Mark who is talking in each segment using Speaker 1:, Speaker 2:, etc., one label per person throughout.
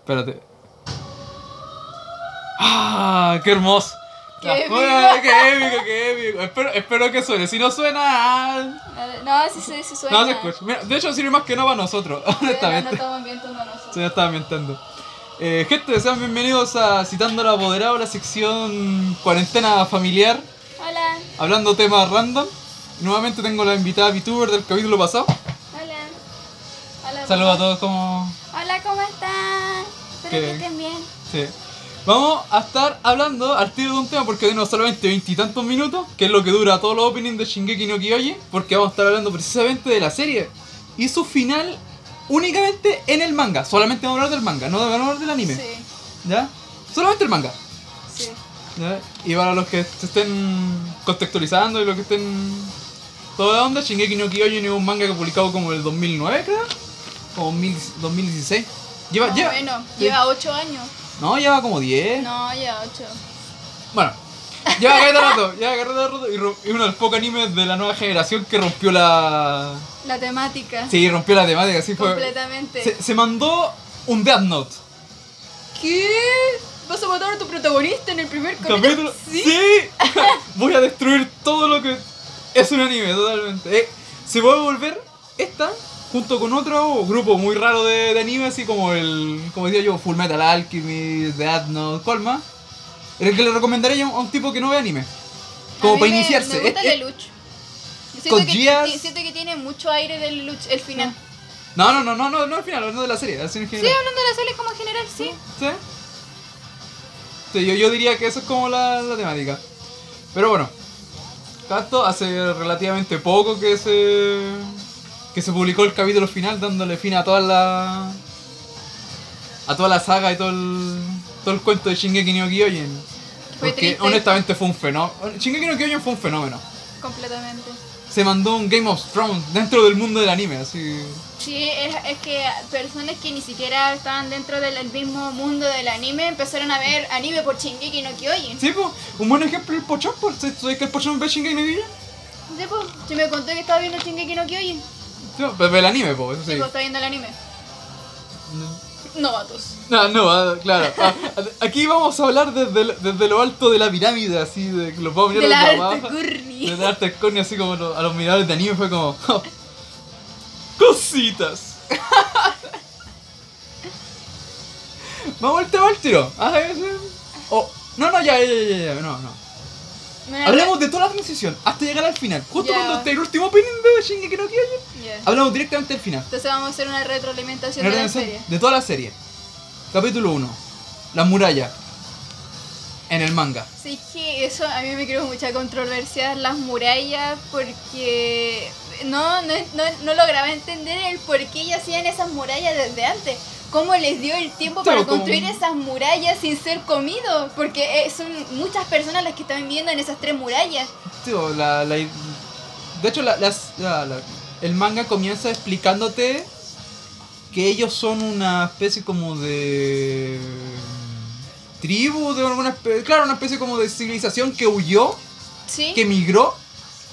Speaker 1: Espérate. ¡Ah! ¡Qué hermoso!
Speaker 2: Qué
Speaker 1: Ya,
Speaker 2: épico.
Speaker 1: bueno, ¡Qué épico, qué épico! Espero, espero que suene. Si no suena. ah,
Speaker 2: No, sí se, se suena.
Speaker 1: No se escucha. Mira, de hecho, sirve más que nada para nosotros,
Speaker 2: Pero no
Speaker 1: honestamente.
Speaker 2: estamos viendo uno a nosotros.
Speaker 1: Se me estaba inventando. Eh, gente, sean bienvenidos a Citando al Apoderado, la sección cuarentena familiar,
Speaker 2: Hola,
Speaker 1: hablando temas random. Nuevamente tengo la invitada VTuber del capítulo pasado.
Speaker 2: hola. Hola.
Speaker 1: Saludos a
Speaker 2: papá.
Speaker 1: todos como...
Speaker 2: Hola, ¿cómo están? Espero
Speaker 1: ¿Qué?
Speaker 2: que estén bien.
Speaker 1: Sí. Vamos a estar hablando al tiro de un tema porque tenemos solamente veintitantos minutos, que es lo que dura todos los openings de Shingeki no Kyoji, porque vamos a estar hablando precisamente de la serie y su final únicamente en el manga. Solamente vamos a hablar del manga, no vamos a hablar del anime.
Speaker 2: Sí,
Speaker 1: ¿Ya? Solamente el manga.
Speaker 2: sí.
Speaker 1: ¿Ya? Y para los que se estén contextualizando y los que estén toda onda, Shingeki no Kyojin es un manga que publicado como el 2009, creo. O 2000 2016. Lleva,
Speaker 2: Más o
Speaker 1: lleva,
Speaker 2: menos.
Speaker 1: sí.
Speaker 2: Ah, lleva 8 años.
Speaker 1: No, lleva como 10.
Speaker 2: No, lleva 8.
Speaker 1: Bueno, lleva carreta rato, lleva carreta rato y, ro- y uno de los pocos animes de la nueva generación que rompió la...
Speaker 2: La temática.
Speaker 1: Sí, rompió la temática, sí fue...
Speaker 2: Completamente.
Speaker 1: Se, se mandó un Death Note.
Speaker 2: ¿Qué? ¿Vas a matar a tu protagonista en el primer
Speaker 1: capítulo.
Speaker 2: capítulo?
Speaker 1: ¿Sí? Voy a destruir todo lo que es un anime, totalmente. Eh, se puede volver esta junto con otro grupo muy raro de, de anime, así como el, como decía yo, Full Metal Alchemy, Death Note, ¿cuál más? El que le recomendaría yo a un tipo que no ve anime. Como
Speaker 2: A mí
Speaker 1: para
Speaker 2: me-
Speaker 1: iniciarse.
Speaker 2: Me gusta
Speaker 1: Es- es-
Speaker 2: Lelouch.
Speaker 1: Con
Speaker 2: Siento que,
Speaker 1: Geass.
Speaker 2: ti- siento que tiene mucho aire de Lelouch el final.
Speaker 1: no, no, no, no, no, no al final, hablando de la serie, así en
Speaker 2: Sí,
Speaker 1: general.
Speaker 2: hablando de la serie como en general, sí.
Speaker 1: ¿Sí? Sí, yo, yo diría que eso es como la, la temática. Pero bueno, tanto hace relativamente poco que se que se publicó el capítulo final dándole fin a toda la a toda la saga y todo el todo el cuento de Shingeki no Kyojin.
Speaker 2: Fue
Speaker 1: Porque
Speaker 2: triste.
Speaker 1: honestamente fue un fenómeno. Shingeki no Kyojin fue un fenómeno.
Speaker 2: Completamente.
Speaker 1: Se mandó un Game of Thrones dentro del mundo del anime, así.
Speaker 2: Sí, es, es que personas que ni siquiera estaban dentro del del mismo mundo del anime empezaron a ver anime por Shingeki no Kyojin.
Speaker 1: Sí, pues, un buen ejemplo es el Pochón, pues, ¿sabes sabes que el Pochón ve Shingeki no Kyojin?
Speaker 2: Sí, pues, si me contó que estaba viendo Shingeki no Kyojin, sí,
Speaker 1: Sí, pues, ve el anime, pues, eso sí.
Speaker 2: pues, está viendo el anime. Novatos.
Speaker 1: No, no, ah, claro. Ah, aquí vamos a hablar desde, el- desde lo alto de la pirámide, así, de que los vamos a
Speaker 2: De
Speaker 1: mirar
Speaker 2: la
Speaker 1: desde
Speaker 2: arte
Speaker 1: abajo.
Speaker 2: curry.
Speaker 1: Desde la arte escornio, así como lo- a los miradores de anime fue como... "Oh, cositas. vamos al tema al tiro. Ah, eh, eh. Oh, no, no, ya, ya, ya, ya, ya, no, no.
Speaker 2: Bueno,
Speaker 1: Hablemos de toda la transición hasta llegar al final. Justo
Speaker 2: Ya.
Speaker 1: cuando está el último opening de Shingeki no Kyojin,
Speaker 2: ya.
Speaker 1: hablamos directamente del final.
Speaker 2: Entonces vamos a hacer una retroalimentación
Speaker 1: Una
Speaker 2: de la
Speaker 1: organización
Speaker 2: serie.
Speaker 1: de toda la serie. Capítulo 1. La muralla. En el manga.
Speaker 2: Sí, que eso a mí me creó mucha controversia las murallas porque no, no, no, no lograba entender el por qué ellos hacían esas murallas desde antes. ¿Cómo les dio el tiempo
Speaker 1: Claro,
Speaker 2: para construir
Speaker 1: como-
Speaker 2: esas murallas sin ser comidos? Porque eh, son muchas personas las que están viviendo en esas tres murallas.
Speaker 1: Tío, la- la- de hecho, la- las- la- la- el manga comienza explicándote que ellos son una especie como de... Tribu, de alguna especie... Claro, una especie como de civilización que huyó,
Speaker 2: ¿Sí?
Speaker 1: que migró.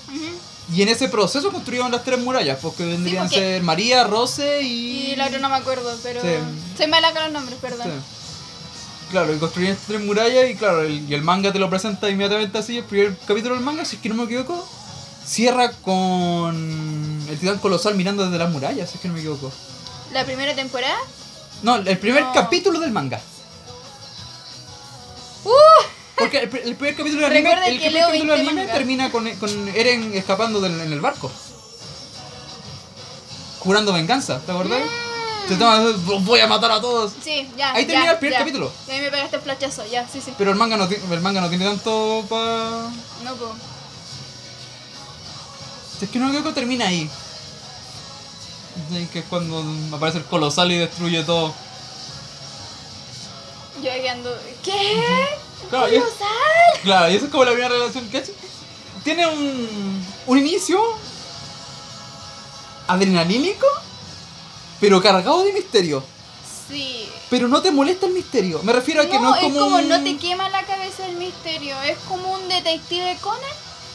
Speaker 2: Ujú.
Speaker 1: Y en ese proceso construyeron las tres murallas, porque vendrían
Speaker 2: porque-
Speaker 1: a ser María, Rose y...
Speaker 2: Y la otra no me acuerdo, pero...
Speaker 1: Sí.
Speaker 2: Soy mala con los nombres, perdón.
Speaker 1: Sí. Claro, y construyen estas tres murallas y claro, el, y el manga te lo presenta inmediatamente así, el primer capítulo del manga, si es que no me equivoco, cierra con el titán colosal mirando desde las murallas, si es que no me equivoco.
Speaker 2: ¿La primera temporada?
Speaker 1: No, el primer
Speaker 2: No.
Speaker 1: capítulo del manga.
Speaker 2: ¡Uh!
Speaker 1: Porque el, pr- el primer capítulo del anime,
Speaker 2: Recuerda
Speaker 1: el
Speaker 2: que
Speaker 1: primer
Speaker 2: leo
Speaker 1: capítulo del
Speaker 2: 20
Speaker 1: anime
Speaker 2: manga.
Speaker 1: termina con, con Eren escapando del, en el barco. Jurando venganza, ¿te acordás?
Speaker 2: Mm.
Speaker 1: Se toma, voy a matar a todos.
Speaker 2: Sí, ya.
Speaker 1: Ahí
Speaker 2: ya,
Speaker 1: termina el primer
Speaker 2: ya.
Speaker 1: capítulo.
Speaker 2: Y a mí me pegaste el flachazo, ya, sí, sí.
Speaker 1: Pero el manga no, ti- el manga no tiene tanto para...
Speaker 2: No puedo.
Speaker 1: Si es que no me equivoco, termina ahí. Sí, Que es cuando aparece el colosal y destruye todo.
Speaker 2: Yo ahí ando. ¿Qué?
Speaker 1: Claro, y,
Speaker 2: ¿Colosal?
Speaker 1: claro, y esa es como la primera relación que hace. Tiene un, un inicio adrenalínico, pero cargado de misterio.
Speaker 2: Sí.
Speaker 1: Pero no te molesta el misterio. Me refiero a que no, es como. un-
Speaker 2: no te quema la cabeza el misterio. Es como un detective Conan.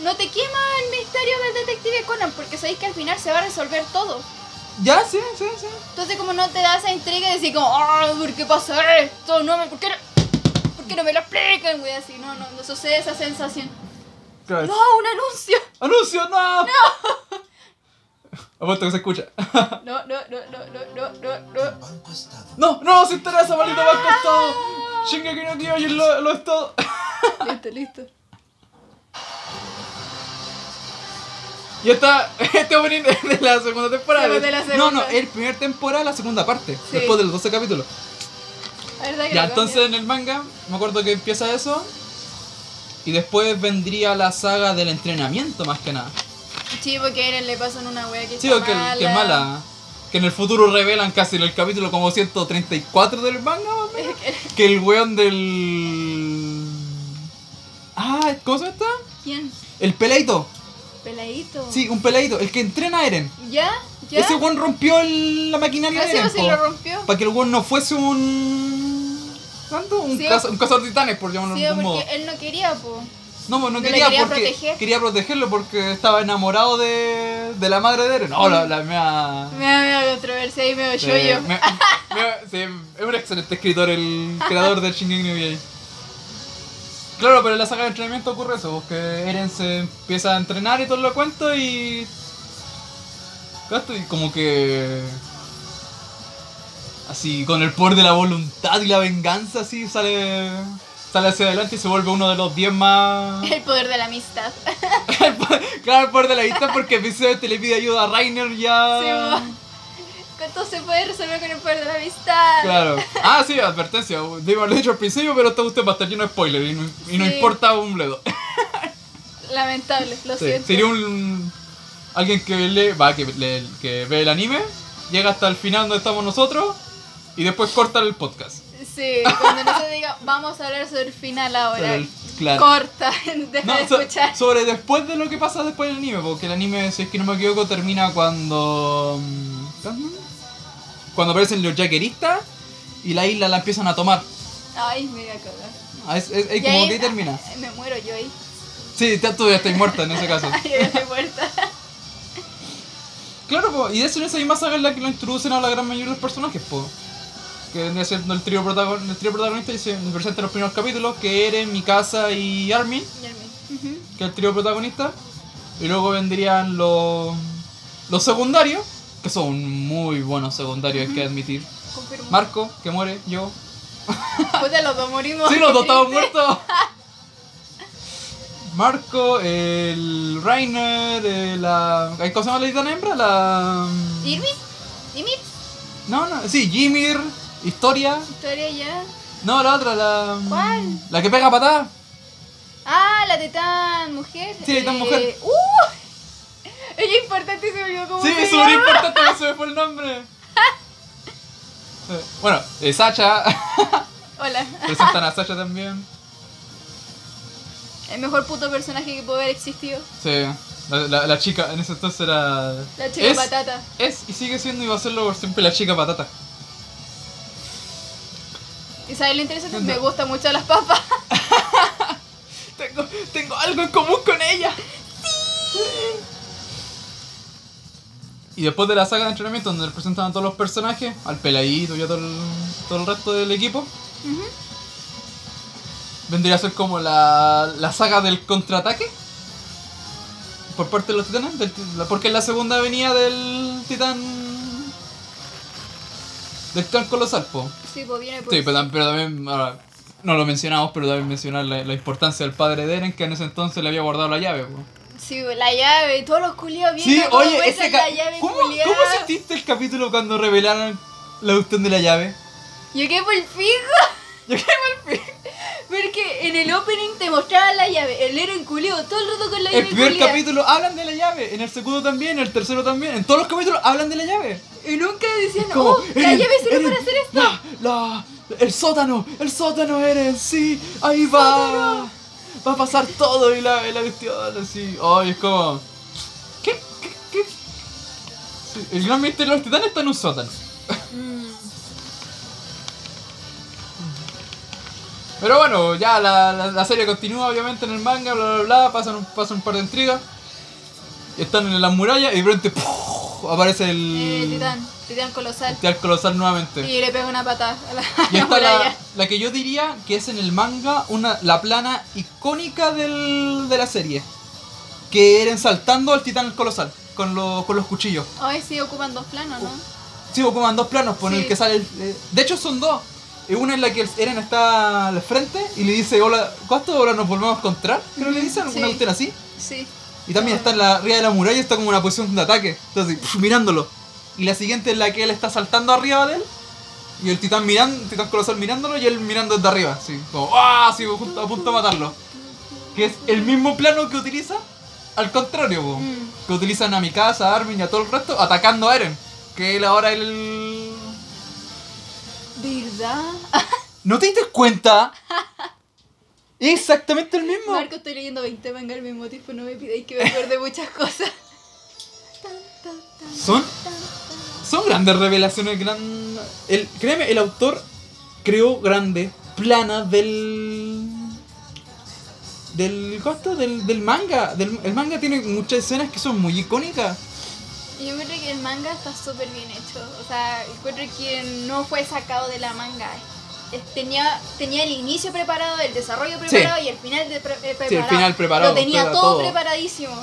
Speaker 2: No te quema el misterio del detective Conan porque sabéis que al final se va a resolver todo.
Speaker 1: Ya, sí, sí, sí.
Speaker 2: Entonces, como no te da esa intriga de decir, como, ah, ¿por qué pasa esto? No, me- ¿por qué no, por qué no me lo explican, güey? Así, no, no, no sucede esa sensación.
Speaker 1: Claro.
Speaker 2: ¡No, un anuncio!
Speaker 1: ¡Anuncio, no! ¡No! Apuesto que se escucha.
Speaker 2: No, no, no, no, no, no, no, no.
Speaker 3: Banco Estado.
Speaker 1: ¡No! ¡No! ¡Se interesa, maldito más costado! ¡Chinga que no tío! ¡Yo lo, lo he estado!
Speaker 2: Listo, listo.
Speaker 1: Y está este opening de la segunda temporada.
Speaker 2: Sí, pues, de la
Speaker 1: No,
Speaker 2: segunda.
Speaker 1: no, el primer temporada, la segunda parte.
Speaker 2: Sí.
Speaker 1: Después de los 12 capítulos.
Speaker 2: La verdad que
Speaker 1: Ya,
Speaker 2: lo cambia.
Speaker 1: entonces en el manga, me acuerdo que empieza eso. Y después vendría la saga del entrenamiento, más que nada.
Speaker 2: Sí, porque a Eren le pasan una wea que
Speaker 1: Sí,
Speaker 2: está
Speaker 1: o que, que es mala. Que en el futuro revelan casi en el capítulo como 134 del manga, más o menos. Que el weón del. Ah, ¿cómo se llama esta?
Speaker 2: ¿Quién?
Speaker 1: El peleito.
Speaker 2: Peladito.
Speaker 1: Sí, un peleito. El que entrena a Eren.
Speaker 2: ¿Ya? ¿Ya?
Speaker 1: Ese weón rompió el- la maquinaria
Speaker 2: Así
Speaker 1: de Eren.
Speaker 2: o sí lo rompió.
Speaker 1: para que el weón no fuese un. ¿Cuánto? Un,
Speaker 2: Sí,
Speaker 1: caza- un cazador de titanes, por llamarlo
Speaker 2: Sí,
Speaker 1: de algún modo.
Speaker 2: porque él no quería, po.
Speaker 1: No, pues no
Speaker 2: no le
Speaker 1: quería,
Speaker 2: quería
Speaker 1: porque
Speaker 2: proteger.
Speaker 1: quería protegerlo porque estaba enamorado de, de la madre de Eren. No, la, la mea-
Speaker 2: Me da medio controversia y medio yo
Speaker 1: eh,
Speaker 2: yo.
Speaker 1: me- me- sí, es un excelente escritor, el creador del Shingeki no Kyojin. Claro, pero en la saga de entrenamiento ocurre eso, porque Eren se empieza a entrenar y todo lo cuento y... Gasto, Y como que... Así, con el poder de la voluntad y la venganza, así sale, sale hacia adelante y se vuelve uno de los 10 más...
Speaker 2: El poder de la amistad.
Speaker 1: claro, el poder de la vista porque precisamente le pide ayuda a Rainer ya...
Speaker 2: Sí, bo. ¿Cuánto se puede resolver con el poder de la amistad?
Speaker 1: Claro. Ah, sí, advertencia. Debo haberlo dicho al principio, pero este está usted va a estar lleno de spoiler y no, y no
Speaker 2: Sí.
Speaker 1: importa un bledo.
Speaker 2: Lamentable, lo
Speaker 1: Sí,
Speaker 2: siento.
Speaker 1: Sería un. Alguien que le. Va, que, le- que ve el anime, llega hasta el final donde estamos nosotros y después corta el podcast.
Speaker 2: Sí, cuando no se diga, vamos a hablar sobre el final ahora.
Speaker 1: Pero, claro.
Speaker 2: Corta, deja
Speaker 1: No,
Speaker 2: de
Speaker 1: so-
Speaker 2: escuchar.
Speaker 1: sobre después de lo que pasa después del anime, porque el anime, si es que no me equivoco, termina cuando. ¿cuándo? Cuando aparecen los jackeristas y la isla la empiezan a tomar.
Speaker 2: Ay, me voy a cagar.
Speaker 1: Ah, Es, es- es
Speaker 2: Y
Speaker 1: como
Speaker 2: ahí-
Speaker 1: que ahí termina.
Speaker 2: Me muero yo ahí.
Speaker 1: Sí, tú ya estás muerta en ese caso.
Speaker 2: Yo ya estoy muerta.
Speaker 1: Claro, po, y de hecho en esa misma saga es la que lo introducen a la gran mayoría de los personajes, po. Que vendría siendo el trío, protagon el trío protagonista y se nos presenta en los primeros capítulos, que Eren, Mikasa y Armin,
Speaker 2: Y el mío. Ujú.
Speaker 1: que es el trío protagonista. Y luego vendrían los, los secundarios, que son muy buenos secundarios, hay que admitir.
Speaker 2: Confirmo.
Speaker 1: Marco, que muere, yo.
Speaker 2: Puta, los dos morimos.
Speaker 1: Sí, los dos estamos
Speaker 2: Sí.
Speaker 1: muertos. Marco, el Rainer, eh, la... ¿Cómo se llama la titana hembra? La...
Speaker 2: ¿Irmi? ¿Irmi?
Speaker 1: No, no, sí, Jimir, Historia.
Speaker 2: Historia ya.
Speaker 1: No, la otra, la.
Speaker 2: ¿Cuál?
Speaker 1: La que pega patada.
Speaker 2: Ah, la titán mujer. eh,
Speaker 1: Sí, la titán mujer.
Speaker 2: ¡Uh! Ella es importante y se me olvidó cómo
Speaker 1: Sí,
Speaker 2: se
Speaker 1: es
Speaker 2: llama.
Speaker 1: súper importante, no se me fue el nombre. Eh, Bueno, eh, Sacha.
Speaker 2: Hola.
Speaker 1: Presentan a Sacha también.
Speaker 2: El mejor puto personaje que pudo haber existido.
Speaker 1: Sí, la, la- la chica en ese entonces era.
Speaker 2: La chica
Speaker 1: es,
Speaker 2: patata.
Speaker 1: Es y sigue siendo y va a serlo por siempre la chica patata.
Speaker 2: ¿Y sabes lo interesante?
Speaker 1: ¿Dónde?
Speaker 2: Me gustan mucho las papas.
Speaker 1: Tengo, tengo algo en común con ella. Y después de la saga de entrenamiento donde presentan a todos los personajes, al peladito y a todo el, todo el resto del equipo, vendría a ser como la, la saga del contraataque por parte de los titanes, del ti- la- porque es la segunda venía del titán... Del titán colosal, po.
Speaker 2: Sí, pues viene por.
Speaker 1: Sí, pero, tam- pero también, ahora, no lo mencionamos, pero también mencionar la, la importancia del padre de Eren, que en ese entonces le había guardado la llave. po.
Speaker 2: Sí, pues, la llave. Todos los culiados vienen.
Speaker 1: Sí,
Speaker 2: cómo
Speaker 1: oye,
Speaker 2: encuentran
Speaker 1: ese ca-
Speaker 2: pues, la llave
Speaker 1: ¿Cómo,
Speaker 2: culiá.
Speaker 1: ¿Cómo sentiste el capítulo cuando revelaron la cuestión de la llave?
Speaker 2: Yo quedé por el fijo.
Speaker 1: Yo quedé por el fijo.
Speaker 2: Porque en el opening te mostraban la llave. El Eren culiado todo el rato con la
Speaker 1: El
Speaker 2: llave
Speaker 1: primer
Speaker 2: culiá.
Speaker 1: capítulo hablan de la llave, en el segundo también, en el tercero también, en todos los capítulos hablan de la llave.
Speaker 2: Y nunca decían,
Speaker 1: Como,
Speaker 2: oh, la
Speaker 1: "Eren,
Speaker 2: llave sirve
Speaker 1: Eren,
Speaker 2: para hacer esto.
Speaker 1: la- la- el sótano, el sótano Eren, sí, ahí va. Va a pasar todo y la, la cuestión así. Ay, es como. ¿Qué? ¿Qué? ¿Qué? Sí, el gran misterio de los titanes está en un sótano. Mm. Pero bueno, ya la, la, la serie continúa obviamente en el manga, bla bla bla, pasan un, pasan un par de intrigas. Y están en las murallas y de repente ¡puf! abajo aparece
Speaker 2: Eh,
Speaker 1: el.
Speaker 2: titán, titán colosal.
Speaker 1: el Titán colosal nuevamente.
Speaker 2: Y le pega una patada a la
Speaker 1: Y esta
Speaker 2: muralla.
Speaker 1: la, la que yo diría que es en el manga una, la plana icónica del, de la serie. Que eran saltando al titán colosal con, los con los cuchillos.
Speaker 2: Hoy sí ocupan dos planos, ¿no?
Speaker 1: Sí, pues, ocupan dos planos por el
Speaker 2: Sí.
Speaker 1: que sale... el- eh, de hecho son dos. Eh, Una en la que el Eren está al frente y le dice, hola, ¿cuánto ahora nos volvemos a encontrar? Creo que le dicen,
Speaker 2: Sí.
Speaker 1: una cuestión así.
Speaker 2: Sí.
Speaker 1: Y también está en la arriba de la muralla, está como en una posición de ataque. Entonces, así, mirándolo. Y la siguiente es la que él está saltando arriba de él. Y el titán mirando, el titán colosal mirándolo y él mirando desde arriba. Así, como, ¡ah! Así, junto- a punto de matarlo. Que es el mismo plano que utiliza, al contrario, po.
Speaker 2: Mm.
Speaker 1: que utilizan a Mikasa, a Armin y a todo el resto, atacando a Eren. Que él ahora él.
Speaker 2: ¿Verdad?
Speaker 1: ¿No te diste cuenta? Es Exactamente el mismo.
Speaker 2: Marco, estoy leyendo 20 manga al mismo tiempo, no me pidáis que me acuerde muchas cosas. Tan, tan, tan,
Speaker 1: Son
Speaker 2: tan, tan.
Speaker 1: Son grandes revelaciones, gran... El, créeme, el autor creó grandes planas del... Del costo del, del manga. Del, el manga tiene muchas escenas que son muy icónicas.
Speaker 2: Yo encuentro que el manga está súper bien hecho. O sea, encuentro que no fue sacado de la manga. Es- Tenía, tenía el inicio preparado, el desarrollo preparado y el final de pre- eh, preparado.
Speaker 1: el final preparado,
Speaker 2: Lo tenía
Speaker 1: era
Speaker 2: todo,
Speaker 1: todo.
Speaker 2: preparadísimo.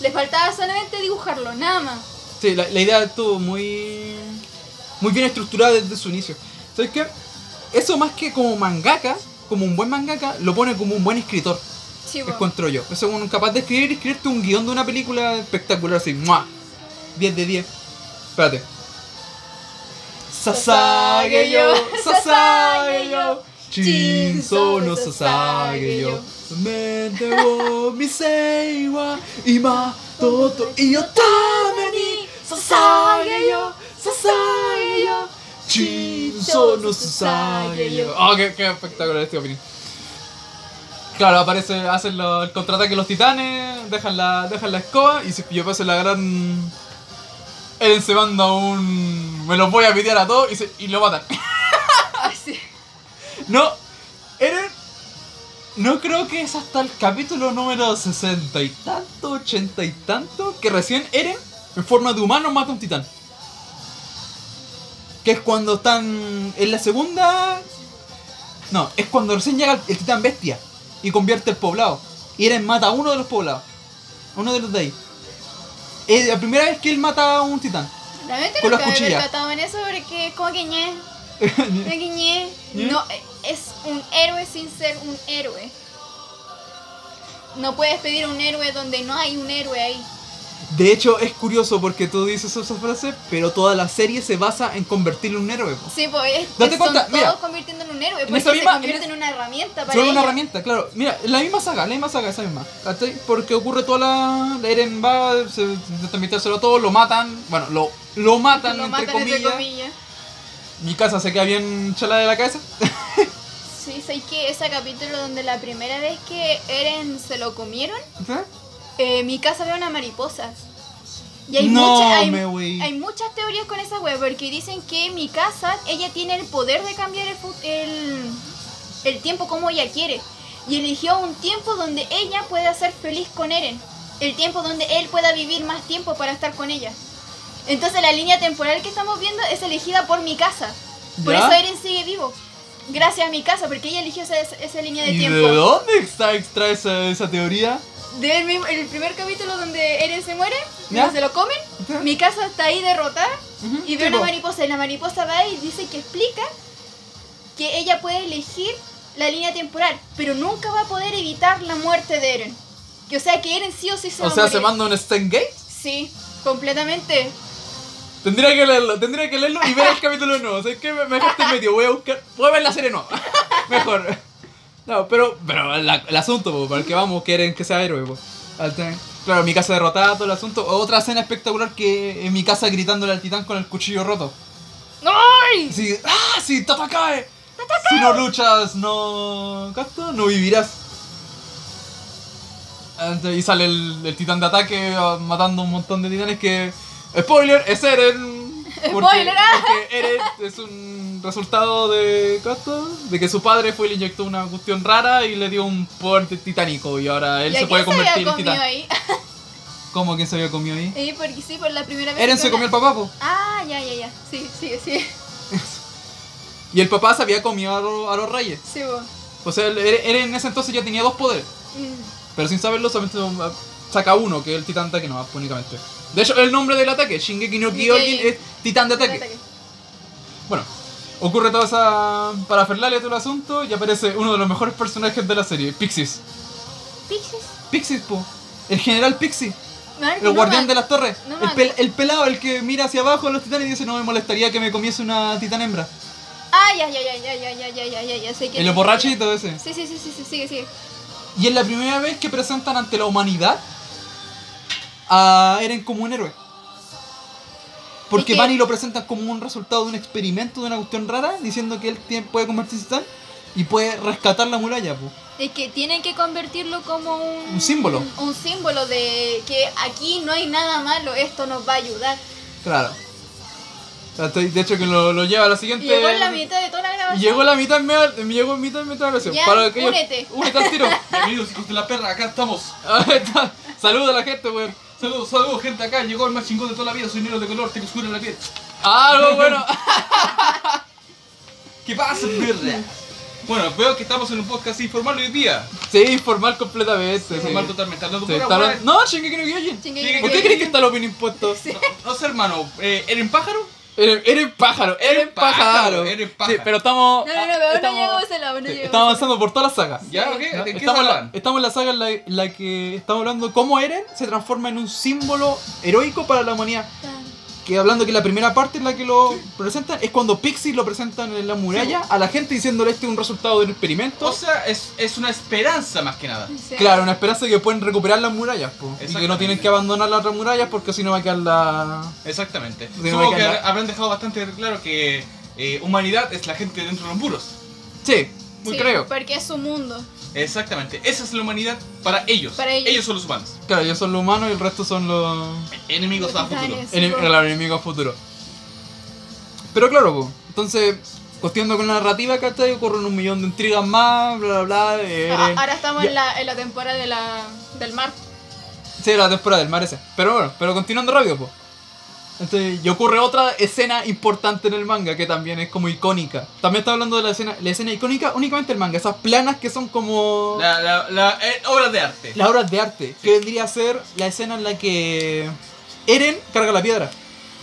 Speaker 2: Les faltaba solamente dibujarlo, nada más.
Speaker 1: Sí, la, la idea estuvo muy... Muy bien estructurada desde su inicio. ¿Sabes qué? Eso más que como mangaka, como un buen mangaka, lo pone como un buen escritor.
Speaker 2: Sí, po.
Speaker 1: encuentro yo. Es un capaz de escribir y escribirte un guión de una película espectacular así. ¡Mua! 10 de 10. Espérate. Sasage yo, sasage yo. Chinzo no sasage yo. Mente wo misei wa ima toto iyo tame ni sasage yo, sasage yo. Chinzo no sasage yo. Oh, qué, qué espectacular este opinión. Claro, aparece, hacen lo- el contraataque los titanes, dejan la, dejan la escoba y si yo paso la gran. Eren se manda un. Me los voy a pitear a todos y, se- y lo matan.
Speaker 2: Así.
Speaker 1: No, Eren. No creo que es hasta el capítulo número 60 y tanto, 80 y tanto, que recién Eren, en forma de humano, mata a un titán. Que es cuando están. En la segunda. No, es cuando recién llega el, el titán bestia y convierte el poblado. Y Eren mata a uno de los poblados. a Uno de los de ahí. Es la primera vez que él mata a un titán.
Speaker 2: Realmente
Speaker 1: Con
Speaker 2: nunca
Speaker 1: las
Speaker 2: me he
Speaker 1: cuchillas.
Speaker 2: percatado en eso porque es como que ñe. Como que ñe. No, eh, es un héroe sin ser un héroe. No puedes pedir un héroe donde no hay un héroe ahí.
Speaker 1: De hecho, es curioso porque tú dices esa frase, pero toda la serie se basa en convertirlo en un héroe. po.
Speaker 2: Sí, pues es-
Speaker 1: Date
Speaker 2: son
Speaker 1: cuenta,
Speaker 2: todos
Speaker 1: mira.
Speaker 2: convirtiendo en un héroe,
Speaker 1: En
Speaker 2: porque
Speaker 1: esa
Speaker 2: se
Speaker 1: misma-
Speaker 2: convierte
Speaker 1: en
Speaker 2: en una herramienta para
Speaker 1: Solo una
Speaker 2: ellos.
Speaker 1: herramienta, claro. Mira, la misma saga, la misma saga, esa misma. ¿cachai? Porque ocurre toda la. la Eren va, se intenta metérselo a todo, lo matan. Bueno, lo, lo matan,
Speaker 2: Lo
Speaker 1: entre,
Speaker 2: matan
Speaker 1: comillas.
Speaker 2: entre comillas.
Speaker 1: Mi casa se queda bien chala de la cabeza.
Speaker 2: Sí, sé que ese capítulo donde la primera vez que Eren se lo comieron,
Speaker 1: ¿Sí?
Speaker 2: eh, mi casa ve una mariposa. Y hay,
Speaker 1: No,
Speaker 2: mucha- hay,
Speaker 1: me wey.
Speaker 2: hay muchas teorías con esa wea, porque dicen que mi casa, ella tiene el poder de cambiar el, fu- el, el tiempo como ella quiere. Y eligió un tiempo donde ella pueda ser feliz con Eren. El tiempo donde él pueda vivir más tiempo para estar con ella. Entonces la línea temporal que estamos viendo es elegida por mi casa. Por
Speaker 1: ¿Ya?
Speaker 2: eso Eren sigue vivo. Gracias a mi casa, porque ella eligió esa, esa línea de
Speaker 1: ¿Y
Speaker 2: tiempo.
Speaker 1: de dónde extra, extra esa, esa teoría?
Speaker 2: Del mismo- el primer capítulo donde Eren se muere,
Speaker 1: ¿Ya?
Speaker 2: no se lo comen,
Speaker 1: Ujú.
Speaker 2: mi casa está ahí derrotada
Speaker 1: Ujú,
Speaker 2: y
Speaker 1: sí,
Speaker 2: ve una
Speaker 1: po.
Speaker 2: mariposa y la mariposa va y dice que explica que ella puede elegir la línea temporal, pero nunca va a poder evitar la muerte de Eren. Y, O sea que Eren sí o sí se
Speaker 1: O
Speaker 2: va
Speaker 1: sea,
Speaker 2: a
Speaker 1: se
Speaker 2: morir.
Speaker 1: manda un Stan Gate.
Speaker 2: Sí, completamente.
Speaker 1: Tendría que leerlo, tendría que leerlo y ver el capítulo nuevo. ¿Sabes qué? Me me dejaste en medio, voy a buscar. Voy a ver la serie nueva. Mejor. No, pero, pero la- el asunto, po, para el que vamos, quieren que sea héroe. po. Al tener- Claro, mi casa derrotada, todo el asunto. Otra escena espectacular que en mi casa gritándole al titán con el cuchillo roto.
Speaker 2: ¡Ay!
Speaker 1: Sí, ¡ah! Sí, Tatakae. Si no luchas, no. ¿Casto? No vivirás. Ante- Y sale el, el titán de ataque ah, matando un montón de titanes que. ¡Spoiler! Es Eren. Porque-
Speaker 2: Spoiler, ah.
Speaker 1: Porque Eren es un resultado de. ¿Casto? De que su padre fue y le inyectó una cuestión rara y le dio un poder titánico y ahora él
Speaker 2: ¿Y a
Speaker 1: se puede
Speaker 2: quién se había
Speaker 1: convertir en
Speaker 2: comido
Speaker 1: titán.
Speaker 2: ahí?
Speaker 1: ¿Cómo quién se había comido ahí?
Speaker 2: Eh, porque sí, por la primera vez.
Speaker 1: Eren
Speaker 2: que
Speaker 1: se comió
Speaker 2: una-
Speaker 1: al papá, po.
Speaker 2: Ah, ya, ya, ya. Sí, sí, sí.
Speaker 1: Y el papá se había comido a, lo- a los reyes.
Speaker 2: Sí, vos.
Speaker 1: O sea, el- Eren Eren en ese entonces ya tenía dos poderes.
Speaker 2: Mm.
Speaker 1: Pero sin saberlo, solamente um, saca uno, que es el titán de ataque nomás, únicamente. De hecho, el nombre del ataque, Shingeki no Kyojin,
Speaker 2: Kyojin.
Speaker 1: es titán de ataque.
Speaker 2: Ataque.
Speaker 1: Bueno, ocurre toda esa parafernalia, todo el asunto, y aparece uno de los mejores personajes de la serie, Pixies.
Speaker 2: Pixies.
Speaker 1: Pixies, po. El general Pixie,
Speaker 2: No,
Speaker 1: el
Speaker 2: no
Speaker 1: guardián
Speaker 2: me-
Speaker 1: de las torres.
Speaker 2: no me
Speaker 1: el, pel-
Speaker 2: acuerdo.
Speaker 1: el pelado, el que mira hacia abajo a los titanes y dice, no me molestaría que me comiese una titán hembra.
Speaker 2: Ah, ya, ya, ya, ya, ya, ya, ya, ya, ya, ya, sé que.
Speaker 1: El borrachito ese.
Speaker 2: Sí, sí, sí, sí, sí, sigue, sigue.
Speaker 1: Y es la primera vez que presentan ante la humanidad a Eren como un héroe. Porque
Speaker 2: Es que-
Speaker 1: van y lo presentan como un resultado de un experimento, de una cuestión rara, diciendo que él tiene- puede convertirse en titán y puede rescatar la muralla, po.
Speaker 2: Es que tienen que convertirlo como un,
Speaker 1: Un símbolo.
Speaker 2: Un símbolo de que aquí no hay nada malo, esto nos va a ayudar.
Speaker 1: Claro. Estoy- De hecho, que lo, lo lleva a la
Speaker 2: Y
Speaker 1: siguiente.
Speaker 2: llegó en la mitad de toda la
Speaker 1: Y
Speaker 2: grabación.
Speaker 1: Llegó la mitad en medio- llegó en mitad en mitad de la grabación.
Speaker 2: Ya,
Speaker 1: Para aquellos-
Speaker 2: únete.
Speaker 1: Únete al tiro.
Speaker 3: Amigos, hijos de la perra, acá estamos.
Speaker 1: Ahí está. Saluda a la gente, weón.
Speaker 3: Saludos, saludos, gente acá. Llegó el más chingón de toda la vida. Soy negro de color, tengo oscuro en la piel.
Speaker 1: Ah, no, bueno.
Speaker 3: ¿Qué pasa, perra? Bueno, veo que estamos en un podcast informal hoy día.
Speaker 1: Sí, informal completamente. sí.
Speaker 3: Informal totalmente. Hablando
Speaker 1: Sí,
Speaker 3: pura
Speaker 1: está
Speaker 3: weá.
Speaker 1: hablando- No, Shingeki no Kyojin.
Speaker 2: Shingeki no
Speaker 1: ¿Por qué
Speaker 2: Kyojin.
Speaker 1: crees que está el opinión impuesto?
Speaker 3: No, no sé, hermano. Eh, ¿Eren pájaro?
Speaker 1: Eres, eres pájaro, eres
Speaker 3: Eres pájaro,
Speaker 1: pájaro.
Speaker 3: eres
Speaker 1: Sí,
Speaker 3: pájaro.
Speaker 1: pero estamos.
Speaker 2: No, no, no, pero no
Speaker 1: estamos-
Speaker 2: llegó ese lado, no
Speaker 1: sí,
Speaker 2: llegó.
Speaker 1: Estamos avanzando por toda la saga.
Speaker 3: ¿Ya? ¿o ¿Qué?
Speaker 1: ¿No?
Speaker 3: ¿De qué
Speaker 1: Estamos, en la,
Speaker 3: hablan?
Speaker 1: estamos en la saga en la, en la que estamos hablando cómo Eren se transforma en un símbolo heroico para la humanidad. Que hablando que la primera parte en la que lo presentan es cuando Pixie lo presentan en la muralla a la gente diciéndole este es un resultado del experimento.
Speaker 3: O sea, es, es una esperanza más que nada.
Speaker 2: Sí.
Speaker 1: Claro, una esperanza de que pueden recuperar las murallas, po, y que no
Speaker 3: Exactamente.
Speaker 1: tienen que abandonar las otras murallas porque si no va a quedar la...
Speaker 3: Exactamente.
Speaker 1: me
Speaker 3: Supongo que
Speaker 1: encanta.
Speaker 3: habrán dejado bastante claro que eh, humanidad es la gente dentro de los muros.
Speaker 1: Sí, muy
Speaker 2: Sí,
Speaker 1: creo.
Speaker 2: Porque es su mundo.
Speaker 3: Exactamente. Esa es la humanidad para ellos.
Speaker 2: Para ellos.
Speaker 3: son los humanos.
Speaker 1: Claro, ellos son los humanos y el resto son los
Speaker 3: Enemigos
Speaker 2: Los
Speaker 3: a futuro.
Speaker 2: titanes. Sí,
Speaker 1: ene-
Speaker 2: po.
Speaker 1: claro, enemigos futuros. Pero claro, po, entonces, costeando con la narrativa, ¿cachai? Ocurren un millón de intrigas más, bla, bla, bla. eh,
Speaker 2: Ah, Ahora estamos
Speaker 1: ya-
Speaker 2: en la, en la temporada de la, del mar. ah.
Speaker 1: Sí, la temporada del mar ese. Pero bueno, pero continuando rápido, po. Entonces, y ocurre otra escena importante en el manga que también es como icónica. También está hablando de la escena, la escena icónica únicamente el manga, esas planas que son como
Speaker 3: La, la, la eh, obra de arte.
Speaker 1: las obras de arte, que vendría a ser la escena en la que Eren carga la piedra.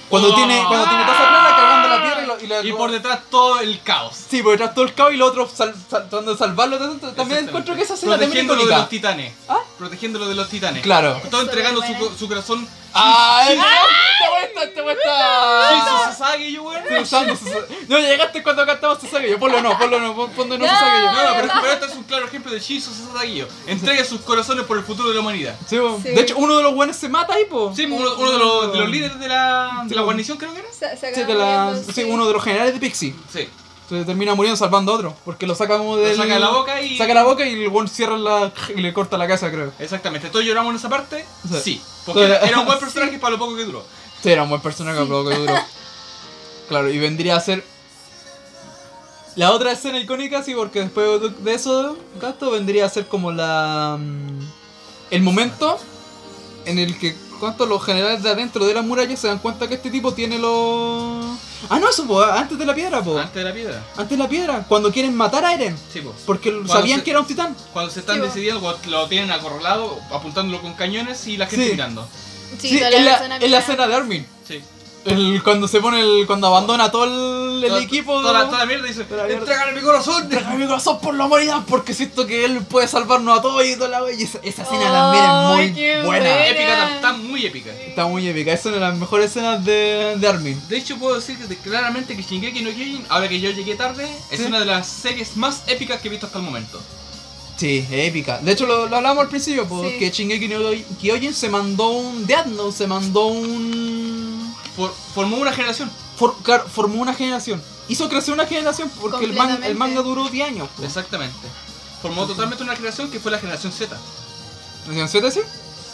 Speaker 1: Cuando
Speaker 3: Oh.
Speaker 1: tiene cuando tiene taza plana cargando la piedra y, lo- y la-
Speaker 3: Y por detrás todo el caos.
Speaker 1: Sí, por detrás todo el caos y los otros sal- sal- tratando de salvarlo. t- t- También
Speaker 3: Exactamente.
Speaker 1: encuentro que esa escena también es
Speaker 3: Protegiéndolo de
Speaker 1: icónica.
Speaker 3: los titanes.
Speaker 1: ¿Ah?
Speaker 3: Protegiéndolo de los titanes.
Speaker 1: Claro.
Speaker 3: Todo entregando su,
Speaker 2: Superbuena.
Speaker 3: su corazón.
Speaker 1: ¡Ay! ¡Te cuesta, te cuesta!
Speaker 3: Jesus Sasage, yo weón.
Speaker 1: Estoy usando Sasage. No llegaste cuando cantamos Sasage. Yo ponlo no, ponlo no, pon- ponlo no Sasage.
Speaker 3: No, no,
Speaker 1: yo.
Speaker 3: pero, pero este es un claro ejemplo de Jesus Sasage. yo. Entrega sus corazones por el futuro de la humanidad.
Speaker 1: Sí, po.
Speaker 2: Sí.
Speaker 1: De hecho, uno de los buenos se mata ahí, pues. po.
Speaker 3: Sí, uno, uno de, los, de los líderes de la, de la guarnición, creo que era.
Speaker 2: Se, se
Speaker 1: Sí,
Speaker 2: acaban
Speaker 1: de la-
Speaker 2: muriendo,
Speaker 1: sí, uno de los generales de Pixie.
Speaker 3: Sí.
Speaker 1: Se termina muriendo salvando a otro. Porque lo saca como
Speaker 3: Lo
Speaker 1: de.
Speaker 3: saca de la boca y-
Speaker 1: Saca la boca y el one cierra la. y le corta la casa, creo.
Speaker 3: Exactamente. ¿Todos lloramos en esa parte?
Speaker 1: Sí.
Speaker 3: Sí. Porque
Speaker 1: Todos-
Speaker 3: era un buen personaje para lo poco que duró.
Speaker 1: Sí, era un buen personaje, pero que duro. Claro, y vendría a ser. La otra escena icónica, sí, porque después de- de eso, gasto, vendría a ser como la. mm, El momento en el que cuántos los generales de adentro de las murallas se dan cuenta que este tipo tiene los. Ah, no, eso, po, antes de la piedra, po.
Speaker 3: Antes de la piedra.
Speaker 1: Antes de la piedra, cuando quieren matar a Eren,
Speaker 3: Sí, po.
Speaker 1: porque
Speaker 3: Cuando
Speaker 1: sabían
Speaker 3: se-
Speaker 1: que era un titán.
Speaker 3: Cuando se están
Speaker 2: Sí, po.
Speaker 3: decidiendo, cuando lo tienen acorralado, apuntándolo con cañones y la gente
Speaker 1: Sí.
Speaker 3: mirando.
Speaker 2: Sí,
Speaker 1: Sí,
Speaker 2: toda
Speaker 1: es la,
Speaker 2: persona
Speaker 1: es la
Speaker 2: mirada.
Speaker 1: escena de Armin.
Speaker 3: Sí.
Speaker 1: El, cuando se pone el. cuando abandona todo el, el
Speaker 3: Toda-
Speaker 1: equipo.
Speaker 3: Toda la, toda la mierda dice:
Speaker 1: Toda la mierda.
Speaker 3: ¡Entregan mi corazón!
Speaker 1: Déjame mi corazón por la humanidad porque siento que él puede salvarnos a todos y toda la wea. Y esa, esa escena
Speaker 2: Ay,
Speaker 1: también es
Speaker 2: qué
Speaker 1: muy buena.
Speaker 2: buena.
Speaker 3: Épica, tam- está muy épica.
Speaker 1: Está muy épica, es una de las mejores escenas de, de Armin.
Speaker 3: De hecho, puedo decir que- claramente que Shingeki no Kyojin, ahora que yo llegué tarde, es
Speaker 1: Sí.
Speaker 3: una de las series más épicas que he visto hasta el momento.
Speaker 1: Sí, es épica. De hecho, lo, lo hablábamos al principio, porque
Speaker 2: Sí.
Speaker 1: que Shingeki no Kyojin se mandó un Death Note, se mandó un...
Speaker 3: For- formó una generación.
Speaker 1: for- claro, formó una generación. Hizo crecer una generación porque el, man- el
Speaker 2: Completamente.
Speaker 1: manga duró 10 años. pues. po.
Speaker 3: Exactamente. Formó totalmente una generación que fue la generación Z.
Speaker 1: ¿Generación Z, sí?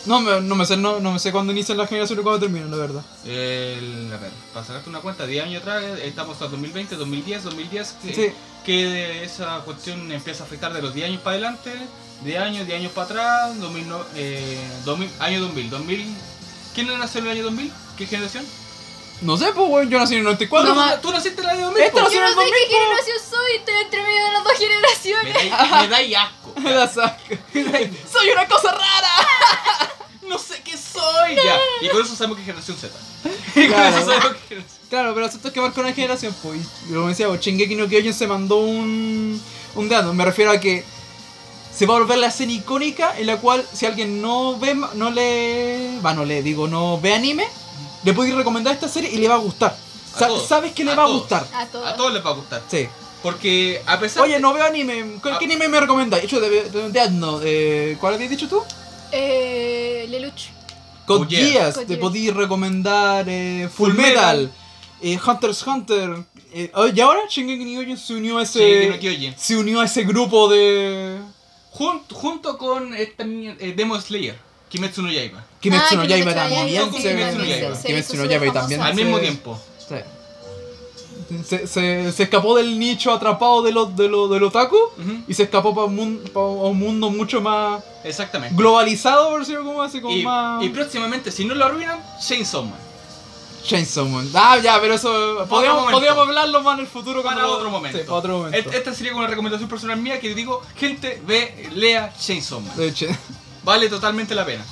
Speaker 1: No me, no me sé, no, no me sé cuándo inician las generaciones y cuándo terminan, la verdad.
Speaker 3: El- a ver, para sacarte una cuenta, 10 años atrás, eh, estamos hasta 2020, 2010, 2010, que,
Speaker 1: Sí.
Speaker 3: que esa cuestión empieza a afectar de los 10 años para adelante, 10 años, 10 años para atrás, 2009, eh, 2000, año 2000, 2000. ¿Quién nació en el año 2000? ¿Qué generación?
Speaker 1: No sé, pues, weón, yo nací en el 94.
Speaker 3: ¿Cuándo?
Speaker 2: ma-
Speaker 3: ¿Tú naciste en el año 2000?
Speaker 1: Esto
Speaker 3: po?
Speaker 1: no-
Speaker 2: Yo no sé
Speaker 1: mismo.
Speaker 2: qué generación soy, estoy entre medio de las dos
Speaker 3: Me
Speaker 2: generaciones.
Speaker 3: dais- me dais asco.
Speaker 1: Me la saca. ¡Soy una cosa rara!
Speaker 3: No sé qué soy. Ya. Y con eso sabemos que es generación Z. Y con
Speaker 1: Claro,
Speaker 3: eso sabemos que es generación
Speaker 1: claro, pero asunto es que marca una generación, pues. Y como decía, pues, Shingeki no Kyojin se mandó un. un dedo. Me refiero a que. Se va a volver la escena icónica en la cual, si alguien no ve, ma- no le. va, no le digo, no ve anime, le puedes recomendar esta serie y le va a gustar.
Speaker 3: A
Speaker 1: Sa-
Speaker 3: todos,
Speaker 1: sabes que le
Speaker 3: a
Speaker 1: va a
Speaker 3: todos.
Speaker 1: gustar.
Speaker 2: A todos.
Speaker 3: A todos les va a gustar.
Speaker 1: Sí.
Speaker 3: Porque a pesar
Speaker 1: Oye, no veo anime. ¿Qué, qué anime me recomendáis? Hecho de, de Death Note, eh, ¿Cuál habéis dicho tú?
Speaker 2: Eh, Lelouch.
Speaker 1: Code
Speaker 3: Oh, yeah.
Speaker 1: Geass,
Speaker 2: Code
Speaker 1: te
Speaker 2: Geass.
Speaker 1: podí recomendar eh, Full
Speaker 3: Full
Speaker 1: Metal,
Speaker 3: Metal.
Speaker 1: eh, Hunter's Hunter. eh, oh, y ahora Shingeki no Kyojin se unió a ese.
Speaker 3: Shingeki no Kyojin.
Speaker 1: Se unió a ese grupo de.
Speaker 3: jun- junto con esta mierda, eh, Demon Slayer, Kimetsu no Yaiba.
Speaker 1: Kimetsu no
Speaker 2: Ah,
Speaker 1: Yaiba
Speaker 2: Kimetsu no
Speaker 1: también.
Speaker 2: Yaiba,
Speaker 1: se-
Speaker 3: sí, Kimetsu no Yaiba.
Speaker 1: se- Kimetsu no
Speaker 2: hizo
Speaker 1: Yaiba
Speaker 2: súper
Speaker 1: también.
Speaker 2: famosa.
Speaker 3: Al mismo tiempo.
Speaker 1: se- Se, se, se escapó del nicho atrapado de los de lo, del otaku
Speaker 3: Ujú,
Speaker 1: y se escapó para un, mun- pa un mundo mucho más
Speaker 3: Exactamente.
Speaker 1: globalizado, por decirlo como así, como
Speaker 3: Y,
Speaker 1: más.
Speaker 3: y próximamente, si no lo arruinan, Chainsaw Man.
Speaker 1: Chainsaw Man. Ah, ya, pero eso. Podríamos,
Speaker 3: momento.
Speaker 1: podríamos hablarlo más en el futuro.
Speaker 3: Para
Speaker 1: cuando-
Speaker 3: otro momento. Este,
Speaker 1: Sí, para otro momento.
Speaker 3: Et- esta sería como una recomendación personal mía que digo, gente, ve, lea Chainsaw Man.
Speaker 1: De hecho.
Speaker 3: Vale totalmente la pena.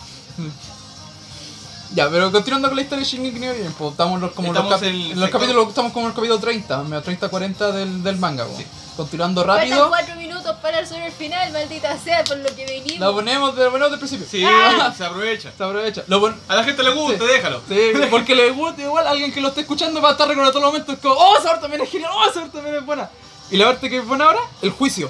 Speaker 1: Ya, pero continuando con la historia de Shingeki no Kyojin, pues, estamos los- como en los,
Speaker 3: Estamos
Speaker 1: cap-
Speaker 3: en el
Speaker 1: en los
Speaker 3: sector.
Speaker 1: capítulos, estamos como en el capítulo 30, menos 30, 40 del, del manga, pues. Continuando
Speaker 2: Faltan
Speaker 1: rápido,
Speaker 2: cuatro minutos para el sobre el final, maldita sea, por lo que venimos.
Speaker 1: la ponemos, la ponemos del principio.
Speaker 3: Sí,
Speaker 1: Ah.
Speaker 3: se aprovecha.
Speaker 1: Se aprovecha. Lo pon-
Speaker 3: A la gente le gusta,
Speaker 1: Sí.
Speaker 3: déjalo.
Speaker 1: Sí, porque le gusta igual alguien que lo esté escuchando va a estar recordando todos los momentos como, oh, esa parte también es genial, oh, esa parte también es buena. Y la parte que es buena ahora, el juicio.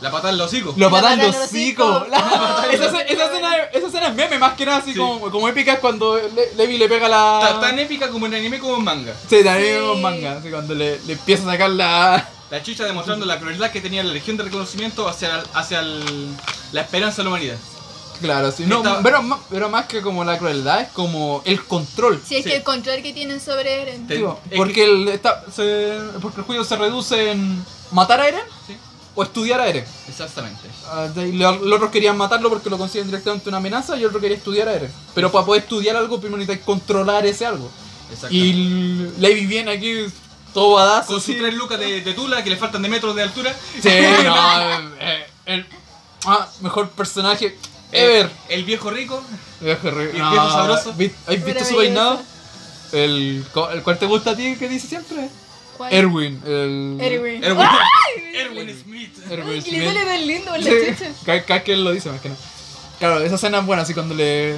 Speaker 3: La patada en los hocicos.
Speaker 1: Lo
Speaker 2: La patada
Speaker 1: patan
Speaker 2: en
Speaker 1: los
Speaker 2: el
Speaker 1: hocico.
Speaker 2: hocico.
Speaker 1: La-
Speaker 2: Oh,
Speaker 1: Esa
Speaker 2: qué
Speaker 1: escena- esa escena esa escena es meme más que nada, así
Speaker 3: Sí.
Speaker 1: como, como épica es cuando Le- Levi le pega la...
Speaker 3: Ta- Tan épica como en anime como en manga.
Speaker 1: Sí, también
Speaker 2: Sí.
Speaker 1: vemos manga, así cuando le, le empieza a sacar la...
Speaker 3: La chicha demostrando la crueldad que tenía la Legión de Reconocimiento hacia, hacia el- la esperanza de la humanidad.
Speaker 1: Claro, sí. No,
Speaker 3: Estaba-
Speaker 1: pero, ma- pero más que como la crueldad, es como el control.
Speaker 2: Si es
Speaker 3: Sí.
Speaker 2: que el control que tienen sobre Eren.
Speaker 3: Te-
Speaker 1: Digo,
Speaker 3: es
Speaker 1: porque,
Speaker 3: que-
Speaker 1: el, está- se- porque el juicio se reduce en matar a Eren
Speaker 3: Sí,
Speaker 1: o estudiar a Eren.
Speaker 3: exactamente.
Speaker 1: Ah, de ahí lo- Los otros querían matarlo porque lo consideran directamente una amenaza y el otro quería estudiar a Eren. Pero para poder estudiar algo, primero necesitas controlar ese algo. Y
Speaker 3: exactamente.
Speaker 1: l- Levi viene aquí todo badazo.
Speaker 3: Con sus
Speaker 1: así.
Speaker 3: tres lucas de, de tula que le faltan de metros de altura.
Speaker 1: Sí, no, eh, el ah, mejor personaje ever.
Speaker 3: El viejo rico.
Speaker 1: Viejo re-
Speaker 3: Eh, ¿Y el
Speaker 1: no,
Speaker 3: viejo sabroso?
Speaker 1: ¿vi- ¿Has visto su
Speaker 2: Maravilloso.
Speaker 1: peinado? El, co- el cual te gusta a ti que dice siempre.
Speaker 2: ¿Cuál?
Speaker 1: Erwin. El,
Speaker 2: Erwin. Ah,
Speaker 3: Erwin, Erwin Smith.
Speaker 1: Erwin
Speaker 2: Ay, que
Speaker 1: Smith.
Speaker 2: le sale tan lindo la
Speaker 1: Sí,
Speaker 2: chucha.
Speaker 1: cada- cada que él lo dice más que nada. Claro, esa escena es buena, así cuando le.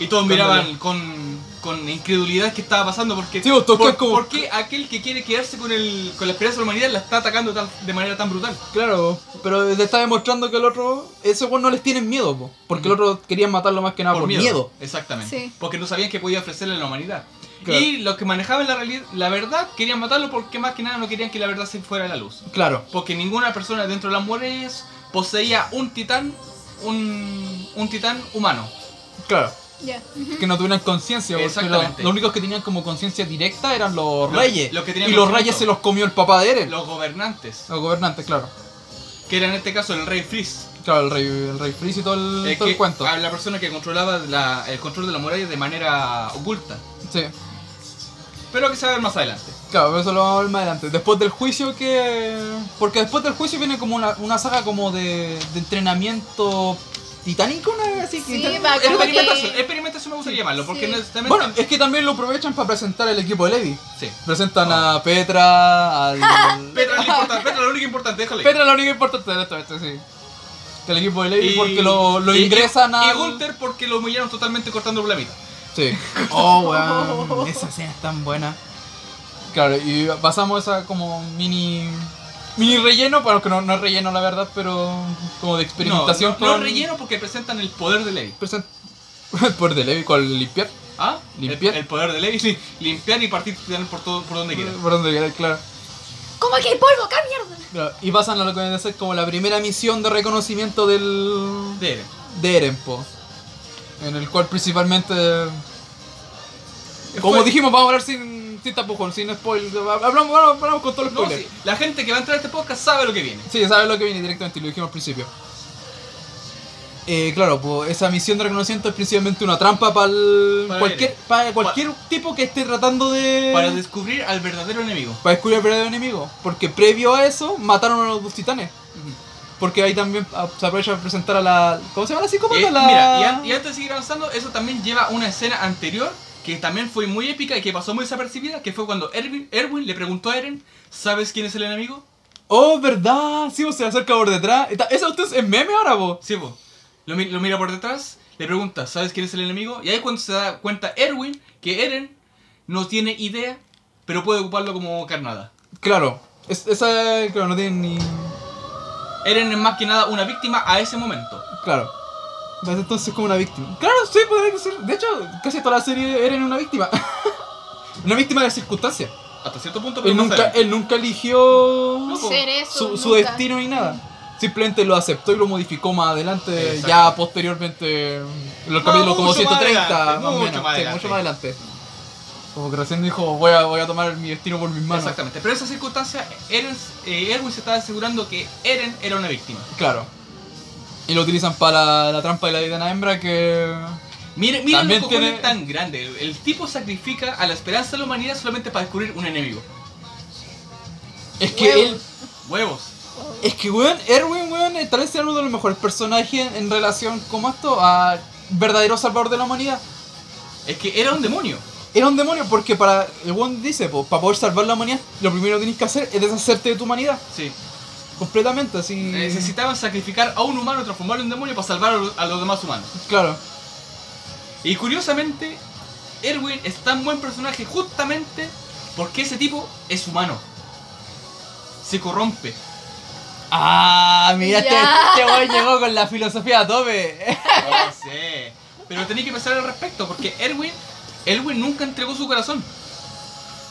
Speaker 3: Y todos miraban con, con incredulidad que estaba pasando porque
Speaker 1: Sí, vos, todos
Speaker 3: por,
Speaker 1: quedan como-
Speaker 3: ¿por qué aquel que quiere quedarse con, el, con la esperanza de la humanidad la está atacando tan- de manera tan brutal.
Speaker 1: Claro, pero te está demostrando que el otro. Ese weón no les tienen miedo, po, porque el otro querían matarlo más que nada Ah, por, miedo.
Speaker 3: Exactamente.
Speaker 2: Sí.
Speaker 3: Porque no sabían que podía ofrecerle a la humanidad.
Speaker 1: Claro.
Speaker 3: Y los que manejaban la, realidad, la verdad querían matarlo porque más que nada no querían que la verdad se fuera a la luz.
Speaker 1: Claro,
Speaker 3: Porque ninguna persona dentro de las murallas poseía un titán, un, un titán humano.
Speaker 1: claro.
Speaker 2: Ya.
Speaker 1: Que no tuvieran conciencia, porque
Speaker 3: Exactamente.
Speaker 1: lo- los únicos que tenían como conciencia directa eran los
Speaker 3: Los-
Speaker 1: reyes.
Speaker 3: los que tenían
Speaker 1: y los
Speaker 3: conocimiento.
Speaker 1: reyes se los comió el papá de Eren.
Speaker 3: Los gobernantes,
Speaker 1: Los gobernantes, claro.
Speaker 3: que era en este caso el rey Frizz.
Speaker 1: Claro, el rey, el rey Frizz y todo el,
Speaker 3: eh,
Speaker 1: todo el
Speaker 3: que-
Speaker 1: cuento.
Speaker 3: a la persona que controlaba la- el control de las murallas de manera oculta.
Speaker 1: Sí.
Speaker 3: Pero que se va a ver más adelante.
Speaker 1: Claro, pero eso lo vamos a ver más adelante. Después del juicio que... Porque después del juicio viene como una, una saga como de, de entrenamiento titánico, una vez así.
Speaker 2: Sí,
Speaker 1: Inter-
Speaker 2: va, como
Speaker 3: Experimentación,
Speaker 2: Ah, que-
Speaker 3: experimentación me gustaría llamarlo, porque
Speaker 2: Sí.
Speaker 3: necesariamente...
Speaker 1: Bueno, eh, es que también lo aprovechan para presentar el equipo de Levi.
Speaker 3: sí.
Speaker 1: Presentan
Speaker 3: Ah.
Speaker 1: a Petra, al...
Speaker 3: Petra es lo importante, Petra es lo único importante, déjale.
Speaker 1: Petra es la única importante de todo esto, sí. Que el equipo de Levi
Speaker 3: Y-
Speaker 1: porque lo, lo
Speaker 3: y-
Speaker 1: ingresan
Speaker 3: y,
Speaker 1: a...
Speaker 3: Y Gunther porque lo humillaron totalmente cortando la mitad.
Speaker 1: Sí. Oh, weón. Esa escena es tan buena. Claro, y pasamos esa como mini. Mini relleno, bueno, que no, no es relleno la verdad, pero como de experimentación.
Speaker 3: No, no, no
Speaker 1: con-
Speaker 3: relleno porque presentan el poder de Levi.
Speaker 1: Present- Por de Levi, con limpiar.
Speaker 3: ¿Ah?
Speaker 1: Limpiar.
Speaker 3: El, el poder de Levi, sí. Limpiar y partir titanes por, todo, por donde quiera.
Speaker 1: Por donde quiera, claro.
Speaker 2: ¿Cómo que hay polvo? ¡Cá mierda!
Speaker 1: Claro, Y pasan a lo que viene a ser como la primera misión de reconocimiento del.
Speaker 3: De Eren.
Speaker 1: de Eren, po. En el cual principalmente. Como
Speaker 3: Fue-
Speaker 1: dijimos, vamos a hablar sin, sin tapujón, sin spoiler. Hablamos, hablamos con todo el
Speaker 3: No,
Speaker 1: spoiler.
Speaker 3: sí, La gente que va a entrar a este podcast sabe lo que viene.
Speaker 1: Sí, sabes lo que viene directamente, lo dijimos al principio. Eh, claro, pues esa misión de reconocimiento es principalmente una trampa para el-
Speaker 3: Para
Speaker 1: cualquier,
Speaker 3: ver.
Speaker 1: para cualquier tipo que esté tratando de...
Speaker 3: Para descubrir al verdadero enemigo.
Speaker 1: para descubrir al verdadero enemigo. Porque previo a eso mataron a los dos titanes. Porque ahí también ah, se aprovecha para presentar a la... ¿Cómo se llama la
Speaker 3: Eh,
Speaker 1: psicópata? la...
Speaker 3: Mira, y, an- y antes de seguir avanzando, eso también lleva a una escena anterior que también fue muy épica y que pasó muy desapercibida, que fue cuando Erwin, Erwin le preguntó a Eren, ¿sabes quién es el enemigo?
Speaker 1: Oh, verdad. Sí, vos se le acerca por detrás. Está- ¿Esa usted es meme ahora, vos?
Speaker 3: Sí, po. Lo, mi- lo mira por detrás, le pregunta, ¿sabes quién es el enemigo? Y ahí es cuando se da cuenta Erwin que Eren no tiene idea, pero puede ocuparlo como carnada.
Speaker 1: Claro. Es- esa, claro, no tiene ni...
Speaker 3: Eren es más que nada una víctima a ese momento.
Speaker 1: Claro. Desde entonces como una víctima. Claro, sí, podría ser. De hecho, casi toda la serie Eren es una víctima. una víctima de circunstancias.
Speaker 3: Hasta cierto punto, pero
Speaker 1: Él
Speaker 3: no
Speaker 1: nunca,
Speaker 3: sabe.
Speaker 1: él nunca eligió
Speaker 3: po.
Speaker 2: Ser eso,
Speaker 1: su, su
Speaker 2: nunca.
Speaker 1: destino ni nada. Simplemente lo aceptó y lo modificó más adelante,
Speaker 3: Exacto.
Speaker 1: ya posteriormente, en los
Speaker 3: No,
Speaker 1: capítulos como
Speaker 3: mucho más
Speaker 1: 130,
Speaker 3: adelante,
Speaker 1: más o
Speaker 3: mucho
Speaker 1: menos,
Speaker 3: más
Speaker 1: sí,
Speaker 3: adelante.
Speaker 1: mucho más adelante. Como que recién dijo, voy a, voy a tomar mi destino por mis manos.
Speaker 3: Exactamente, pero en esa circunstancia, Eren, eh, Erwin se estaba asegurando que Eren era una víctima.
Speaker 1: Claro. Y lo utilizan para la, la trampa de la titana hembra que...
Speaker 3: Miren, miren
Speaker 1: También
Speaker 3: los cojones
Speaker 1: tiene-
Speaker 3: tan grande. El, el tipo sacrifica a la esperanza de la humanidad solamente para descubrir un enemigo.
Speaker 1: Es que
Speaker 2: Huevos.
Speaker 1: él...
Speaker 3: Huevos.
Speaker 1: Es que, weón, Erwin, weón, eh, tal vez sea uno de los mejores personajes en, en relación, como esto, a verdadero salvador de la humanidad.
Speaker 3: Es que era un demonio.
Speaker 1: Era un demonio porque para el one dice, pues, para poder salvar la humanidad, lo primero que tienes que hacer es deshacerte de tu humanidad.
Speaker 3: Sí.
Speaker 1: Completamente, así.
Speaker 3: Necesitaban sacrificar a un humano, transformarlo en un demonio para salvar a los, a los demás humanos.
Speaker 1: Claro.
Speaker 3: Y curiosamente, Erwin es tan buen personaje justamente porque ese tipo es humano. Se corrompe.
Speaker 1: Ah, mira, este,
Speaker 2: Ya.
Speaker 1: este weón llegó con la filosofía a tope.
Speaker 3: No sé. Pero tenéis que pensar al respecto, porque Erwin, Erwin nunca entregó su corazón.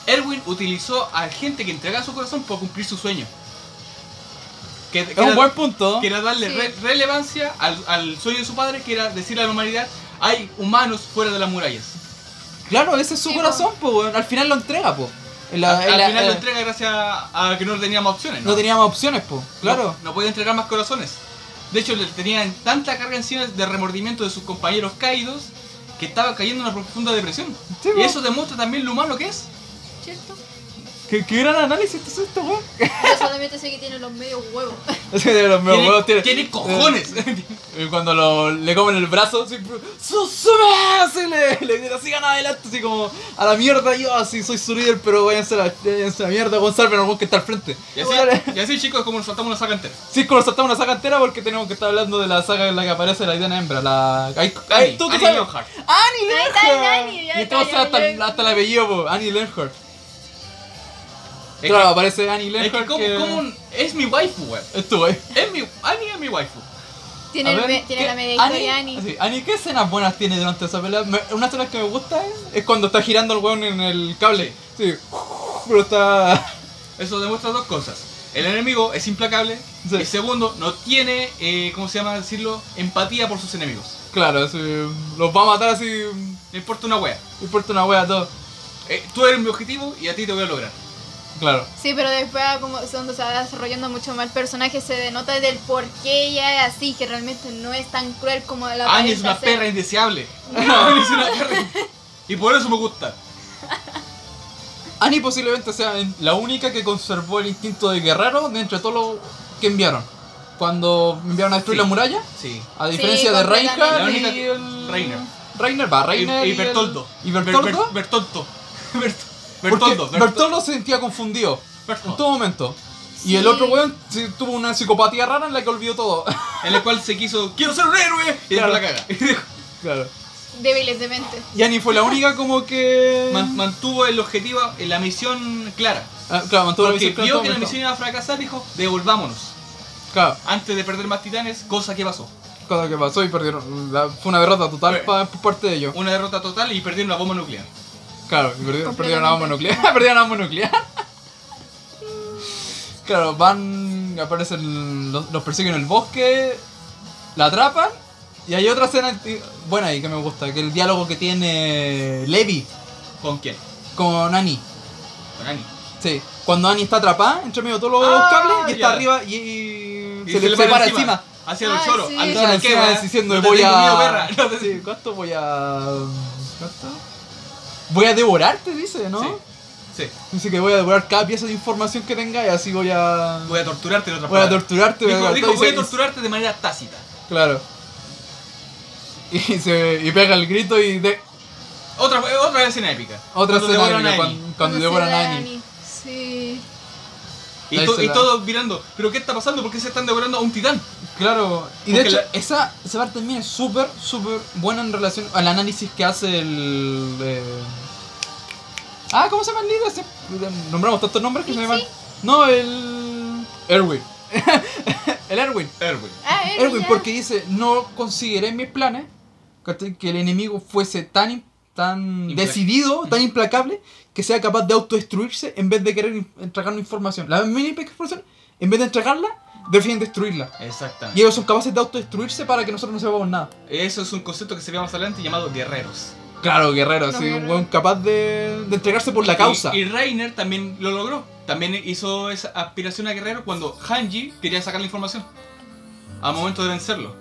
Speaker 3: Erwin utilizó a gente que entregaba su corazón para cumplir su sueño. Que,
Speaker 1: Es
Speaker 3: que
Speaker 1: un
Speaker 3: era,
Speaker 1: buen punto.
Speaker 3: que era darle
Speaker 2: Sí.
Speaker 3: re- relevancia al, al sueño de su padre, que era decirle a la humanidad, hay humanos fuera de las murallas.
Speaker 1: Claro, ese es su
Speaker 2: Sí,
Speaker 1: corazón, pues, weón. Al final lo entrega, pues. En la-
Speaker 3: al
Speaker 1: en
Speaker 3: al
Speaker 1: la-
Speaker 3: final
Speaker 1: eh,
Speaker 3: lo entrega gracias a, a que no teníamos opciones.
Speaker 1: No teníamos opciones, pues. Claro.
Speaker 3: No, no podía entregar más corazones. De hecho, le tenían tanta carga encima de remordimiento de sus compañeros caídos que estaba cayendo en una profunda depresión.
Speaker 1: Sí,
Speaker 3: y
Speaker 1: po.
Speaker 3: eso demuestra también lo humano que es.
Speaker 2: ¿Cierto?
Speaker 1: ¿Qué, qué gran análisis esto es esto, weón.
Speaker 2: Yo solamente sé que tiene los medios huevos.
Speaker 1: Ese de los meus
Speaker 3: tiene,
Speaker 1: huevos tiene-
Speaker 3: tiene cojones.
Speaker 1: Y cuando lo, le comen el brazo, así, ¡Susume! Así le, le gritan, sigan adelante, así como, a la mierda, yo así soy su líder, pero váyanse a la, váyanse a la mierda, Gonzalo, pero no que está al frente.
Speaker 3: y, así,
Speaker 1: Dale.
Speaker 3: y así, chicos, es como nos saltamos una saga entera.
Speaker 1: Sí, es como nos saltamos una saga entera porque tenemos que estar hablando de la saga en la que aparece la idea hembra, la... Ay, ay,
Speaker 3: Annie,
Speaker 1: ¿tú qué
Speaker 3: Annie
Speaker 1: sabes?
Speaker 3: Leonhardt.
Speaker 1: ¡Annie
Speaker 2: Ahí
Speaker 1: Leonhardt!
Speaker 2: está Annie, ya
Speaker 1: y
Speaker 2: está,
Speaker 1: estamos
Speaker 2: ya,
Speaker 1: hasta,
Speaker 2: ya.
Speaker 1: hasta el apellido, po, Annie Leonhardt.
Speaker 3: Es
Speaker 1: claro, aparece Annie
Speaker 3: que- es
Speaker 1: Leonhardt
Speaker 3: que, ¿cómo-
Speaker 1: que-
Speaker 3: cómo- es mi waifu, weón.
Speaker 1: Estuvo ahí.
Speaker 3: Es mi, Annie es mi waifu.
Speaker 2: Tiene,
Speaker 1: A
Speaker 2: el
Speaker 1: ver,
Speaker 2: me- tiene
Speaker 1: ¿qué-
Speaker 2: la media historia
Speaker 1: Ani,
Speaker 2: Annie.
Speaker 1: sí, Ani, ¿qué escenas buenas tiene durante esa pelea? Me- una escena que me gusta es, es cuando está girando el weón en el cable. Sí. Pero está.
Speaker 3: Eso demuestra dos cosas. El enemigo es implacable.
Speaker 1: Sí.
Speaker 3: Y segundo, no tiene, eh, ¿cómo se llama decirlo? Empatía por sus enemigos.
Speaker 1: Claro, sí, los va a matar así. No
Speaker 3: No importa una wea.
Speaker 1: importa una wea todo.
Speaker 3: Eh, tú eres mi objetivo y a ti te voy a lograr.
Speaker 1: Claro.
Speaker 2: Sí, pero después ah, como es donde se va desarrollando mucho más el personaje se denota del por qué ella es así, que realmente no es tan cruel como la
Speaker 3: Annie es una
Speaker 2: aparenta ser.
Speaker 3: perra indeseable. Annie es una perra. in- Y por eso me gusta.
Speaker 1: Annie posiblemente sea en- la única que conservó el instinto de guerrero de entre todos los que enviaron. Cuando enviaron a destruir
Speaker 3: Sí.
Speaker 1: la muralla,
Speaker 3: Sí.
Speaker 1: a diferencia de
Speaker 2: completamente.
Speaker 1: Reinhardt
Speaker 3: La única
Speaker 1: y
Speaker 3: que-
Speaker 1: el.
Speaker 3: Reiner.
Speaker 1: Reiner, va, Reiner.
Speaker 3: Y,
Speaker 1: el-
Speaker 3: Bertoldo.
Speaker 1: ¿Y Bertoldo?
Speaker 3: Ber- Ber- Bertolto. Bert-
Speaker 1: Porque
Speaker 3: Bertoldo. Bert-
Speaker 1: Bertoldo se sentía confundido. En
Speaker 3: Bertoldo.
Speaker 1: todo momento. Y
Speaker 2: Sí.
Speaker 1: el otro weón sí, tuvo una psicopatía rara en la que olvidó todo.
Speaker 3: En el cual se quiso, quiero ser un héroe. Y dejó
Speaker 1: Claro.
Speaker 3: la caga. Y dejó-
Speaker 1: Claro.
Speaker 2: Débiles de mente.
Speaker 1: Y Annie fue la única como que...
Speaker 3: man- mantuvo el objetivo, eh, la misión clara.
Speaker 1: Ah, claro, mantuvo la
Speaker 3: Porque
Speaker 1: misión
Speaker 3: vio
Speaker 1: clara
Speaker 3: que
Speaker 1: en
Speaker 3: la
Speaker 1: todo
Speaker 3: misión iba a fracasar, dijo, devolvámonos.
Speaker 1: momento. Claro,
Speaker 3: Antes de perder más titanes, cosa que pasó.
Speaker 1: cosa que pasó y perdieron. la- fue una derrota total
Speaker 3: Bueno.
Speaker 1: pa- por parte de ellos.
Speaker 3: Una derrota total y perdieron la bomba nuclear.
Speaker 1: Claro, y perdieron, perdieron la bomba nuclear. perdieron la bomba nuclear. claro, van... Aparecen... Los, los persiguen en el bosque. La atrapan. Y hay otra escena eh, buena ahí que me gusta. Que el diálogo que tiene Levi
Speaker 3: ¿Con quién?
Speaker 1: con Annie.
Speaker 3: Con Annie.
Speaker 1: Sí, cuando Annie está atrapada entre medio de todos los
Speaker 3: Ah,
Speaker 1: cables y está
Speaker 3: ya.
Speaker 1: arriba y, y
Speaker 3: Y
Speaker 1: se,
Speaker 3: se
Speaker 1: le
Speaker 3: le
Speaker 1: se
Speaker 3: para
Speaker 1: para
Speaker 3: encima.
Speaker 1: encima.
Speaker 3: hacia los
Speaker 2: Ah,
Speaker 3: choros.
Speaker 2: sí.
Speaker 3: Al
Speaker 2: Andaban
Speaker 3: choro,
Speaker 1: Andaban
Speaker 3: ¿qué,
Speaker 1: encima
Speaker 3: wea?
Speaker 1: diciendo
Speaker 3: No te
Speaker 1: voy
Speaker 3: tengo miedo,
Speaker 1: a...
Speaker 3: perra. No te-
Speaker 1: Sí, ¿cuánto voy a... ¿Cuánto? Voy a devorarte, dice, ¿no?
Speaker 3: Sí. Sí.
Speaker 1: Dice que voy a devorar cada pieza de información que tenga y así voy a...
Speaker 3: Voy a torturarte en otra
Speaker 1: voy a torturarte. voy a
Speaker 3: Dijo,
Speaker 1: agarrar
Speaker 3: dijo,
Speaker 1: todo y
Speaker 3: voy a
Speaker 1: se-
Speaker 3: torturarte de manera tácita.
Speaker 1: Claro. Y, se, y pega el grito y de,
Speaker 3: Otra, otra escena épica.
Speaker 1: otra
Speaker 3: Cuando
Speaker 1: escena
Speaker 3: devoran a
Speaker 1: épica,
Speaker 3: Annie.
Speaker 1: cuando, cuando
Speaker 2: se
Speaker 1: devoran
Speaker 2: ve
Speaker 1: a Annie.
Speaker 2: Sí.
Speaker 1: Ahí
Speaker 3: Y, to-
Speaker 1: se
Speaker 3: y
Speaker 1: la-
Speaker 3: todos mirando, ¿pero qué está pasando? ¿Por qué se están devorando a un titán?
Speaker 1: Claro, y de
Speaker 3: Porque
Speaker 1: hecho,
Speaker 3: la-
Speaker 1: esa, esa parte también es súper, súper buena en relación al análisis que hace el. eh, Ah, ¿cómo se llama el líder? Se- Nombramos tantos nombres que se me van.
Speaker 2: Pixie.
Speaker 1: No, el. Erwin. el Erwin.
Speaker 3: Erwin.
Speaker 2: Ah, Erwin,
Speaker 1: Erwin,
Speaker 2: ya.
Speaker 1: porque dice: No consideré en mis planes ¿cachai? que el enemigo fuese tan, im- tan
Speaker 3: Implac-
Speaker 1: decidido, tan implacable, que sea capaz de autodestruirse en vez de querer in- entregarnos información. La mini información, en vez de entregarla, deciden destruirla. Y
Speaker 3: Exactamente.
Speaker 1: ellos son capaces de autodestruirse para que nosotros no sepamos nada.
Speaker 3: Eso es un concepto que se ve más adelante llamado guerreros.
Speaker 1: Claro, guerrero,
Speaker 2: Los
Speaker 1: así un
Speaker 2: guerreros.
Speaker 1: weón capaz de, de entregarse por la causa.
Speaker 3: Y, y Reiner también lo logró. También hizo esa aspiración a guerrero cuando Hanji quería sacar la información. Al momento de vencerlo.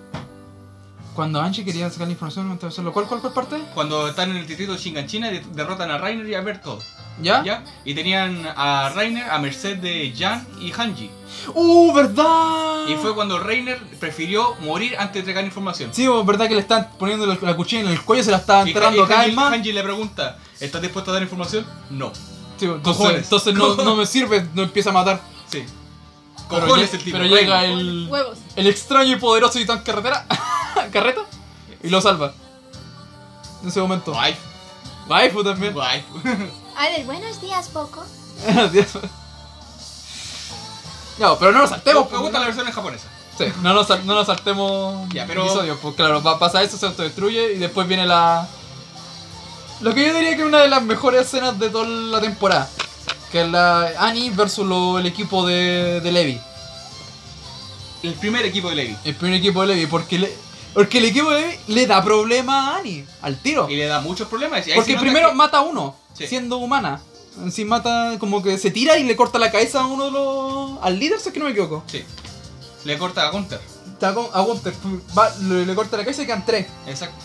Speaker 1: Cuando Angie quería sacar la información, no te voy a hacerlo. ¿Cuál, cuál, cuál parte?
Speaker 3: Cuando están en el distrito de Shinganchina y derrotan a Reiner y a Bertolt.
Speaker 1: ¿Ya?
Speaker 3: ¿Ya? Y tenían a Reiner a merced de Jan y Hanji.
Speaker 1: ¡Uh, verdad!
Speaker 3: Y fue cuando Reiner prefirió morir antes de entregar información.
Speaker 1: Sí, weón, verdad que le están poniendo la- la cuchilla en el cuello, se la están
Speaker 3: Y
Speaker 1: enterrando
Speaker 3: Han- y
Speaker 1: cada vez
Speaker 3: Hanji,
Speaker 1: más.
Speaker 3: Hanji le pregunta, ¿estás dispuesto a dar información? No.
Speaker 1: Sí, weón, entonces,
Speaker 3: Cojones.
Speaker 1: entonces no, no me sirve, no empieza a matar.
Speaker 3: Sí.
Speaker 1: Pero,
Speaker 3: Cojones
Speaker 1: lle-
Speaker 3: el tipo.
Speaker 1: pero llega
Speaker 3: Reiner.
Speaker 1: el,
Speaker 2: Huevos.
Speaker 1: el extraño y poderoso titán carretera, carreta, y lo salva. En ese momento.
Speaker 3: Guay,
Speaker 1: Waifu también.
Speaker 3: guay.
Speaker 2: A ver, buenos días, Poco.
Speaker 1: Dios. No, pero no nos saltemos.
Speaker 3: Me
Speaker 1: pues,
Speaker 3: gusta
Speaker 1: ¿no?
Speaker 3: la versión en japonesa.
Speaker 1: Sí, no nos, sal- no nos saltemos
Speaker 3: Ya, pero-
Speaker 1: episodios, pues claro, va- pasa eso, se autodestruye y después viene la... Lo que yo diría que es una de las mejores escenas de toda la temporada, que es la Annie versus lo- el equipo de, de Levi,
Speaker 3: El primer equipo de Levi.
Speaker 1: el primer equipo de Levi, porque, le- porque el equipo de Levi le da problema a Annie, al tiro.
Speaker 3: Y le da muchos problemas. Y ahí
Speaker 1: Porque
Speaker 3: se nota
Speaker 1: primero
Speaker 3: que-
Speaker 1: mata a uno,
Speaker 3: Sí.
Speaker 1: siendo humana. Si mata, como que se tira y le corta la cabeza a uno de los... al líder, si es que no me equivoco.
Speaker 3: Sí. Le corta a Gunter.
Speaker 1: Está con- a Gunther, va, le, le corta la cabeza y quedan tres.
Speaker 3: Exacto.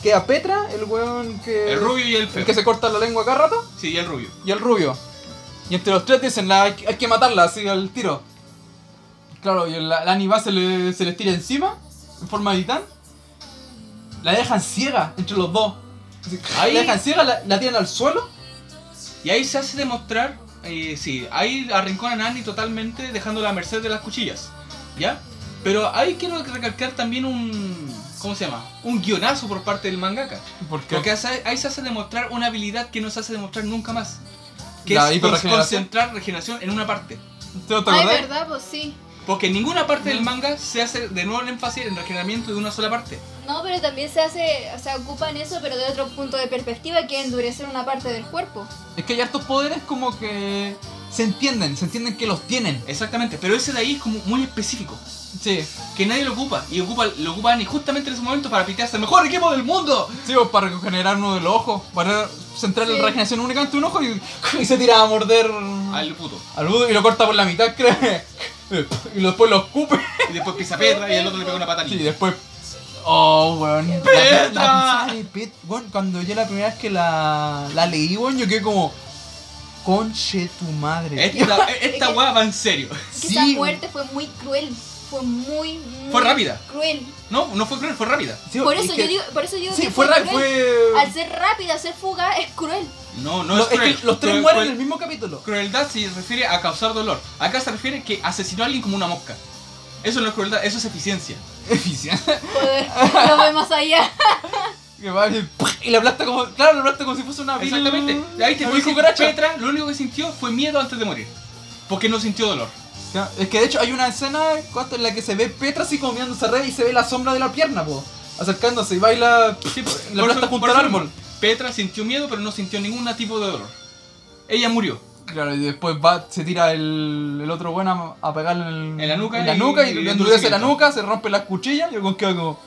Speaker 1: Queda Petra, el weón que.
Speaker 3: El rubio y el feo.
Speaker 1: el que se corta la lengua cada rato,
Speaker 3: Sí, y el rubio.
Speaker 1: y el rubio. Y entre los tres dicen, la, hay, que- hay que matarla, así al tiro. Claro, y la, la Annie va, se, le, se les tira encima, en forma de titán. La dejan ciega entre los dos. Así,
Speaker 3: Ahí-
Speaker 1: La dejan ciega, la, la tiran al suelo.
Speaker 3: Y ahí se hace demostrar, eh, sí, ahí arrinconan a Annie totalmente dejándola a merced de las cuchillas, ¿ya? Pero ahí quiero recalcar también un, ¿cómo se llama? Un guionazo por parte del mangaka.
Speaker 1: Porque
Speaker 3: Porque hace- ahí se hace demostrar una habilidad que no se hace demostrar nunca más. Que
Speaker 1: La
Speaker 3: es cons-
Speaker 1: hiperregeneración.
Speaker 3: concentrar regeneración en una parte.
Speaker 1: ¿Te acordás?
Speaker 2: Ay, ¿verdad? Pues sí.
Speaker 3: Porque en ninguna parte del manga se hace de nuevo el énfasis en regeneramiento de una sola parte.
Speaker 2: No, pero también se hace, o sea, ocupan eso, pero de otro punto de perspectiva, que es endurecer una parte del cuerpo.
Speaker 1: Es que hay hartos poderes como que se entienden, se entienden que los tienen.
Speaker 3: Exactamente, pero ese de ahí es como muy específico.
Speaker 1: Sí.
Speaker 3: Que nadie lo ocupa. Y ocupa, lo ocupa Annie justamente en ese momento para pitearse el mejor equipo del mundo.
Speaker 1: Sí, o para regenerar uno del ojo, para centrar la
Speaker 2: Sí.
Speaker 1: regeneración únicamente en un ojo y, y se tira a morder al,
Speaker 3: Al puto.
Speaker 1: budo y lo corta por la mitad, creo. Y después lo escupe.
Speaker 3: Y después pisa Petra y el otro le pega una pata a
Speaker 1: Sí,
Speaker 3: Annie.
Speaker 1: después. Oh, weón. La-
Speaker 3: ¡Petra!
Speaker 1: la pisada de Pet- weón, cuando yo la primera vez que la, la leí, weón, yo quedé como. Conche tu madre.
Speaker 3: Esta, esta weá va en serio.
Speaker 2: Que
Speaker 1: Sí,
Speaker 2: esa
Speaker 1: weón.
Speaker 2: muerte fue muy cruel. Fue muy, muy
Speaker 3: Fue rápida.
Speaker 2: cruel.
Speaker 3: No, no fue cruel, fue rápida.
Speaker 1: Sí,
Speaker 2: Por
Speaker 1: es
Speaker 2: eso
Speaker 1: que-
Speaker 2: yo digo, por eso yo digo
Speaker 1: Sí,
Speaker 2: que
Speaker 1: fue.
Speaker 2: fue
Speaker 1: ra-
Speaker 2: cruel.
Speaker 1: fue-
Speaker 2: Al ser rápida, al ser fugaz, es cruel.
Speaker 3: No, no
Speaker 1: lo-
Speaker 3: es cruel.
Speaker 1: es que los tres
Speaker 3: Cruel-
Speaker 1: mueren
Speaker 3: cruel-
Speaker 1: en el mismo capítulo.
Speaker 3: Crueldad se refiere a causar dolor. Acá se refiere que asesinó a alguien como una mosca. Eso no es crueldad, eso es eficiencia.
Speaker 1: Eficiente.
Speaker 2: Joder, lo ve más allá.
Speaker 1: Que va y, y la aplasta como. Claro, la aplasta como si fuese una vil-
Speaker 3: Exactamente. Ahí te
Speaker 1: una
Speaker 3: voy
Speaker 1: vil
Speaker 3: a
Speaker 1: cucaracha.
Speaker 3: Petra lo único que sintió fue miedo antes de morir. Porque no sintió dolor.
Speaker 1: Ya, Es que de hecho hay una escena cuatro, en la que se ve Petra así como mirándose red y se ve la sombra de la pierna, po. Acercándose y baila
Speaker 3: Sí, por-
Speaker 1: pues, la
Speaker 3: por
Speaker 1: planta
Speaker 3: eso-
Speaker 1: junto
Speaker 3: por
Speaker 1: al
Speaker 3: eso
Speaker 1: árbol.
Speaker 3: Petra sintió miedo, pero no sintió ningún tipo de dolor. Ella murió.
Speaker 1: Claro, y después va, se tira el, el otro bueno a, a pegarle en,
Speaker 3: En la nuca
Speaker 1: en la
Speaker 3: y-
Speaker 1: nuca y,
Speaker 3: y
Speaker 1: le
Speaker 3: el
Speaker 1: endurece la
Speaker 3: endurecimiento.
Speaker 1: nuca, se rompe las cuchillas y el weón queda como.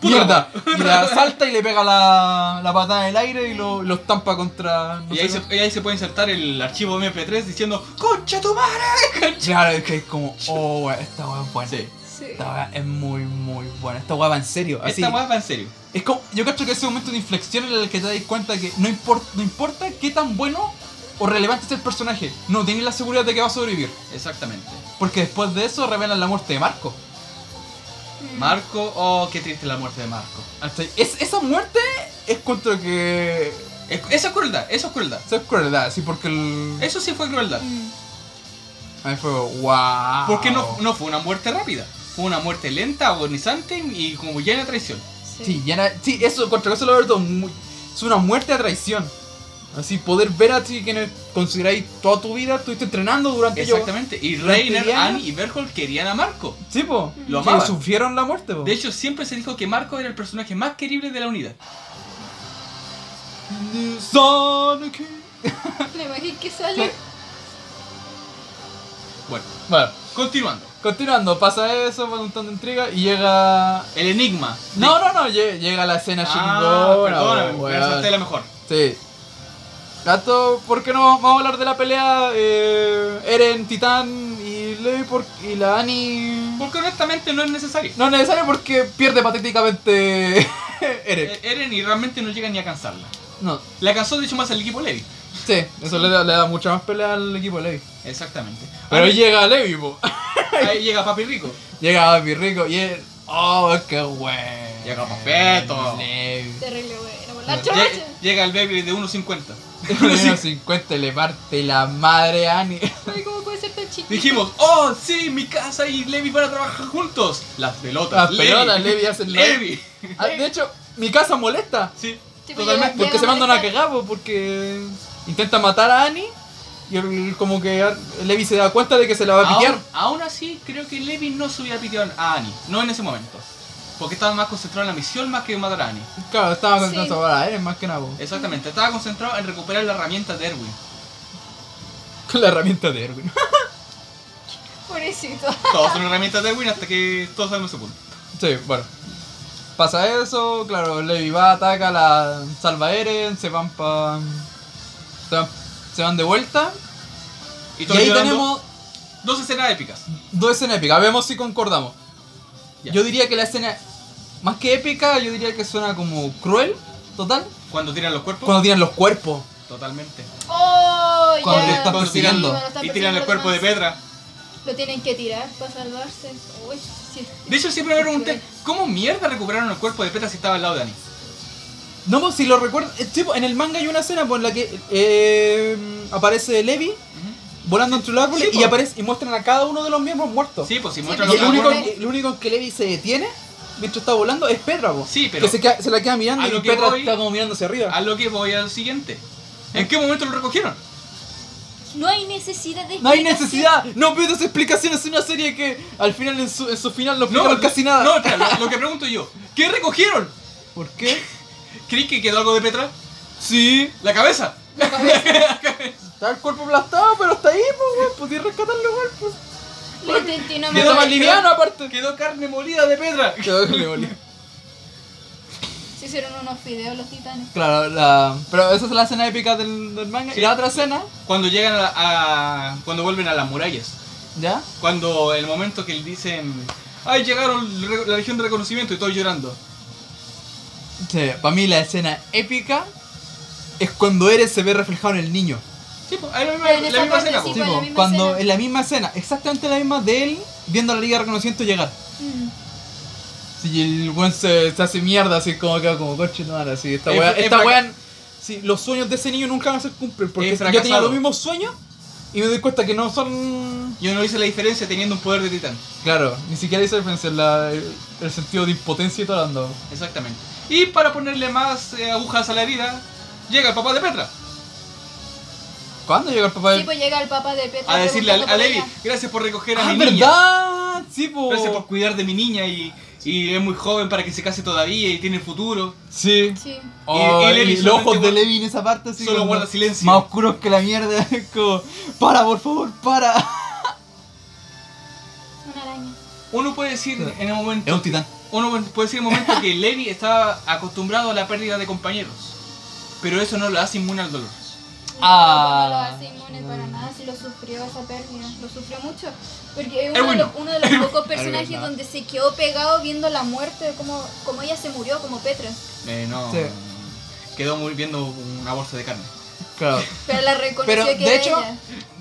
Speaker 3: Puta
Speaker 1: ¡Mierda! Y la salta y le pega la, la patada en el aire y lo, lo estampa contra. no
Speaker 3: Y
Speaker 1: sé
Speaker 3: ahí,
Speaker 1: qué.
Speaker 3: se, y ahí se puede insertar el archivo MP3 diciendo ¡Concha tu madre!
Speaker 1: Claro, es que es como. Oh, wea, esta weón es buena.
Speaker 3: Sí.
Speaker 2: Sí.
Speaker 1: Esta weá es muy, muy buena. Esta weá va en serio. Así,
Speaker 3: Esta weá va en serio.
Speaker 1: es como, yo cacho que ese momento de inflexión en el que te das cuenta que no, impor- no importa qué tan bueno o relevante es el personaje, no tienes la seguridad de que va a sobrevivir.
Speaker 3: Exactamente.
Speaker 1: Porque después de eso revelan la muerte de Marco.
Speaker 2: Mm.
Speaker 3: Marco, oh, qué triste la muerte de Marco.
Speaker 1: ¿Cachai? Es, esa muerte es contra que.
Speaker 3: Es- eso es crueldad, eso es crueldad.
Speaker 1: Eso es crueldad, sí, porque el.
Speaker 3: Eso sí fue crueldad.
Speaker 2: Mm.
Speaker 1: A mí fue wow.
Speaker 3: Porque no, no fue una muerte rápida. Fue una muerte lenta, agonizante y como ya era traición.
Speaker 1: Sí, ya na- sí, eso, contra eso lo verdad es una muerte a traición. Así, poder ver a ti que en el- consideráis toda tu vida, estuviste entrenando durante yo.
Speaker 3: Exactamente. Y
Speaker 1: durante
Speaker 3: Reiner,
Speaker 1: diez años-
Speaker 3: Annie y Berhold querían a Marco.
Speaker 1: Sí, po.
Speaker 3: Lo
Speaker 1: Que
Speaker 3: amaban.
Speaker 1: sufrieron la muerte, po.
Speaker 3: De hecho, siempre se dijo que Marco era el personaje más querible de la unidad.
Speaker 1: Sonic.
Speaker 2: La imagen que sale.
Speaker 3: Bueno,
Speaker 1: Bueno,
Speaker 3: continuando.
Speaker 1: continuando, pasa eso, va un montón de intriga y llega.
Speaker 3: El enigma.
Speaker 1: No, no, no, lle- llega la escena
Speaker 3: Ah,
Speaker 1: chingona,
Speaker 3: perdóname,
Speaker 1: po,
Speaker 3: pero esa
Speaker 1: weón.
Speaker 3: es la mejor.
Speaker 1: Sí. Gato, ¿por qué no vamos a hablar de la pelea? Eh, Eren, Titán y Levi por- y la Annie.
Speaker 3: Porque honestamente no es necesario.
Speaker 1: No es necesario porque pierde patéticamente Eren.
Speaker 3: Eh, Eren y realmente no llega ni a cansarla.
Speaker 1: No,
Speaker 3: La cansó de hecho más el equipo Levi.
Speaker 1: sí, eso le da, le da mucha más pelea al equipo de Levi.
Speaker 3: Exactamente.
Speaker 1: Pero
Speaker 3: ahí,
Speaker 1: ahí llega Levi, po.
Speaker 3: ahí llega Papi Rico.
Speaker 1: Llega Papi Rico y él. ¡Oh, qué wey!
Speaker 3: Llega Papeto.
Speaker 1: Levi.
Speaker 2: Terrible, bueno. La
Speaker 3: Llega,
Speaker 2: chocha.
Speaker 3: llega el baby de 1.50.
Speaker 1: Menos 50 le parte la madre a Annie.
Speaker 2: Ay, ¿Cómo puede ser tan chiquito?
Speaker 3: Dijimos, oh, sí, mi casa y Levi van a trabajar juntos. Las pelotas.
Speaker 1: Las pelotas, Levi hacen la-
Speaker 3: Levi.
Speaker 1: Ah, de hecho, mi casa molesta.
Speaker 3: Sí.
Speaker 2: Sí, pues
Speaker 1: Totalmente,
Speaker 2: llega-
Speaker 1: porque
Speaker 2: llega
Speaker 1: se mandan a
Speaker 2: molestar.
Speaker 1: cagar, po, pues, porque intenta matar a Annie y el- como que Ar- Levi se da cuenta de que se la va a
Speaker 3: Aún,
Speaker 1: piquear.
Speaker 3: aún así, creo que Levi no se hubiera piteado a Annie. No en ese momento. Porque estaba más concentrado en la misión más que en matar a Annie.
Speaker 1: Claro, estaba
Speaker 2: Sí.
Speaker 1: concentrado ahora a Eren más que nada, pues. po.
Speaker 3: Exactamente. Estaba concentrado en recuperar la herramienta de Erwin.
Speaker 1: con la herramienta de Erwin.
Speaker 2: Pobrecito.
Speaker 3: Todos son herramientas de Erwin hasta que todos sabemos su punto.
Speaker 1: sí, bueno. Pasa eso, claro, Levi va, ataca, la salva a Eren, se van pa... Se van, se van de vuelta. Y,
Speaker 3: todos
Speaker 1: ahí
Speaker 3: llorando.
Speaker 1: tenemos
Speaker 3: Dos escenas épicas.
Speaker 1: dos escenas épicas, vemos si concordamos.
Speaker 3: Ya.
Speaker 1: Yo diría que la escena, más que épica, yo diría que suena como cruel, total,
Speaker 3: Cuando tiran los cuerpos.
Speaker 1: cuando tienen los cuerpos.
Speaker 3: Totalmente.
Speaker 2: Oh,
Speaker 1: Cuando
Speaker 2: ya.
Speaker 1: te están
Speaker 3: Cuando tiran-
Speaker 1: persiguiendo.
Speaker 2: Sí, cuando están
Speaker 3: y tiran el
Speaker 2: persiguiendo
Speaker 3: cuerpo de
Speaker 2: demás.
Speaker 3: Petra.
Speaker 2: Lo tienen que tirar para salvarse. Uy, sí.
Speaker 3: De hecho, siempre me pregunté, ¿cómo mierda recuperaron el cuerpo de Petra si estaba al lado de Annie?
Speaker 1: No, pues si lo recuerdo. eh, sí, pues, en el manga hay una escena pues, en la que eh, aparece Levi volando entre los árboles
Speaker 3: Sí,
Speaker 1: y,
Speaker 3: pues.
Speaker 1: aparece, y muestran a cada uno de los miembros muertos.
Speaker 3: Sí, pues si
Speaker 2: Sí,
Speaker 3: muestran
Speaker 1: y
Speaker 3: los
Speaker 1: el
Speaker 2: pero
Speaker 1: único,
Speaker 3: cuerpos.
Speaker 2: bueno-
Speaker 1: el único en que Levi se detiene mientras está volando es Petra, po.
Speaker 3: Sí, pero-
Speaker 1: que se, queda- se la queda mirando
Speaker 3: A
Speaker 1: y
Speaker 3: lo que
Speaker 1: Petra
Speaker 3: voy-
Speaker 1: está como mirando hacia arriba.
Speaker 3: A lo que voy al siguiente. ¿En qué momento lo recogieron?
Speaker 2: No hay necesidad de
Speaker 1: No hay
Speaker 2: explicación.
Speaker 1: necesidad, no pido explicaciones, es una serie que al final en su, en su final no explicaban casi nada.
Speaker 3: No, espera, lo, lo que pregunto yo. ¿Qué recogieron?
Speaker 1: ¿Por qué?
Speaker 3: ¿Crees que quedó algo de Petra?
Speaker 1: Sí,
Speaker 3: ¿La cabeza?
Speaker 1: está el cuerpo aplastado, pero está ahí, pues, weón, podía rescatarlo igual, pues.
Speaker 2: Lo intenté y no me
Speaker 1: Quedó
Speaker 3: Quedó-
Speaker 1: más
Speaker 2: acuerdo.
Speaker 1: liviano aparte.
Speaker 3: Quedó carne molida de Petra.
Speaker 1: Quedó que le volvió.
Speaker 2: Se hicieron unos fideos los titanes.
Speaker 1: Claro, la... pero esa es la escena épica del, del manga.
Speaker 3: Sí.
Speaker 1: Y la otra escena,
Speaker 3: Cuando llegan a, a- Cuando vuelven a las murallas.
Speaker 1: ¿ya?
Speaker 3: Cuando el momento que dicen... ¡Ay, llegaron re- la Legión de Reconocimiento y todos llorando!
Speaker 1: Sí, para mí la escena épica es cuando Eren se ve reflejado en el niño.
Speaker 3: Sí, pues, es la misma,
Speaker 2: Pero en
Speaker 3: la
Speaker 2: esa
Speaker 3: misma
Speaker 2: parte
Speaker 3: escena.
Speaker 2: sí
Speaker 1: Sí,
Speaker 3: pues.
Speaker 2: fue la
Speaker 1: po,
Speaker 2: misma
Speaker 1: cuando
Speaker 2: escena.
Speaker 1: en la misma escena, exactamente la misma de él viendo a la Liga de Reconocimiento llegar.
Speaker 2: Mm.
Speaker 1: Sí, y el weón se, se hace mierda, así como queda como coche, no, ahora sí, esta
Speaker 3: Es-
Speaker 1: weá,
Speaker 3: es
Speaker 1: esta
Speaker 3: fraca-
Speaker 1: weá, sí, los sueños de ese niño nunca van a ser cumplen, porque
Speaker 3: Es
Speaker 1: yo tenía
Speaker 3: fracasado.
Speaker 1: los mismos sueños y me doy cuenta que no son...
Speaker 3: Yo no hice la diferencia teniendo un poder de titán.
Speaker 1: Claro, ni siquiera hice referencia en la- el, el sentido de impotencia y todo lo ando.
Speaker 3: Exactamente. Y para ponerle más eh, agujas a la herida, llega el papá de Petra
Speaker 1: ¿Cuándo llega el papá del-
Speaker 2: Sí, pues llega el papá de Petra
Speaker 3: a decirle a, a
Speaker 2: preguntando por
Speaker 3: Levi,
Speaker 2: ella.
Speaker 3: gracias por recoger a
Speaker 1: Ah,
Speaker 3: mi niña.
Speaker 1: ¿verdad? Ah, Sí, po.
Speaker 3: Gracias por cuidar de mi niña y, y es muy joven para que se case todavía y tiene futuro.
Speaker 1: Sí.
Speaker 2: Sí.
Speaker 1: Oh,
Speaker 3: y
Speaker 1: y,
Speaker 3: Levi
Speaker 1: los
Speaker 3: solamente
Speaker 1: ojos de
Speaker 3: guarda-
Speaker 1: Levi en esa parte así.
Speaker 3: solo
Speaker 1: como
Speaker 3: guarda silencio.
Speaker 1: Más oscuros que la mierda. es como, para, por favor, para.
Speaker 2: Una araña.
Speaker 3: Uno puede decir en el
Speaker 1: Es
Speaker 3: momento,
Speaker 1: un titán.
Speaker 3: uno puede decir en el momento que Levi estaba acostumbrado a la pérdida de compañeros, pero eso no lo hace inmune al dolor.
Speaker 1: Ah.
Speaker 2: No, no lo hace inmune para nada si lo sufrió esa pérdida, lo sufrió mucho. Porque es uno,
Speaker 3: Erwin
Speaker 2: de,
Speaker 3: no.
Speaker 2: los, uno de los pocos
Speaker 1: Erwin
Speaker 2: personajes
Speaker 1: no.
Speaker 2: donde se quedó pegado viendo la muerte, como, como ella se murió, como Petra.
Speaker 3: Eh, no.
Speaker 1: Sí.
Speaker 3: Quedó muy viendo una bolsa de carne.
Speaker 1: Claro.
Speaker 2: Pero la reconoció
Speaker 1: Pero,
Speaker 2: que
Speaker 1: de
Speaker 2: era
Speaker 1: hecho,
Speaker 2: ella.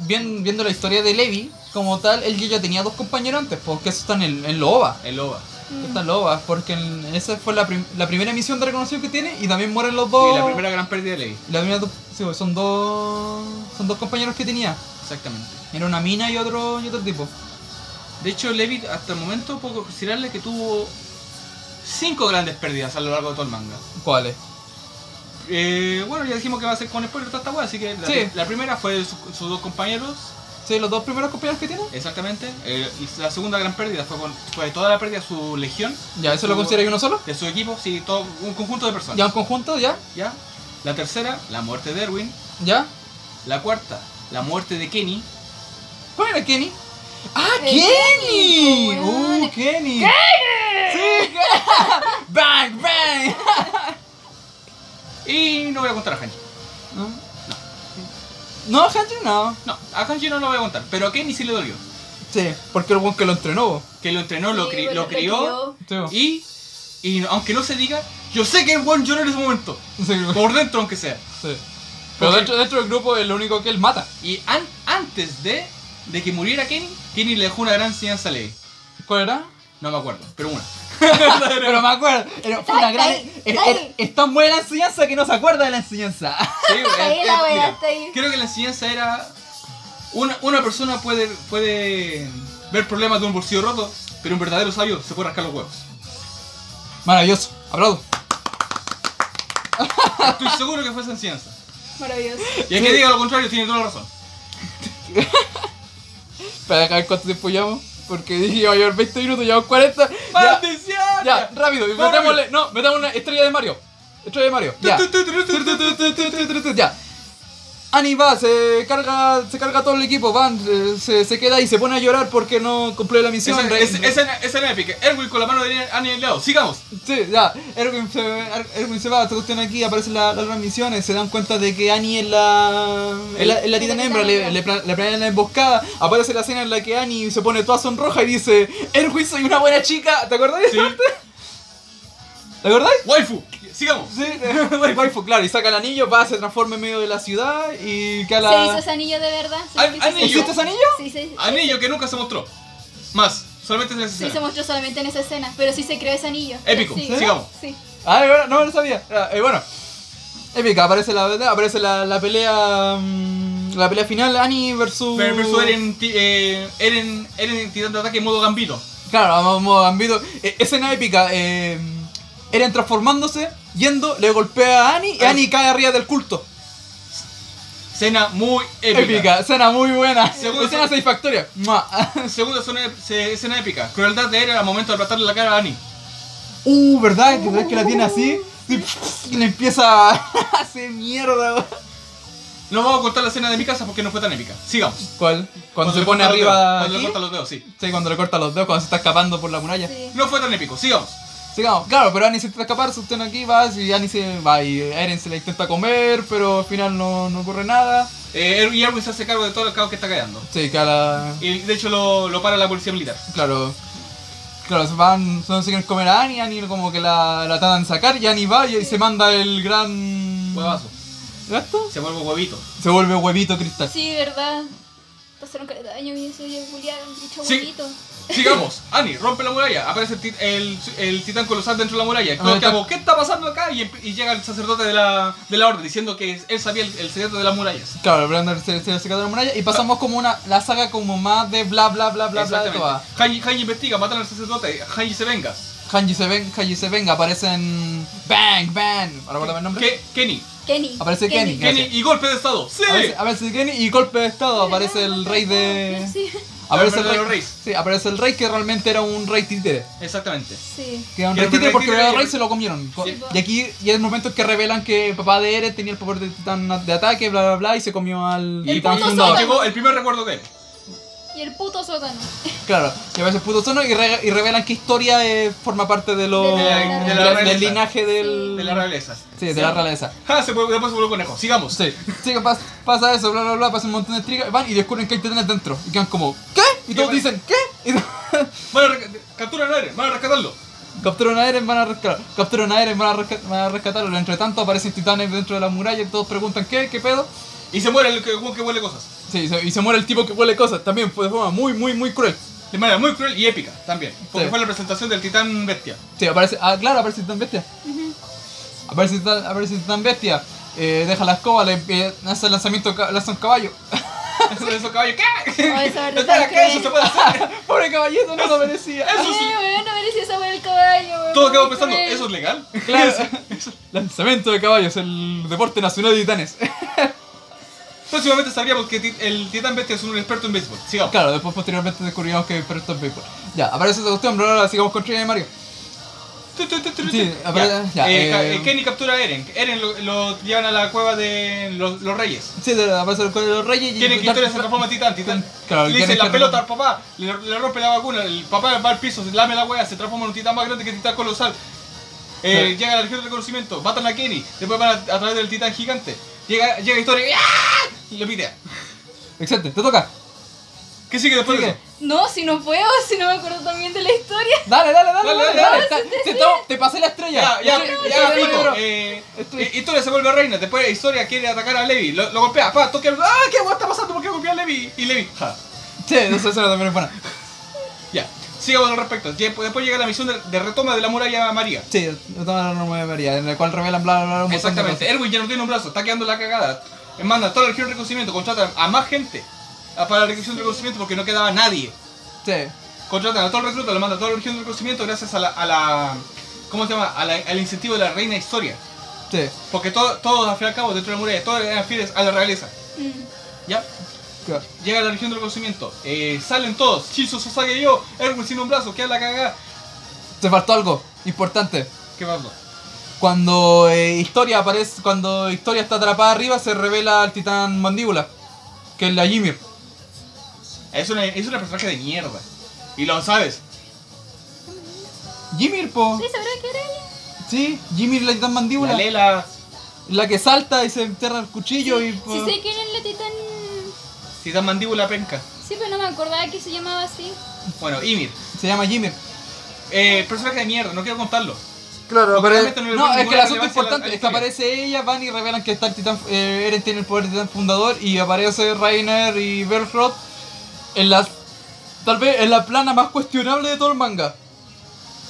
Speaker 1: bien- viendo la historia de Levi, como tal, él ya tenía dos compañeros antes, porque eso está en, el, en Loba.
Speaker 3: El loba.
Speaker 2: Mm.
Speaker 1: Está en Loba, porque en- esa fue la, prim- la primera misión de reconocimiento que tiene y también mueren los dos.
Speaker 3: Y la primera gran pérdida de Levi.
Speaker 1: La primera do- sí, pues, son dos son dos compañeros que tenía.
Speaker 3: Exactamente.
Speaker 1: Era una mina y otro y otro tipo.
Speaker 3: De hecho, Levi hasta el momento puedo considerarle que tuvo cinco grandes pérdidas a lo largo de todo el manga.
Speaker 1: ¿Cuáles?
Speaker 3: Eh, bueno, ya dijimos que va a ser con spoiler toda esta wea, así que la,
Speaker 1: Sí.
Speaker 3: la primera fue su- sus dos compañeros,
Speaker 1: Sí, los dos primeros compañeros que tiene.
Speaker 3: exactamente. Eh, y la segunda gran pérdida fue, con, fue toda la pérdida de su legión,
Speaker 1: Ya, eso lo
Speaker 3: Su-
Speaker 1: consideráis uno solo.
Speaker 3: de su equipo, sí, todo un conjunto de personas.
Speaker 1: Ya un conjunto, ya,
Speaker 3: ¿Ya? La tercera, la muerte de Erwin.
Speaker 1: ya.
Speaker 3: La cuarta, la muerte de Kenny.
Speaker 1: ¿Cuál era Kenny? ¡Ah,
Speaker 2: Mm. El
Speaker 1: Kenny!
Speaker 2: Kenny,
Speaker 1: ¡Uh,
Speaker 2: weón.
Speaker 1: Kenny! ¡Kenny! ¡Sí! ¡Bang, bang!
Speaker 3: Y no voy a contar a Hanji.
Speaker 1: No, no, Hanji no.
Speaker 3: No, a Hanji no lo voy a contar, pero a Kenny sí le dolió.
Speaker 1: Sí, porque el buen que lo entrenó.
Speaker 3: Que lo entrenó, lo,
Speaker 2: Sí,
Speaker 3: cri-
Speaker 2: bueno,
Speaker 3: lo crió.
Speaker 1: Sí, bo.
Speaker 3: Y, y aunque no se diga, yo sé que el buen lloró en ese momento.
Speaker 1: Sí, bo.
Speaker 3: Por dentro, aunque sea.
Speaker 1: Sí. Pero
Speaker 3: Ok.
Speaker 1: dentro, dentro del grupo es lo único que él mata.
Speaker 3: Y an- antes de, de que muriera Kenny, Kenny le dejó una gran enseñanza a Levi.
Speaker 1: ¿Cuál era?
Speaker 3: No me acuerdo, pero una.
Speaker 1: Pero me acuerdo, era fue una
Speaker 2: Ay,
Speaker 1: gran.
Speaker 2: ay,
Speaker 1: es-
Speaker 2: ay.
Speaker 1: es- es tan buena la enseñanza que no se acuerda de la enseñanza.
Speaker 3: Sí, es-
Speaker 2: Ahí
Speaker 3: es-
Speaker 2: la voy,
Speaker 3: mira,
Speaker 2: hasta ahí.
Speaker 3: Creo que la enseñanza era. Una, una persona puede, puede ver problemas de un bolsillo roto, pero un verdadero sabio se puede rascar los huevos.
Speaker 1: Maravilloso, aplaudo.
Speaker 3: Estoy seguro que fue esa enseñanza.
Speaker 2: Maravilloso.
Speaker 3: Y el que diga lo contrario tiene toda la razón.
Speaker 1: Para dejar cuánto tiempo llevamos. Porque dije iba a llevar 20 minutos, llevamos 40. Ya,
Speaker 3: ¡Maldición!
Speaker 1: ya, rápido.
Speaker 3: Vamos,
Speaker 1: Metámosle, no, metámosle estrella de Mario. Estrella de Mario. Ya.
Speaker 3: Tu, tu, tu, tu, tu, tu, tu.
Speaker 1: Ya. Ani va, se carga, se carga todo el equipo, van, eh, se, se queda y se pone a llorar porque no cumplió la misión.
Speaker 3: Esa-
Speaker 1: Re-
Speaker 3: esa- Esa esa era épica. Erwin con la mano de Annie al lado. Sigamos.
Speaker 1: Sí, ya, Erwin se, Er- Erwin se va, esta cuestión aquí, aparecen la- las transmisiones, se dan cuenta de que Annie es la, es la, es la titán hembra, le, le, pla- le planean la emboscada, aparece la escena en la que Annie se pone toda sonroja y dice, Erwin soy una buena chica, ¿te acordás de
Speaker 3: Sí.
Speaker 1: eso? ¿Te acordás?
Speaker 3: Waifu. Sigamos.
Speaker 1: Sí, waifu, claro, y saca el anillo, va, se transforma en medio de la ciudad y queda la...
Speaker 2: ¿Se hizo ese anillo de verdad? ¿Se
Speaker 3: An-
Speaker 2: hizo ese
Speaker 3: anillo.
Speaker 1: ¿Existe ese anillo?
Speaker 2: Sí, sí.
Speaker 3: Anillo que nunca se mostró. Más. Solamente es
Speaker 2: Sí,
Speaker 3: necesario.
Speaker 2: se mostró solamente en esa escena, pero sí se creó ese anillo.
Speaker 3: Épico,
Speaker 2: Sí.
Speaker 3: sigamos.
Speaker 2: Sí.
Speaker 1: Ah, bueno, no me lo sabía. Ah, eh, bueno, épica, aparece la, aparece la, la pelea... mm, La pelea final, Annie versus...
Speaker 3: Pero versus Eren, ti- eh, Eren, Eren titán de ataque en modo gambito.
Speaker 1: Claro, vamos, vamos, Gambito. Eh, escena épica. Eh, Eren transformándose, yendo, le golpea a Annie y
Speaker 3: Ah.
Speaker 1: Annie cae arriba del culto.
Speaker 3: Escena muy épica.
Speaker 1: Épica, escena muy buena.
Speaker 3: Según-
Speaker 1: escena satisfactoria. Mua.
Speaker 3: Segunda escena, se- escena épica. Crueldad de Eren al momento de aplastarle la cara a Annie.
Speaker 1: Uh, ¿verdad? Que ves que la tiene así. Y y le empieza a hacer mierda.
Speaker 3: No vamos a contar la escena de mi casa porque no fue tan épica. Sigamos.
Speaker 1: ¿Cuál? Cuando, se
Speaker 3: le
Speaker 1: pone
Speaker 3: corta los dedos,
Speaker 1: arriba.
Speaker 3: Cuando le
Speaker 1: aquí.
Speaker 3: corta los dedos, sí.
Speaker 1: Sí, cuando le corta los dedos, cuando se está escapando por la muralla.
Speaker 2: Sí.
Speaker 3: No fue tan épico. Sigamos.
Speaker 1: Sigamos, claro, pero Annie se intenta escapar, se obtiene aquí, va, y Annie se va y Eren se la intenta comer, pero al final no, no ocurre nada.
Speaker 3: Eh, Erwin- y Erwin se hace cargo de todo el caos que está cayendo.
Speaker 1: Sí, que a la...
Speaker 3: Y de hecho lo, lo para la policía militar.
Speaker 1: Claro. Claro, se van, se consiguen comer a Annie, Annie como que la, la tratan de sacar y Annie va y, se manda el gran...
Speaker 3: Huevazo.
Speaker 1: ¿Gasto?
Speaker 3: Se vuelve huevito.
Speaker 1: Se vuelve huevito cristal.
Speaker 2: Sí, verdad. Pasaron caleta de años y ese día culiaron, bicho
Speaker 3: Sí.
Speaker 2: bonito.
Speaker 3: Sigamos. Annie rompe la muralla. Aparece el, ti- el, el titán colosal dentro de la muralla.
Speaker 1: Ah,
Speaker 3: Claude
Speaker 1: está-
Speaker 3: Cabo, ¿qué está pasando acá? Y, emp- y llega el sacerdote de la, de la orden diciendo que él sabía el, el secreto de las murallas.
Speaker 1: Claro, Brandon se, se, se queda en la muralla y pasamos como una, la saga como más de bla bla bla bla bla de toda.
Speaker 3: Ah. Exactamente. Hanji, Hanji investiga, matan al sacerdote. Hanji se venga.
Speaker 1: Hanji se ven, Hanji se venga, aparecen... Bang, bang. ¿Ahora guardame el nombre?
Speaker 3: Ke- Kenny.
Speaker 2: Kenny.
Speaker 1: Aparece Kenny.
Speaker 3: Kenny
Speaker 1: Gracias.
Speaker 3: y golpe de estado. ¡Sí!
Speaker 1: A ver, si- a ver si Kenny y golpe de estado aparece el rey de...
Speaker 2: Sí.
Speaker 1: Aparece el
Speaker 3: El verdadero
Speaker 1: rey.
Speaker 3: rey.
Speaker 1: Sí, aparece el rey que realmente era un rey títere.
Speaker 3: Exactamente.
Speaker 2: Sí.
Speaker 1: Que un
Speaker 3: Que el
Speaker 1: repite
Speaker 3: rey
Speaker 1: porque el
Speaker 3: títere-
Speaker 1: rey se lo comieron. Co-
Speaker 3: Sí.
Speaker 1: Y aquí y hay momentos que revelan que el papá de Eren tenía el poder de titán de ataque, bla bla bla, y se comió al
Speaker 2: El
Speaker 1: titán
Speaker 2: punto
Speaker 1: fundador.
Speaker 2: sótano.
Speaker 3: Llegó el primer recuerdo de él.
Speaker 2: y el puto sótano.
Speaker 1: Claro, y aparece el puto sono y, re- y revelan qué historia eh, forma parte de lo,
Speaker 2: De la- de la
Speaker 1: del-
Speaker 3: realeza.
Speaker 1: del linaje del...
Speaker 3: De la realeza.
Speaker 1: Sí, de la realeza.
Speaker 3: Ah, se puede, después se vuelve conejo. Sigamos.
Speaker 1: Sí, sí, pas- pasa eso, bla, bla, bla, pasa un montón de trigas, van y descubren que hay titanes dentro. Y quedan como, ¿qué? Y todos
Speaker 3: bueno.
Speaker 1: dicen, ¿qué? Y
Speaker 3: Van a rec- capturan a Eren, van a rescatarlo.
Speaker 1: capturan a Eren, van a rescatarlo. Capturan a Eren, van a, resca- van a rescatarlo. Entre tanto aparecen titanes dentro de la muralla y todos preguntan, ¿qué? ¿Qué pedo?
Speaker 3: Y se muere el que, que huele cosas.
Speaker 1: Sí, se- y se muere el tipo que huele cosas también, fue de forma muy, muy, muy cruel.
Speaker 3: De manera muy cruel y épica también. Porque
Speaker 1: Sí.
Speaker 3: fue la presentación del titán bestia.
Speaker 1: Sí, aparece. Ah, claro, aparece Titán Bestia. Aparece Titán, aparece Titán Bestia. eh, deja la escoba, le eh, hace el lanzamiento, ca- lanza un caballo.
Speaker 3: Eso de esos caballos. ¿Qué?
Speaker 2: O esa
Speaker 3: Espera, ¿qué? Eso se puede hacer.
Speaker 1: Pobre caballito, no lo merecía.
Speaker 3: Eso
Speaker 2: Ay,
Speaker 3: sí.
Speaker 2: weón, no merecía esa weá el caballo, weón.
Speaker 3: Todos quedamos
Speaker 2: quedó
Speaker 3: pensando, ¿eso es legal?
Speaker 1: Claro. Lanzamiento de caballos, el deporte nacional de titanes.
Speaker 3: Próximamente sabríamos que ti- el titán bestia es un experto en béisbol. Sigamos.
Speaker 1: claro, después posteriormente descubrimos que pero esto es béisbol. Ya, aparece esa cuestión, bla, bla, bla, sigamos con Trina y Mario.
Speaker 3: Tu, tu, tu, tu, tu.
Speaker 1: Sí,
Speaker 3: Ya.
Speaker 1: apare- ya,
Speaker 3: Eh, ca-
Speaker 1: eh,
Speaker 3: eh, Kenny captura a Eren. Eren lo, lo llevan a la cueva de los, los reyes.
Speaker 1: Sí, de- aparece el cuello de los reyes y.
Speaker 3: Tienen que
Speaker 1: Darth-
Speaker 3: historia se transforma en titán, titán.
Speaker 1: Claro,
Speaker 3: le
Speaker 1: Eren
Speaker 3: dice la
Speaker 1: que-
Speaker 3: pelota al papá, le, le rompe la vacuna, el papá va al piso, se lame la wea, se transforma en un titán más grande que el titán colosal. Eh,
Speaker 1: Sí.
Speaker 3: Llega a la región del conocimiento, matan a Kenny, después van a, a través del titán gigante. Llega, llega historia y ¡ah! y lo pitea.
Speaker 1: Excelente, te toca.
Speaker 3: ¿Qué sigue después de
Speaker 1: Sigue.
Speaker 3: eso?
Speaker 2: No, si no puedo, si no me acuerdo también de la historia.
Speaker 1: Dale, dale, dale,
Speaker 3: Dale,
Speaker 1: dale, dale.
Speaker 3: dale,
Speaker 2: Ah,
Speaker 3: dale,
Speaker 1: Está- te, estamos- te pasé la estrella.
Speaker 3: Ya, ya,
Speaker 1: Estoy-
Speaker 3: ya,
Speaker 1: estoy-
Speaker 3: pico,
Speaker 1: estoy-
Speaker 3: eh,
Speaker 1: Estoy-
Speaker 3: eh, Historia se vuelve reina, después Historia quiere atacar a Levi, lo, lo golpea, pa, toque, ¡ah! ¿Qué wea está pasando? ¿Por qué golpea a Levi? Y Levi, ja.
Speaker 1: Sí, esa escena también es buena.
Speaker 3: Ya, sigamos al respecto. Después después llega la misión de, de retoma de la muralla María.
Speaker 1: Sí, toma la norma de María, en la cual revelan bla bla bla un montón de
Speaker 3: Exactamente, Erwin ya no tiene un brazo, está quedando la cagada. Eh, Manda a toda la región de reconocimiento, contratan a más gente a- para la región de reconocimiento porque no quedaba nadie.
Speaker 1: cosas. Sí,
Speaker 3: Contratan a todo el recluta, lo mandan a toda la región de reconocimiento gracias a la. A la ¿Cómo se llama? A la- al incentivo de la reina Historia.
Speaker 1: sí,
Speaker 3: Porque to- todos, al fin y al cabo, dentro de la muralla, todos eran fieles a la realeza.
Speaker 2: Mm.
Speaker 3: ¿Ya?
Speaker 1: claro.
Speaker 3: Llega a la región del reconocimiento, eh, salen todos, Chizo, Sosage y yo, Erwin sin un brazo, queda la cagada.
Speaker 1: Te faltó algo importante.
Speaker 3: ¿Qué pasó?
Speaker 1: Cuando eh, Historia aparece, cuando Historia está atrapada arriba, se revela al titán mandíbula, que es la Ymir.
Speaker 3: Es una, es una personaje de mierda. Y lo sabes.
Speaker 1: Ymir, po.
Speaker 2: Sí, sabrá que era ella.
Speaker 1: Sí, Ymir la titán mandíbula.
Speaker 3: La
Speaker 1: La,
Speaker 3: Lela,
Speaker 1: que salta y se enterra el cuchillo y.
Speaker 2: Sí,
Speaker 1: po,
Speaker 2: sí sé quién es la titán.
Speaker 3: si da mandíbula penca.
Speaker 2: Sí, pero no me acordaba que se llamaba así.
Speaker 3: Bueno, Ymir.
Speaker 1: Se llama Ymir.
Speaker 3: Eh, personaje de mierda, no quiero contarlo.
Speaker 1: Claro,
Speaker 3: Porque realmente no le
Speaker 1: No,
Speaker 3: veo
Speaker 1: es que el
Speaker 3: ninguna
Speaker 1: asunto
Speaker 3: relevancia a la- a
Speaker 1: importante
Speaker 3: la
Speaker 1: es que
Speaker 3: historia.
Speaker 1: aparece ella, van y revelan que está el titán, eh, Eren tiene el poder de titán fundador y aparece Rainer y Berthrod en las, tal vez en la plana más cuestionable de todo el manga,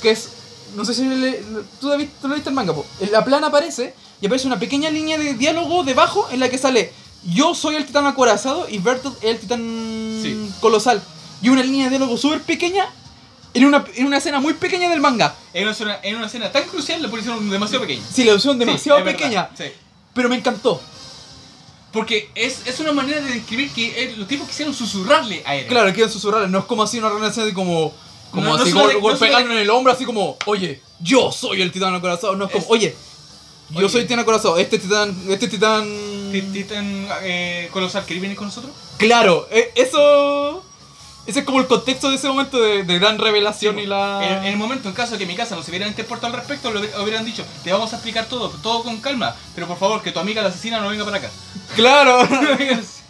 Speaker 1: que es, no sé si le- tú, David, tú lo viste el manga, po. en la plana aparece y aparece una pequeña línea de diálogo debajo en la que sale yo soy el titán acorazado y Berthrod es el titán
Speaker 3: Sí.
Speaker 1: colosal y una línea de diálogo súper pequeña en una, en una escena muy pequeña del manga.
Speaker 3: En una, escena- en una escena tan crucial le pusieron demasiado pequeña.
Speaker 1: Sí, la opción demasiado
Speaker 3: Sí, es
Speaker 1: pequeña.
Speaker 3: verdad, sí.
Speaker 1: Pero me encantó.
Speaker 3: Porque es, es una manera de describir que eh, los tipos quisieron susurrarle a Eren.
Speaker 1: Claro, quieren susurrarle, no es como así una relación de como. Como
Speaker 3: No, no
Speaker 1: así,
Speaker 3: suena-
Speaker 1: como
Speaker 3: no
Speaker 1: gol-
Speaker 3: suena-
Speaker 1: pegarlo en el hombro, así como, oye, yo soy el titán acorazado. No es como,
Speaker 3: Es-
Speaker 1: oye, yo
Speaker 3: Oye.
Speaker 1: soy el titán acorazado, este titán. Este titán.
Speaker 3: Ti- Titán eh, Colosal, ¿querés venir con nosotros?
Speaker 1: Claro, e- eso. Ese es como el contexto de ese momento de, de gran revelación y la.
Speaker 3: En, en el momento, en caso de que mi casa no se hubiera interpuesto al respecto, lo hubi- hubieran dicho, te vamos a explicar todo, todo con calma, pero por favor, que tu amiga la asesina no venga para acá.
Speaker 1: Claro.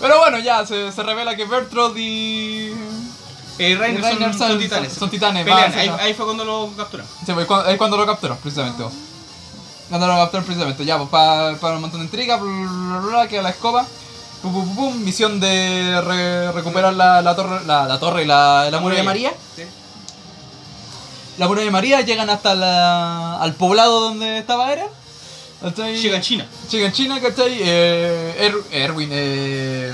Speaker 1: Pero bueno, ya, se, se revela que Bertrand y.
Speaker 3: Eh, Reiner son,
Speaker 1: Reiner
Speaker 3: son
Speaker 1: son-
Speaker 3: titanes.
Speaker 1: son titanes,
Speaker 3: Pelean,
Speaker 1: va,
Speaker 3: ahí,
Speaker 1: sí, no.
Speaker 3: ahí fue cuando lo capturan.
Speaker 1: Sí, pues, cuando- es cuando lo capturan, precisamente. vos. Cuando lo capturan, precisamente. Ya, pues para un montón de intriga, bla, bla, bla, bla, queda la escoba. Pum, pum, pum, pum. Misión de re- recuperar la, la torre, la, la torre, la, la muralla de María.
Speaker 3: Sí.
Speaker 1: La muralla de María llegan hasta la, al poblado donde estaba Eren. ¿Cachai?
Speaker 3: Llega en China.
Speaker 1: Llegan China, ¿cachai? Eh, Er- Erwin, eh...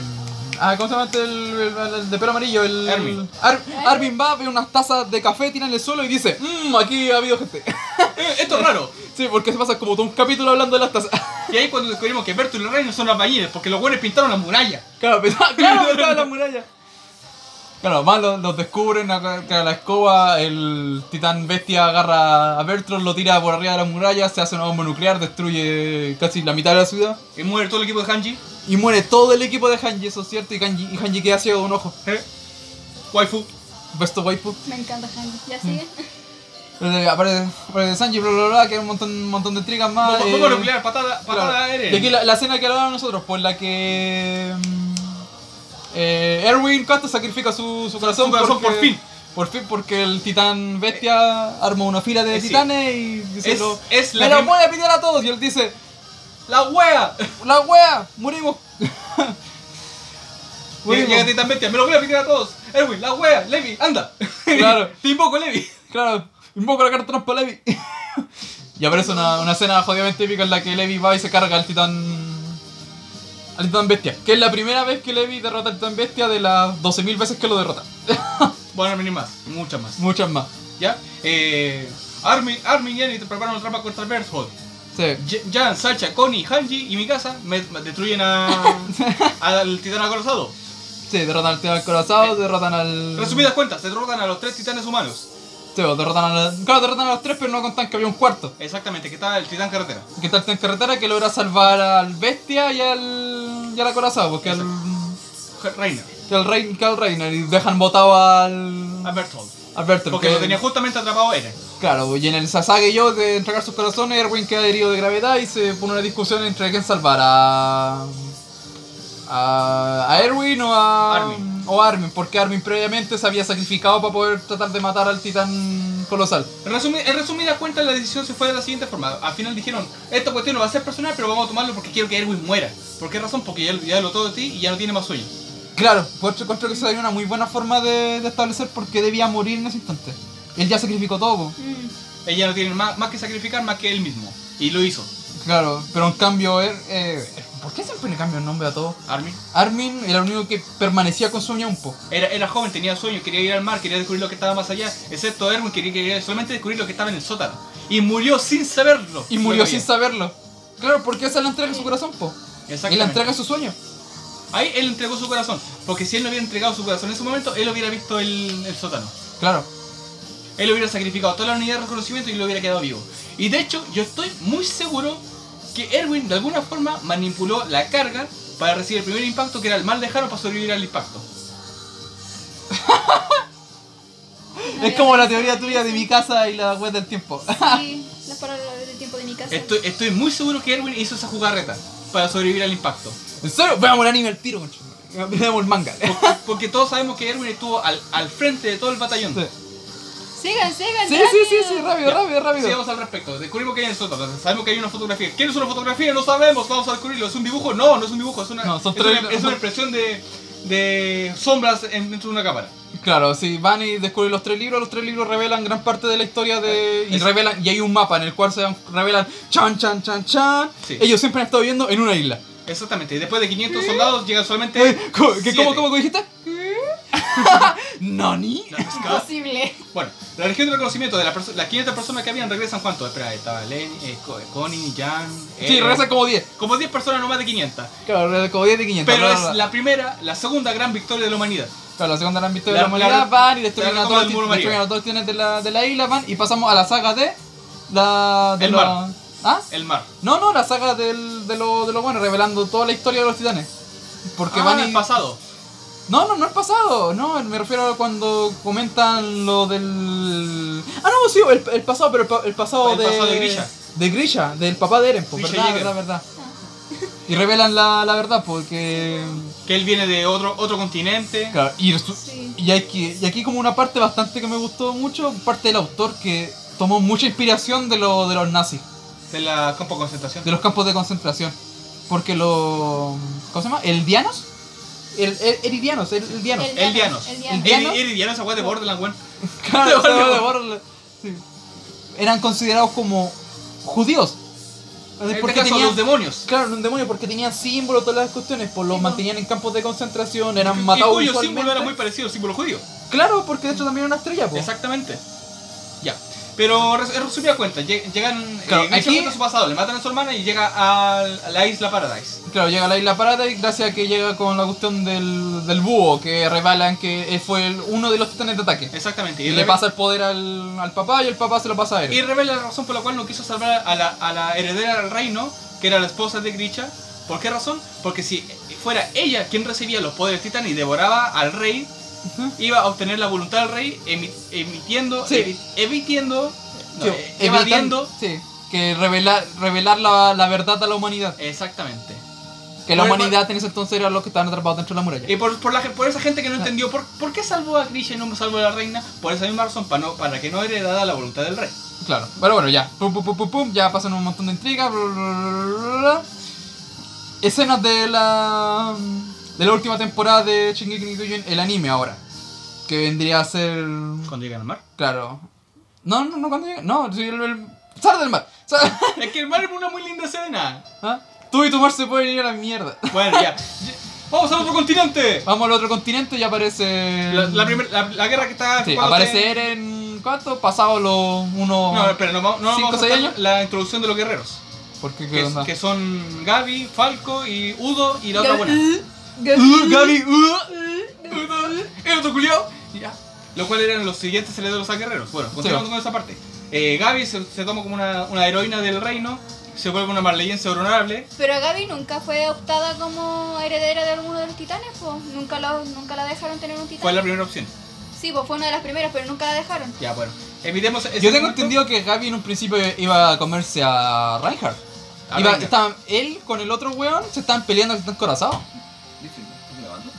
Speaker 1: Ah, ¿cómo se llama este? El, el- el de pelo amarillo, el...
Speaker 3: Armin.
Speaker 1: Ar- Armin va, ve unas tazas de café, tira en el suelo y dice, mmm, aquí ha habido gente.
Speaker 3: Eh, esto es raro.
Speaker 1: Sí, porque se pasa como todo un capítulo hablando de las tazas.
Speaker 3: Y ahí cuando descubrimos que Berto y los Reiner son albañiles, porque los buenos pintaron la muralla.
Speaker 1: Claro, pensaba, claro, pensaba en la muralla. Claro, más los, los descubren, acá- acá la escoba, el titán bestia agarra a Bertrand, lo tira por arriba de la muralla, se hace una bomba nuclear, destruye casi la mitad de la ciudad.
Speaker 3: Y Eh, muere todo el equipo de Hanji.
Speaker 1: Y muere todo el equipo de Hanji, eso es cierto, y Hanji, y Hanji queda ciego de un ojo.
Speaker 3: ¿Eh? Waifu.
Speaker 1: Besto waifu.
Speaker 2: Me encanta Hanji. ¿Ya sigue?
Speaker 1: Eh, Aparece, aparece Sanji, bla bla bla, que hay un montón, un montón de intrigas más. eh,
Speaker 3: Vamos a nuclear, patada, patada
Speaker 1: Claro.
Speaker 3: aérea.
Speaker 1: Y aquí la, la escena que hablamos nosotros, pues la que. mm, eh, Erwin Cato sacrifica su, su corazón,
Speaker 3: su corazón por fin.
Speaker 1: Por fin, porque el titán bestia arma una fila de
Speaker 3: eh, sí.
Speaker 1: titanes y dice:
Speaker 3: Es-
Speaker 1: lo-
Speaker 3: es la
Speaker 1: ¡Me lo
Speaker 3: prim-
Speaker 1: voy a pedir a todos! Y él dice:
Speaker 3: ¡La wea!
Speaker 1: ¡La wea! ¡Murimos!
Speaker 3: Llega llega Titán Bestia, me lo voy a pedir a todos. Erwin, la wea, Levi, anda.
Speaker 1: Claro.
Speaker 3: Te invoco, Levi.
Speaker 1: Claro, invoco la carta trampa Levi. y aparece una, una escena jodidamente épica en la que Levi va y se carga al titán. al titán bestia. Que es la primera vez que Levi derrota al titán bestia de las 12.000 veces que lo derrota.
Speaker 3: Van a venir más, muchas más.
Speaker 1: Muchas más.
Speaker 3: ¿Ya? Eh, Armin, Armin y Jenny te preparan una trampa contra Berthold.
Speaker 1: Sí.
Speaker 3: J- Jan, Sacha, Connie, Hanji y mi casa me, me destruyen a, al titán acorazado.
Speaker 1: Sí, derrotan al titán corazado,
Speaker 3: Eh,
Speaker 1: derrotan al.
Speaker 3: Resumidas cuentas, se derrotan a los tres titanes humanos.
Speaker 1: Sí, o derrotan a los. Claro, derrotan a los tres, pero no contan que había un cuarto.
Speaker 3: Exactamente, que está el titán carretera.
Speaker 1: Que está el titán carretera que logra salvar al bestia y al. y al acorazado, porque al.
Speaker 3: Ja- Reina,
Speaker 1: que al rey. que al reina. Y dejan botado al.
Speaker 3: a Berthold.
Speaker 1: al Bertrand,
Speaker 3: Porque
Speaker 1: que-
Speaker 3: lo tenía justamente atrapado Eren.
Speaker 1: Claro, y en el Sasage yo de entregar sus corazones, Erwin queda herido de gravedad y se pone una discusión entre quién salvar a. a, a Erwin o a.
Speaker 3: Armin.
Speaker 1: o a Armin, porque Armin previamente se había sacrificado para poder tratar de matar al titán colosal.
Speaker 3: Resumi- en resumidas cuentas, la decisión se fue de la siguiente forma. Al final dijeron, esta cuestión no va a ser personal, pero vamos a tomarlo porque quiero que Erwin muera. ¿Por qué razón? Porque ya, ya lo todo de ti y ya no tiene más sueño.
Speaker 1: Claro, por eso encuentro que esa sería una muy buena forma de, de establecer por qué debía morir en ese instante. Él ya sacrificó todo, po.
Speaker 2: Mm.
Speaker 3: Ella no tiene más, más que sacrificar, más que él mismo. Y lo hizo.
Speaker 1: claro, pero en cambio, er, eh, ¿por qué siempre le cambian el nombre a todo?
Speaker 3: Armin.
Speaker 1: Armin era el único que permanecía con su uña un poco.
Speaker 3: Era, era joven, tenía sueños, quería ir al mar, quería descubrir lo que estaba más allá. Excepto Erwin, quería, quería solamente descubrir lo que estaba en el sótano. Y murió sin saberlo.
Speaker 1: Y murió
Speaker 3: Lo
Speaker 1: sin
Speaker 3: sabía.
Speaker 1: saberlo. Claro, porque esa es la entrega de su corazón, po. Y la
Speaker 3: Exactamente.
Speaker 1: entrega de su sueño.
Speaker 3: Ahí él entregó su corazón. Porque si él no hubiera entregado su corazón en ese momento, él hubiera visto el, el sótano.
Speaker 1: Claro.
Speaker 3: Él hubiera sacrificado toda la unidad de reconocimiento y lo hubiera quedado vivo. Y de hecho, yo estoy muy seguro que Erwin de alguna forma manipuló la carga para recibir el primer impacto, que era el más lejano para sobrevivir al impacto.
Speaker 1: Es como la teoría tuya de mi casa y la web del tiempo.
Speaker 2: Sí, las palabras del tiempo de mi casa.
Speaker 3: Estoy, estoy muy seguro que Erwin hizo esa jugarreta para sobrevivir al impacto.
Speaker 1: ¿En serio? Veamos el anime al tiro, concha. Veamos el manga.
Speaker 3: Porque, porque todos sabemos que Erwin estuvo al, al frente de todo el batallón.
Speaker 1: Sí,
Speaker 2: Sigan, sigan.
Speaker 1: sí, sí,
Speaker 2: rápido.
Speaker 1: sí, sí, rápido,
Speaker 3: Ya.
Speaker 1: rápido, rápido.
Speaker 3: Sigamos al respecto. Descubrimos que hay en el sótano. Sabemos que hay una fotografía. ¿Quién es una fotografía? No sabemos. Vamos a descubrirlo. ¿Es un dibujo? No, no es un dibujo. Es una,
Speaker 1: No, son
Speaker 3: es una-
Speaker 1: tres-
Speaker 3: es una impresión de, de sombras en- dentro de una cámara.
Speaker 1: Claro, sí, van y descubren los tres libros, los tres libros revelan gran parte de la historia de. Y
Speaker 3: Es-
Speaker 1: revelan. Y hay un mapa en el cual se dan- revelan chan chan chan chan.
Speaker 3: Sí.
Speaker 1: Ellos siempre han estado viviendo en una isla.
Speaker 3: Exactamente. Y después de 500 soldados llegan solamente.
Speaker 1: Eh, ¿Cómo, que-
Speaker 3: siete.
Speaker 1: ¿cómo, cómo dijiste? ¿Nani?
Speaker 3: La pescada-
Speaker 2: Imposible.
Speaker 3: Bueno, la región de reconocimiento de la perso- las 500 personas que habían regresan cuánto? Espera, estaba Len, eh, Co- Connie, Jan.
Speaker 1: Sí,
Speaker 3: Eren.
Speaker 1: regresan como 10.
Speaker 3: Como 10 personas, no más de 500.
Speaker 1: Claro, regresan como 10 de 500.
Speaker 3: Pero
Speaker 1: bla,
Speaker 3: es
Speaker 1: bla, bla.
Speaker 3: la primera, la segunda gran victoria de la humanidad.
Speaker 1: Claro, la segunda gran victoria
Speaker 3: La-
Speaker 1: de la humanidad
Speaker 3: la-
Speaker 1: van y destruyen
Speaker 3: la
Speaker 1: a
Speaker 3: toma
Speaker 1: todos
Speaker 3: del muro
Speaker 1: los destruyen a los dos titanes de la, de la isla, van y pasamos a la saga de la de
Speaker 3: El
Speaker 1: los-
Speaker 3: mar.
Speaker 1: ¿Ah?
Speaker 3: El mar.
Speaker 1: No, no, la saga del, de lo de lo bueno, revelando toda la historia de los titanes. Porque
Speaker 3: Ah,
Speaker 1: van
Speaker 3: el
Speaker 1: y-
Speaker 3: pasado.
Speaker 1: No, no, no el pasado, no, me refiero a cuando comentan lo del Ah, no, sí, el, el pasado, pero el, pa- el pasado
Speaker 3: El
Speaker 1: de
Speaker 3: pasado de Grisha.
Speaker 1: de Grisha, del papá de Eren, pues,
Speaker 3: Grisha
Speaker 1: verdad,
Speaker 3: Yeager.
Speaker 1: verdad, verdad. Y revelan la, la verdad porque
Speaker 3: Que él viene de otro, otro continente.
Speaker 1: Claro, y, resu-
Speaker 2: Sí.
Speaker 1: y, aquí, y aquí como una parte bastante que me gustó mucho, parte del autor que tomó mucha inspiración de, lo, de los nazis,
Speaker 3: De la campo de concentración.
Speaker 1: de los campos de concentración. Porque los... ¿Cómo se llama? ¿El Dianos? El, el, el Iridianos, el, el Dianos.
Speaker 3: El Dianos.
Speaker 2: El
Speaker 1: El
Speaker 2: Dianos.
Speaker 1: Dianos.
Speaker 3: Eri- Eridiano, esa weá de Borderlands, weón.
Speaker 1: Claro, claro, de Borla. Sí. Eran considerados como judíos.
Speaker 3: En este
Speaker 1: Porque
Speaker 3: caso,
Speaker 1: tenían-
Speaker 3: los demonios.
Speaker 1: Claro, un demonio, porque tenían símbolos, todas las cuestiones, pues los
Speaker 2: Sí,
Speaker 1: mantenían en campos de concentración,
Speaker 3: Y
Speaker 1: eran matados
Speaker 3: cuyo
Speaker 1: visualmente.
Speaker 3: símbolo era muy parecido al símbolo judío.
Speaker 1: Claro, porque de hecho también era una estrella, pues.
Speaker 3: Exactamente. Ya. Pero res- en resumida cuenta, lleg- llegan
Speaker 1: Claro,
Speaker 3: eh, Genshin
Speaker 1: aquí-
Speaker 3: cuenta su pasado, le matan a su hermana y llega al- a la isla Paradise.
Speaker 1: Claro, llega a la isla Paradise gracias a que llega con la cuestión del, del búho, que revelan que él fue el- uno de los titanes de ataque.
Speaker 3: Exactamente.
Speaker 1: Y le
Speaker 3: reve-
Speaker 1: pasa el poder al, al papá y el papá se lo pasa a
Speaker 3: y
Speaker 1: él.
Speaker 3: revela la razón por la cual no quiso salvar a la, a la heredera del reino, que era la esposa de Grisha. ¿Por qué razón? Porque si fuera ella quien recibía los poderes titán y devoraba al rey, iba a obtener la voluntad del rey emi- emitiendo,
Speaker 1: Sí.
Speaker 3: evi- evitiendo, no,
Speaker 1: Sí,
Speaker 3: eh,
Speaker 1: evitan-
Speaker 3: evadiendo.
Speaker 1: Sí, que revelar, revelar la, la verdad a la humanidad.
Speaker 3: Exactamente.
Speaker 1: Que la
Speaker 3: Bueno,
Speaker 1: humanidad en ese entonces eran los que estaban atrapados dentro de la muralla.
Speaker 3: Y por, por, la, por esa gente que no
Speaker 1: Ah.
Speaker 3: entendió por, por qué salvó a Grisha y no salvó a la reina, por esa misma razón, para, no, para que no heredara la voluntad del rey.
Speaker 1: Claro, pero bueno, ya. Pum, pum, pum, pum, pum, ya pasan un montón de intrigas. bla, bla, bla, bla, bla. Escenas de la. de la última temporada de Shingeki no Kyojin, el anime ahora. Que vendría a ser.
Speaker 3: Cuando llegan al mar.
Speaker 1: Claro. No, no, no, cuando llega. No, sí, el, el- sal del mar. sal-
Speaker 3: es que el mar es una muy linda escena.
Speaker 1: ¿Ah? Tú y tu mar se pueden ir a la mierda.
Speaker 3: Bueno, ya. Ya- ¡Vamos al otro continente!
Speaker 1: Vamos al otro continente y aparece.
Speaker 3: La, la, primer- la- la guerra que está.
Speaker 1: Sí,
Speaker 3: cuando
Speaker 1: aparece
Speaker 3: se-
Speaker 1: Eren. ¿Cuánto? Pasado los uno.
Speaker 3: No, espera, no, vamos- no
Speaker 1: Cinco,
Speaker 3: vamos a
Speaker 1: seis
Speaker 3: saltar
Speaker 1: años.
Speaker 3: la introducción de los guerreros.
Speaker 1: ¿Por qué qué
Speaker 3: Que,
Speaker 1: onda?
Speaker 3: que son Gaby, Falco y Udo y la otra buena.
Speaker 1: Uh, Gaby, uh.
Speaker 3: ¡El otro culiao! Ya. Lo cual eran los siguientes herederos de los guerreros. Bueno, continuamos con esa parte. Eh, Gaby se, se toma como una, una heroína del reino, se vuelve una marleyense honorable.
Speaker 2: Pero Gaby nunca fue optada como heredera de alguno de los titanes, pues. Nunca, lo, nunca la dejaron tener un titán.
Speaker 3: Fue la primera opción.
Speaker 2: Sí, pues fue una de las primeras, pero nunca la dejaron.
Speaker 3: Ya, bueno. Evitemos ese
Speaker 1: Yo tengo
Speaker 3: momento.
Speaker 1: entendido que Gaby en un principio iba a comerse a Reinhardt.
Speaker 3: A
Speaker 1: Iba-
Speaker 3: Reinhardt.
Speaker 1: estaban- él con el otro weón se estaban peleando que están corazados.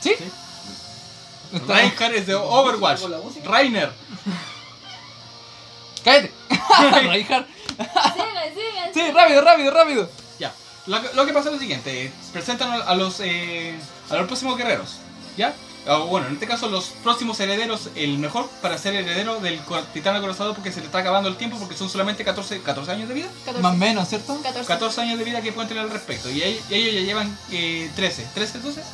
Speaker 1: ¿Sí? Está-
Speaker 3: Reinhardt es de Overwatch.
Speaker 4: ¿Con la música?
Speaker 3: Rainer.
Speaker 1: ¡Cállate! Reinhardt.
Speaker 2: sigan, sigan.
Speaker 1: Sí, rápido, rápido, rápido.
Speaker 3: Ya. Lo, que- lo que pasa es lo siguiente. eh, Presentan a- a los eh, a los próximos guerreros. ¿Ya? O, bueno, en este caso los próximos herederos, el mejor para ser heredero del cor- titán acorazado porque se le está acabando el tiempo porque son solamente 14, 14 años de vida.
Speaker 2: 14.
Speaker 1: Más o menos, ¿cierto?
Speaker 2: 14.
Speaker 3: 14 años de vida que pueden tener al respecto. Y ell- ellos ya llevan eh, 13. ¿13 entonces?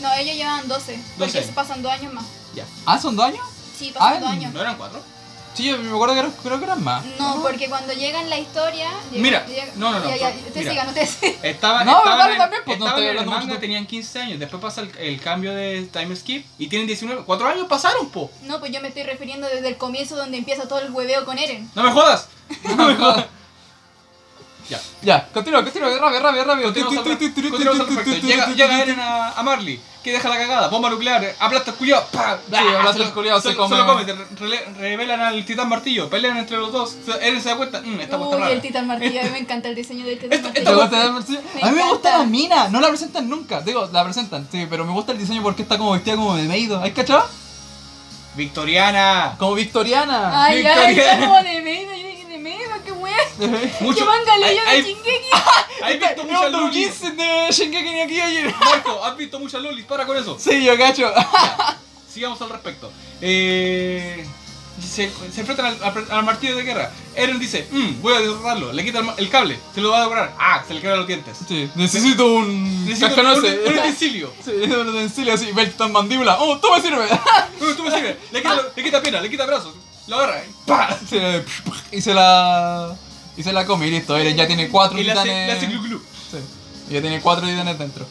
Speaker 2: No, ellos llevan 12. Porque
Speaker 3: 12.
Speaker 2: se pasan dos años más.
Speaker 3: Ya.
Speaker 1: ¿Ah, son dos años?
Speaker 2: Sí, pasan
Speaker 1: Ah,
Speaker 2: dos años.
Speaker 3: ¿No eran 4?
Speaker 1: Sí, yo me acuerdo que eran- creo que eran más.
Speaker 2: No, porque cuando llega en la historia. llega-
Speaker 3: Mira,
Speaker 2: llega-
Speaker 3: no, no, no,
Speaker 2: Ya, ya,
Speaker 3: por-
Speaker 2: ustedes
Speaker 3: mira.
Speaker 2: sigan, ustedes sigan.
Speaker 3: Estaban,
Speaker 1: No,
Speaker 3: estaban
Speaker 1: vale,
Speaker 3: en,
Speaker 1: también, pues, no
Speaker 3: estaban
Speaker 1: estoy
Speaker 3: en el
Speaker 1: hablando
Speaker 3: manga,
Speaker 1: mucho.
Speaker 3: tenían 15 años. Después pasa el, el cambio de time skip y tienen 19. ¿4 años pasaron, po?
Speaker 2: No, pues yo me estoy refiriendo desde el comienzo donde empieza todo el hueveo con Eren.
Speaker 3: ¡No me jodas! ¡No me jodas! ya.
Speaker 1: Ya, continúa, continúa, rápido, rápido, rápido.
Speaker 3: Continuamos al- continuamos al respecto. Llega, llega Eren a, a Marley, que deja la cagada, bomba nuclear, aplasta el culiao, ¡pah!
Speaker 1: Sí, aplasta
Speaker 3: Se lo-
Speaker 1: el culiao, se
Speaker 3: lo-
Speaker 1: come.
Speaker 3: lo come, te re- rele- revelan al titán martillo, pelean entre los dos, se- Eren se da cuenta, mmm, esta cuesta
Speaker 2: Uy,
Speaker 3: rara.
Speaker 2: el Titán Martillo, a mí me encanta el diseño del Titán
Speaker 3: Esto-
Speaker 2: Martillo.
Speaker 1: ¿Te gusta Edward City?
Speaker 2: Me
Speaker 1: A mí me gusta
Speaker 2: encanta.
Speaker 1: la mina, no la presentan nunca. Digo, la presentan, sí, pero me gusta el diseño porque está como vestida como de maid. ¿Has cachado?
Speaker 3: Victoriana.
Speaker 1: Como victoriana.
Speaker 2: Ay, ay,
Speaker 3: Victoria.
Speaker 2: está como de medio, yo dije de medio, qué huevo.
Speaker 3: Mucho.
Speaker 2: Qué mangalillo
Speaker 3: Hay-
Speaker 2: de
Speaker 3: hay-
Speaker 2: chinguequi.
Speaker 3: ¿Has visto
Speaker 1: Es
Speaker 3: muchas
Speaker 1: un Don
Speaker 3: lolis?
Speaker 1: Quixote de Shingeki no Kyojin.
Speaker 3: Marco, has visto muchas lolis, para con eso.
Speaker 1: Sí, yo cacho.
Speaker 3: Sigamos al respecto. Eh, se, se enfrentan al, al- al martillo de guerra. Eren dice, mmm, voy a derrotarlo. Le quita el, ma- el cable, se lo va a devorar. Ah, se le quebran los dientes.
Speaker 1: Sí, necesito un
Speaker 3: Necesito un, un
Speaker 1: cascanoce.
Speaker 3: utensilio.
Speaker 1: Sí, un utensilio así, Belton mandíbula. ¡Oh, tú me sirve!
Speaker 3: Uy, tú me sirves. Le quita, lo- le quita pierna, le quita brazos. Lo agarra y ¡pa!
Speaker 1: Se la- Y se la... Y se la come y listo, Eren ya tiene cuatro
Speaker 3: Y le hace, le hace glu
Speaker 1: titanes.
Speaker 3: glu.
Speaker 1: Sí, ya tiene cuatro titanes dentro.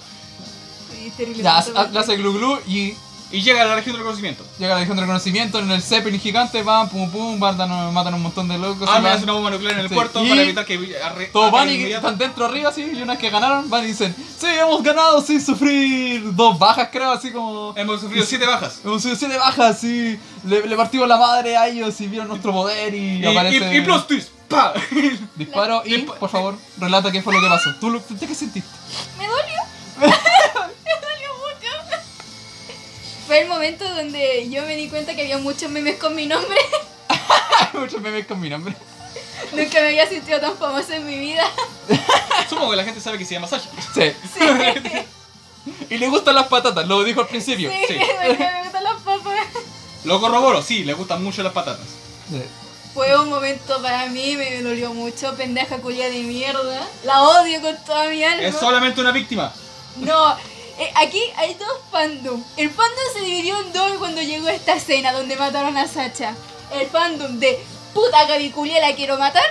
Speaker 2: Sí, terrible.
Speaker 1: Ya, ha- le hace glu glu y
Speaker 3: Y llega a la región del conocimiento.
Speaker 1: Llega la región del conocimiento en el Zeppelin gigante, van, pum pum, matan, matan un montón de locos.
Speaker 3: Ah,
Speaker 1: y
Speaker 3: me
Speaker 1: van.
Speaker 3: hace una bomba nuclear en el
Speaker 1: Sí.
Speaker 3: puerto
Speaker 1: Y-
Speaker 3: para evitar que arre,
Speaker 1: Todos van
Speaker 3: ataquen
Speaker 1: y
Speaker 3: inmediato.
Speaker 1: están dentro arriba así, y una vez que ganaron van y dicen, sí, hemos ganado sin sufrir dos bajas, creo, así como...
Speaker 3: Hemos sufrido siete bajas.
Speaker 1: Hemos sido siete bajas, sí. Le, le partimos la madre a ellos y vieron nuestro poder y,
Speaker 3: Y,
Speaker 1: aparece...
Speaker 3: y, y plus twist. ¡Pa!
Speaker 1: Disparo y,
Speaker 3: Dispa-
Speaker 1: por favor, relata qué fue lo que pasó. ¿Tú, lo, tú qué sentiste?
Speaker 2: Me dolió. me dolió mucho. Fue el momento donde yo me di cuenta que había muchos memes con mi nombre.
Speaker 1: Muchos memes con mi nombre.
Speaker 2: Nunca me había sentido tan famosa en mi vida.
Speaker 3: Supongo que la gente sabe que se llama Sasha.
Speaker 1: Sí.
Speaker 2: Sí,
Speaker 1: Y le gustan las patatas, lo dijo al principio.
Speaker 2: sí,
Speaker 3: sí.
Speaker 2: me gustan las papas.
Speaker 3: Lo corroboro, sí, le gustan mucho las patatas.
Speaker 1: Sí.
Speaker 2: Fue un momento para mí, me dolió mucho, pendeja culia de mierda. La odio con toda mi alma.
Speaker 3: Es solamente una víctima.
Speaker 2: No, eh, aquí hay dos fandom. El fandom se dividió en dos cuando llegó esta escena donde mataron a Sacha. El fandom de puta Gaby Culia la quiero matar.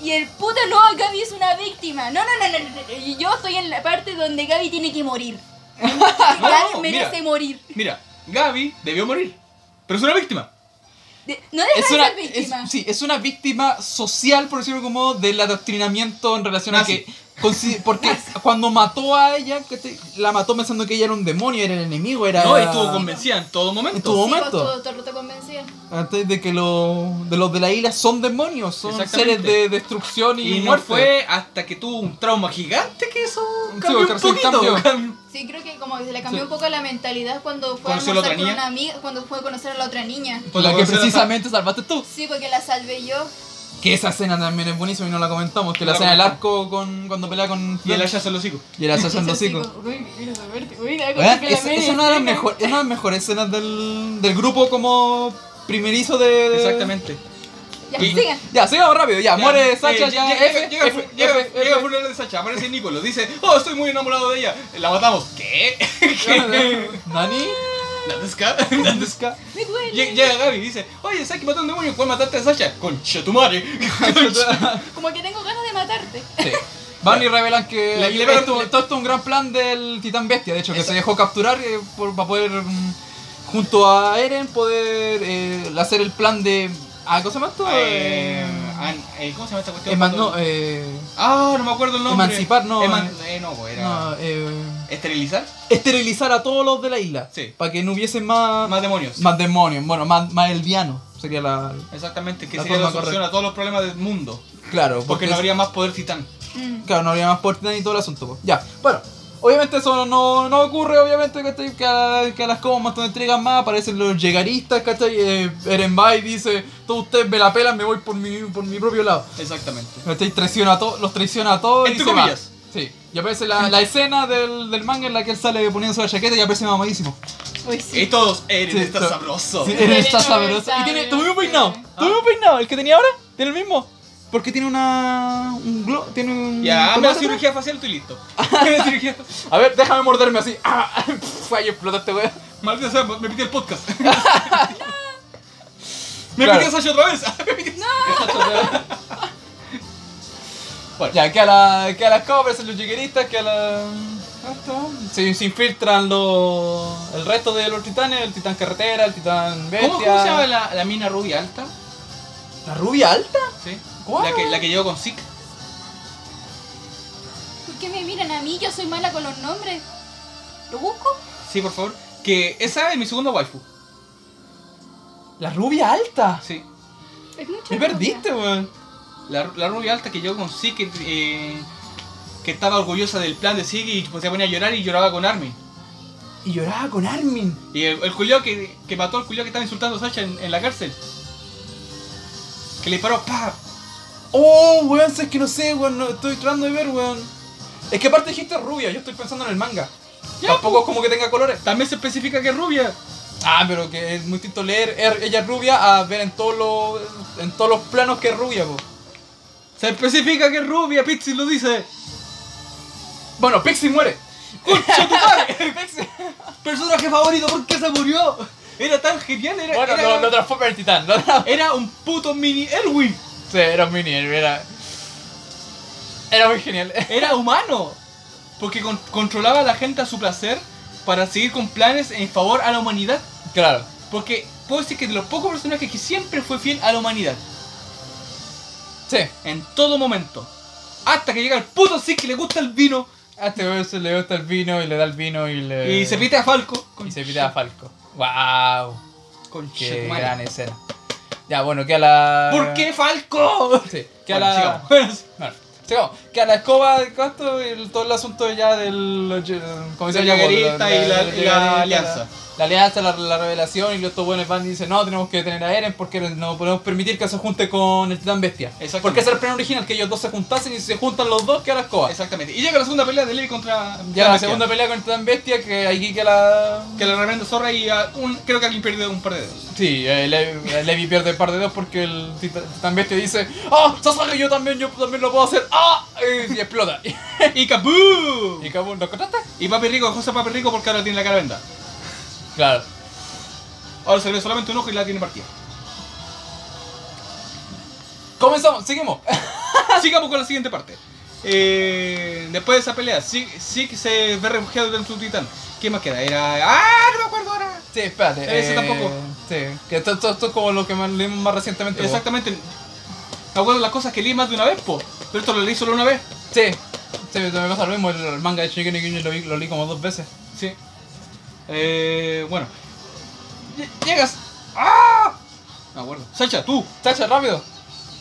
Speaker 2: Y el puta no, Gaby es una víctima. No, no, no, no, no, no. Y Yo estoy en la parte donde Gaby tiene que morir. Gaby
Speaker 3: no, no,
Speaker 2: merece
Speaker 3: mira.
Speaker 2: morir.
Speaker 3: Mira, Gaby debió morir, pero es una víctima.
Speaker 2: De- no deja
Speaker 1: Es
Speaker 2: de
Speaker 1: una,
Speaker 2: ser víctima.
Speaker 1: es- sí, es una víctima social, por decirlo como, del adoctrinamiento en relación
Speaker 3: Nazi.
Speaker 1: a que. consi- Porque cuando mató a ella, que te- la mató pensando que ella era un demonio, era el enemigo, era.
Speaker 3: No, estuvo convencida en todo momento.
Speaker 1: Estuvo-
Speaker 2: Sí, pues,
Speaker 1: momento.
Speaker 2: todo, todo el rato convencida.
Speaker 1: Antes de que los de los de la isla son demonios, son
Speaker 3: Exactamente.
Speaker 1: seres de destrucción y,
Speaker 3: Y no
Speaker 1: muerte.
Speaker 3: fue hasta que tuvo un trauma gigante que eso
Speaker 1: Sí,
Speaker 3: cambió
Speaker 1: porque
Speaker 3: un
Speaker 1: recién
Speaker 3: poquito.
Speaker 1: cambió.
Speaker 3: cam-
Speaker 2: Sí, creo que como que se le cambió
Speaker 1: Sí.
Speaker 2: un poco la mentalidad cuando fue a
Speaker 3: ¿Conoció a la otra
Speaker 2: almorzar con
Speaker 3: niña?
Speaker 2: una amiga, cuando fue a conocer a la otra niña.
Speaker 1: Por la
Speaker 3: Cuando
Speaker 1: que
Speaker 3: conoció a
Speaker 1: precisamente salvaste tú.
Speaker 2: Sí, porque la salvé yo.
Speaker 1: Que esa escena también es buenísima y no la comentamos. Que
Speaker 3: No
Speaker 1: la
Speaker 3: la
Speaker 1: escena del
Speaker 3: comentamos.
Speaker 1: arco con, cuando pelea con.
Speaker 3: Y el Asha se lo sigo.
Speaker 1: Y el hacha en los
Speaker 2: Entonces,
Speaker 1: hijos.
Speaker 2: digo, Uy, mira, esa parte, uy, la cosa
Speaker 1: Weón,
Speaker 2: que la
Speaker 1: esa,
Speaker 2: media
Speaker 1: esa es una de las
Speaker 2: escena.
Speaker 1: mejor- es una de las mejores escenas del, del grupo como primerizo de...
Speaker 3: Exactamente.
Speaker 2: Ya,
Speaker 3: Y-
Speaker 2: sigan.
Speaker 1: Ya, sigamos rápido, ya, muere
Speaker 3: eh,
Speaker 1: Sacha, ya,
Speaker 3: llega-
Speaker 1: F,
Speaker 3: llega-
Speaker 1: F,
Speaker 3: llega-
Speaker 1: F, F.
Speaker 3: Llega el funeral de Sacha, aparece Nicolás, dice, oh, estoy muy enamorado de ella, la matamos. ¿Qué?
Speaker 1: Nani,
Speaker 3: ¿Nandeska?
Speaker 1: Nandeska.
Speaker 2: Me duele.
Speaker 3: Llega llega Gaby y dice, oye, Saki mató a un demonio, ¿cuál mataste a Sacha? Concha tu madre.
Speaker 2: Como que tengo ganas de matarte.
Speaker 1: Sí. Van y revelan que
Speaker 3: Le- le-
Speaker 1: esto,
Speaker 3: le-
Speaker 1: todo esto es un gran plan del titán bestia, de hecho, que
Speaker 3: Exacto.
Speaker 1: se dejó capturar eh, por- para poder, mm, junto a Eren, poder eh, hacer el plan de... ah, ¿Cómo se llama esto?
Speaker 3: Eh, an- eh, ¿Cómo se llama esta cuestión?
Speaker 1: Eman-
Speaker 3: Cuando-
Speaker 1: no, eh,
Speaker 3: Ah, no me acuerdo el nombre.
Speaker 1: Emancipar, no,
Speaker 3: Eman- eh, no, era...
Speaker 1: no, eh,
Speaker 3: ¿Esterilizar?
Speaker 1: esterilizar a todos los de la isla.
Speaker 3: Sí.
Speaker 1: Para que no hubiesen más,
Speaker 3: Más
Speaker 1: más,
Speaker 3: demonios.
Speaker 1: demonios. Bueno, más, más elvianos. Sería la.
Speaker 3: Exactamente, que
Speaker 1: La
Speaker 3: sería la
Speaker 1: forma
Speaker 3: solución
Speaker 1: correcta.
Speaker 3: a todos los problemas del mundo.
Speaker 1: Claro,
Speaker 3: Porque no habría más poder titán.
Speaker 2: Mm.
Speaker 1: Claro, no habría más puertas ni todo el asunto. po. Ya, bueno. Obviamente eso no, no ocurre, obviamente, ¿cachai? Que a, que a las comas te entregan más, aparecen los llegaristas, ¿cachai? Eh, Eren va y dice, todos ustedes me la pelan, me voy por mi, por mi propio lado.
Speaker 3: Exactamente.
Speaker 1: ¿Cachai? Traiciona a todos, los traiciona a todos
Speaker 3: Entre
Speaker 1: y se va.
Speaker 3: comillas.
Speaker 1: Sí, y aparece la, la escena del, del manga en la que él sale poniéndose la chaqueta y aparece mamadísimo.
Speaker 2: Uy,
Speaker 3: Y
Speaker 2: sí.
Speaker 3: todos, Eren,
Speaker 1: Sí,
Speaker 3: está
Speaker 1: to-
Speaker 3: sabroso.
Speaker 1: Sí,
Speaker 2: Tiene
Speaker 1: está
Speaker 2: todo
Speaker 1: sabroso.
Speaker 2: el
Speaker 1: Y tiene tu
Speaker 2: sabor,
Speaker 1: mismo peinado.
Speaker 2: sí. Ah.
Speaker 1: Tu mismo peinado. El que tenía ahora tiene el mismo. Porque tiene una. Un glo. Tiene un.
Speaker 3: Ya, ah, me
Speaker 1: ¿cómo
Speaker 3: da
Speaker 1: se llama?
Speaker 3: cirugía facial, estoy listo. Me da cirugía facial.
Speaker 1: A ver, déjame morderme así. Ah, pf, ay, explotaste, weón.
Speaker 3: Maldita sea, me pide el podcast. me
Speaker 1: Claro.
Speaker 3: pide Sasha otra vez. Me pitió- Bueno.
Speaker 1: Ya, que a, la, que a las cobras, los jigueristas, que a la. esto. Se, se infiltran los. El resto de los titanes: el titán carretera, el titán bestia.
Speaker 3: ¿Cómo, cómo se llama la, la mina rubia alta?
Speaker 1: ¿La rubia alta?
Speaker 3: ¿Sí?
Speaker 1: ¿Cuál?
Speaker 3: La que, la que llegó con Zeke.
Speaker 2: ¿Por qué me miran a mí? Yo soy mala con los nombres. ¿Lo busco?
Speaker 3: Sí, por favor. Que esa es mi segunda waifu.
Speaker 1: ¿La rubia alta?
Speaker 3: Sí.
Speaker 2: Es mucho.
Speaker 1: Me perdiste, weón.
Speaker 3: La, la rubia alta que llegó con Zeke, eh, que estaba orgullosa del plan de Zeke y pues, se ponía a llorar y lloraba con Armin.
Speaker 1: Y lloraba con Armin.
Speaker 3: Y el, el culiao que, que mató al culiao que estaba insultando a Sasha en, en la cárcel. Que le disparó, pa.
Speaker 1: Oh, weón, es que no sé, weón, no, estoy tratando de ver, weón. Es que aparte dijiste rubia, yo estoy pensando en el manga.
Speaker 3: Ya,
Speaker 1: Tampoco es como que tenga colores.
Speaker 3: También se especifica que es rubia.
Speaker 1: Ah, pero que es muy distinto leer er- ella es rubia a ver en todos los en todos los planos que es rubia, po.
Speaker 3: Se especifica que es rubia, Pixie lo dice.
Speaker 1: Bueno, Pixie muere.
Speaker 3: ¡Concha tu madre!
Speaker 1: Pixie.
Speaker 3: Personaje favorito, ¿por qué se murió? Era tan genial, era.
Speaker 1: Bueno,
Speaker 3: era,
Speaker 1: lo, lo transforma en titán. Lo tra-
Speaker 3: era un puto mini Erwin.
Speaker 1: sí, era un mini, era era muy genial.
Speaker 3: Era humano. Porque con- controlaba a la gente a su placer para seguir con planes en favor a la humanidad.
Speaker 1: Claro.
Speaker 3: Porque puedo decir que es de los pocos personajes que siempre fue fiel a la humanidad.
Speaker 1: Sí.
Speaker 3: En todo momento. Hasta que llega el puto sí que le gusta el vino.
Speaker 1: A este weón se le gusta el vino y le da el vino y le
Speaker 3: Y se pita a Falco.
Speaker 1: Eh, y se pita a Falco. Wow.
Speaker 3: Con
Speaker 1: Qué gran escena. Ya, bueno, que a la.
Speaker 3: ¿Por qué Falco?
Speaker 1: Sí, que
Speaker 3: Bueno,
Speaker 1: a la.
Speaker 3: sigamos. Bueno, sí.
Speaker 1: Bueno, sigamos. Que a la escoba de Costo y el- todo el asunto ya del. Como
Speaker 3: Del Jaguerista y la- y la alianza.
Speaker 1: La, la alianza, la, la revelación y los estos buenos van y dicen: No, tenemos que detener a Eren porque no podemos permitir que se junte con el titán bestia.
Speaker 3: Exactamente.
Speaker 1: Porque ese era el plan original, que ellos dos se juntasen y si se juntan los dos, que a la escoba.
Speaker 3: Exactamente. Y llega la segunda pelea de Levi contra.
Speaker 1: Ya la
Speaker 3: bestia.
Speaker 1: segunda pelea con el titán bestia, que aquí que la.
Speaker 3: Que la reverenda zorra y a un, creo que alguien perdió un par de dedos.
Speaker 1: Sí, eh, Le- Levi pierde el par de dos porque el tita- titán bestia dice ¡Ah! Sasage, yo también, yo también lo puedo hacer! ¡Ah! Y, y explota.
Speaker 3: y Kaboom!
Speaker 1: ¿Y Kabul, ¿lo encontraste?
Speaker 3: Y Papi Rico, José Papi Rico porque ahora tiene la cara venda.
Speaker 1: Claro.
Speaker 3: Ahora se le ve solamente un ojo y la tiene partida.
Speaker 1: Comenzamos, seguimos.
Speaker 3: Sigamos con la siguiente parte. Eh, después de esa pelea, Sig, Sig se ve refugiado dentro de un titán. ¿Qué más queda? Era. ¡Ah! No me acuerdo ahora.
Speaker 1: Sí, espérate.
Speaker 3: Ese Eh, tampoco.
Speaker 1: Sí, que esto, esto- esto es como lo que más leímos más recientemente. po.
Speaker 3: Exactamente. Me acuerdo las cosas que leí más de una vez, po. Pero esto lo leí solo una vez.
Speaker 1: Sí, sí, me pasa lo mismo. El, el manga de Shingeki no Kyojin lo, vi- lo leí como dos veces.
Speaker 3: Sí. Eh, bueno. Lle- Llegas. ¡Ah! No me acuerdo. Sacha, tú.
Speaker 1: Tacha, rápido.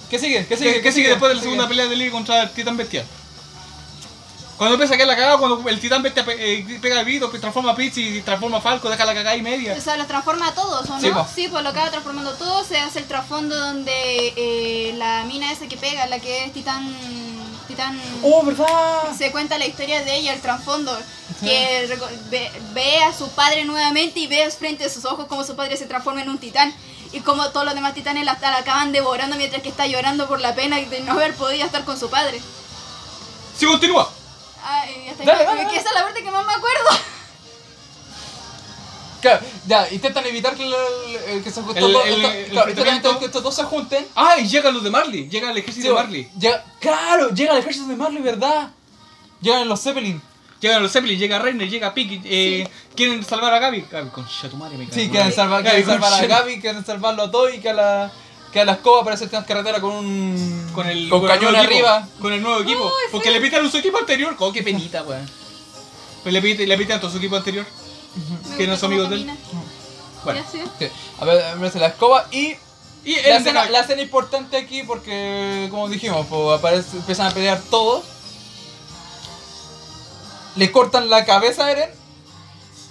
Speaker 1: ¿Qué sigue? ¿Qué
Speaker 3: ¿Qué,
Speaker 1: sigue?
Speaker 3: qué sigue después de la
Speaker 1: ¿Qué
Speaker 3: segunda
Speaker 1: sigue?
Speaker 3: pelea de Lee contra el Titán Bestia? Cuando empieza a caer la cagada, cuando el Titán Bestia pe- eh, pega el grito, transforma a Peach y transforma a Falco, deja la cagada y media.
Speaker 2: O sea, los transforma a todos, ¿o no?
Speaker 1: Sí,
Speaker 2: Sí,
Speaker 1: po.
Speaker 2: pues, lo acaba transformando a todos. Se hace el trasfondo donde eh, la mina esa que pega, la que es titán. titán
Speaker 1: ¡Oh, verdad!
Speaker 2: se cuenta la historia de ella, el trasfondo. Que reco- ve, ve a su padre nuevamente y ve frente a sus ojos como su padre se transforma en un titán. Y como todos los demás titanes la, la acaban devorando mientras que está llorando por la pena de no haber podido estar con su padre.
Speaker 3: ¡Sí, continúa!
Speaker 2: Ay, hasta ahí
Speaker 1: Dale,
Speaker 2: me-
Speaker 1: dale,
Speaker 2: que
Speaker 1: dale.
Speaker 2: esa es la parte que más me acuerdo.
Speaker 1: Claro, ya, intentan evitar que, el- el- que se junten
Speaker 3: El-
Speaker 1: dos-
Speaker 3: el-
Speaker 1: estos-
Speaker 3: el
Speaker 1: claro, intentan
Speaker 3: enfrentamiento.
Speaker 1: que estos dos se junten.
Speaker 3: ¡Ah! Y llegan los de Marley, llega el ejército
Speaker 1: Sí,
Speaker 3: de Marley.
Speaker 1: llega- claro, llega el ejército de Marley, ¿verdad? Llegan los Zeppelin.
Speaker 3: Llegan los Zeppelin, llega Reiner, llega Piggy, eh, quieren salvar a Gaby. Gaby, concha tu madre, me cago
Speaker 1: Sí,
Speaker 3: en
Speaker 1: quieren
Speaker 3: madre.
Speaker 1: salvar, quieren
Speaker 3: Gaby,
Speaker 1: salvar a
Speaker 3: concha-
Speaker 1: Gaby, quieren salvarlo a Toy, que a la, que a la escoba parece que tienen carretera con un.
Speaker 3: Con el
Speaker 1: con
Speaker 3: con el
Speaker 1: cañón
Speaker 3: nuevo equipo,
Speaker 1: arriba.
Speaker 3: Con el nuevo equipo. porque le pitan a su equipo anterior. ¡Oh, qué penita, weón! Pues le pitan, le pitan a todo su equipo anterior.
Speaker 2: Me
Speaker 3: Que no
Speaker 2: gusta
Speaker 3: son
Speaker 2: cómo
Speaker 3: amigos de él.
Speaker 2: camina.
Speaker 3: Bueno.
Speaker 2: Ya
Speaker 3: Ah,
Speaker 2: sé.
Speaker 1: Sí, A ver, aparece la escoba y.
Speaker 3: Y
Speaker 1: La
Speaker 3: él de
Speaker 1: escena,
Speaker 3: Gaby.
Speaker 1: la escena importante aquí porque, como dijimos, pues, aparece- empiezan a pelear todos. Le cortan la cabeza a Eren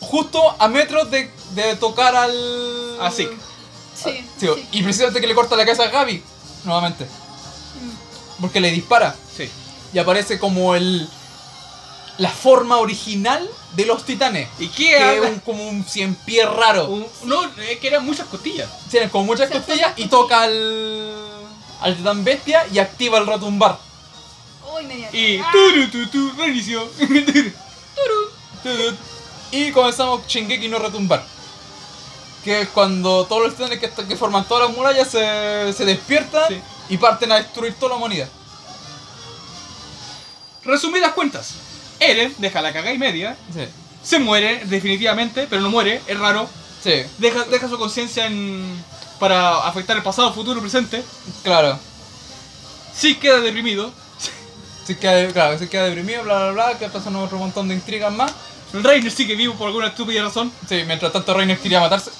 Speaker 1: justo a metros de, de tocar al.
Speaker 3: A Zeke. ah,
Speaker 2: Sí,
Speaker 1: Sí, Y precisamente que le corta la cabeza a Gaby, nuevamente,
Speaker 2: Mm.
Speaker 1: porque le dispara.
Speaker 3: Sí.
Speaker 1: Y aparece como el. La forma original de los titanes.
Speaker 3: ¿Y
Speaker 1: Que
Speaker 3: qué
Speaker 1: es
Speaker 3: habla?
Speaker 1: un- como un cien pies raro.
Speaker 3: Un- No, es que eran muchas costillas.
Speaker 1: Tienen como muchas
Speaker 2: O sea,
Speaker 1: costillas y toca al. al titán bestia y activa el retumbar.
Speaker 2: Uy, media.
Speaker 3: Y.
Speaker 2: Ah,
Speaker 3: Turu, tu, tu, reinicio. Turu.
Speaker 1: Y comenzamos Shingeki no retumbar. Que es cuando todos los titanes que, est- que forman todas las murallas se, se despiertan
Speaker 3: Sí.
Speaker 1: y parten a destruir toda la humanidad.
Speaker 3: Resumidas cuentas. Eren deja la caga y media.
Speaker 1: Sí.
Speaker 3: Se muere, definitivamente, pero no muere, es raro.
Speaker 1: Sí,
Speaker 3: Deja, deja su conciencia en. para afectar el pasado, futuro, presente.
Speaker 1: claro.
Speaker 3: Sí queda deprimido.
Speaker 1: Se queda, claro, se queda deprimido, bla bla bla, que pasan otro montón de intrigas más.
Speaker 3: Reiner sigue vivo por alguna estúpida razón.
Speaker 1: Sí, mientras tanto Reiner quería matarse.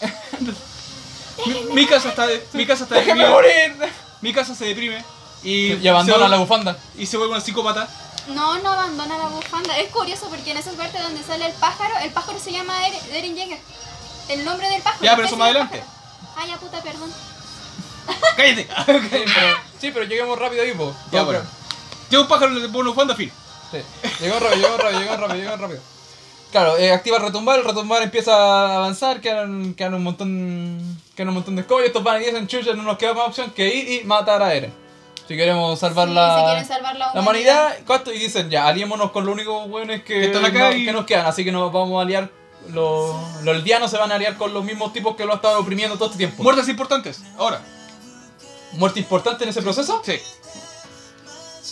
Speaker 3: Mi, mi casa está, de- mi casa está
Speaker 1: ¡Déjeme
Speaker 3: deprimida.
Speaker 1: morir!
Speaker 3: Mi casa se deprime. Y,
Speaker 1: Y abandona
Speaker 3: se vuelve-
Speaker 1: la bufanda.
Speaker 3: Y se vuelve una psicópata.
Speaker 2: Ah, No, no abandona la bufanda. Es curioso porque en esa parte donde sale el pájaro, el pájaro se llama Eren, Eren Yeager. El nombre del pájaro.
Speaker 3: Ya, pero eso
Speaker 2: ese es
Speaker 3: más
Speaker 2: el
Speaker 3: adelante.
Speaker 2: pájaro. Ay, ya puta, perdón.
Speaker 3: ¡Cállate!
Speaker 1: Sí, pero, sí, pero lleguemos rápido ahí, po.
Speaker 3: Ya, bueno. Llega un pájaro de una bufanda, fin.
Speaker 1: Sí. Llegó rápido, llegó rápido, llegó rápido, llegó rápido. Claro, eh, activa el retumbar, el retumbar empieza a avanzar, quedan, quedan un montón quedan un montón de escollos, estos van y dicen, chucha, no nos queda más opción que ir y matar a Eren. Si queremos salvar
Speaker 2: Sí,
Speaker 1: la,
Speaker 2: si quieren salvar la
Speaker 1: la humanidad, ¿cuánto? Y dicen, ya, aliémonos con los únicos buenos
Speaker 3: Que
Speaker 1: que,
Speaker 3: están acá
Speaker 1: no-
Speaker 3: y-
Speaker 1: que nos quedan, así que nos vamos a aliar, los, los aldeanos se van a aliar con los mismos tipos que lo han estado oprimiendo todo este tiempo.
Speaker 3: Muertes importantes, ahora.
Speaker 1: Muerte importante en ese proceso,
Speaker 3: Sí.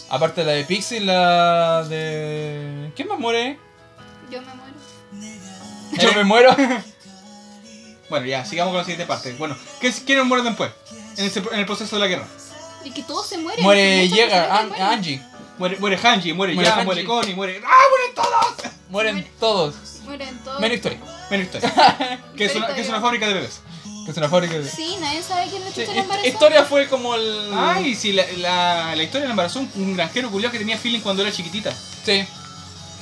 Speaker 1: aparte de la de Pixie, la de... ¿Quién más muere?
Speaker 2: Yo me muero.
Speaker 1: Yo me muero.
Speaker 3: Bueno, ya, sigamos con la siguiente parte. Bueno, ¿qué, es- ¿quiénes mueren después? En, ese- en el proceso de la guerra.
Speaker 2: Y que todos se mueren.
Speaker 1: Muere
Speaker 2: muchos
Speaker 1: Jäger,
Speaker 2: personajes
Speaker 1: An-
Speaker 2: mueren.
Speaker 1: Angie.
Speaker 3: Muere, muere Hanji, muere,
Speaker 1: Muere
Speaker 3: Ya,
Speaker 1: Hanji.
Speaker 3: muere Connie, muere. ¡Ah, mueren todos!
Speaker 1: Mueren
Speaker 2: Muere-
Speaker 1: todos.
Speaker 2: Mueren
Speaker 3: Oh.
Speaker 2: todos.
Speaker 1: Menos historia.
Speaker 3: Menos historia. que, es una, que es una fábrica de bebés.
Speaker 1: Que es una fábrica de.
Speaker 2: Sí, nadie sabe quién le
Speaker 1: Sí,
Speaker 2: chucha
Speaker 1: hi-
Speaker 2: el embarazo.
Speaker 1: historia fue como el.
Speaker 3: Ay, sí, la, la, la historia la embarazó un, un granjero culiao que tenía feeling cuando era chiquitita.
Speaker 1: Sí.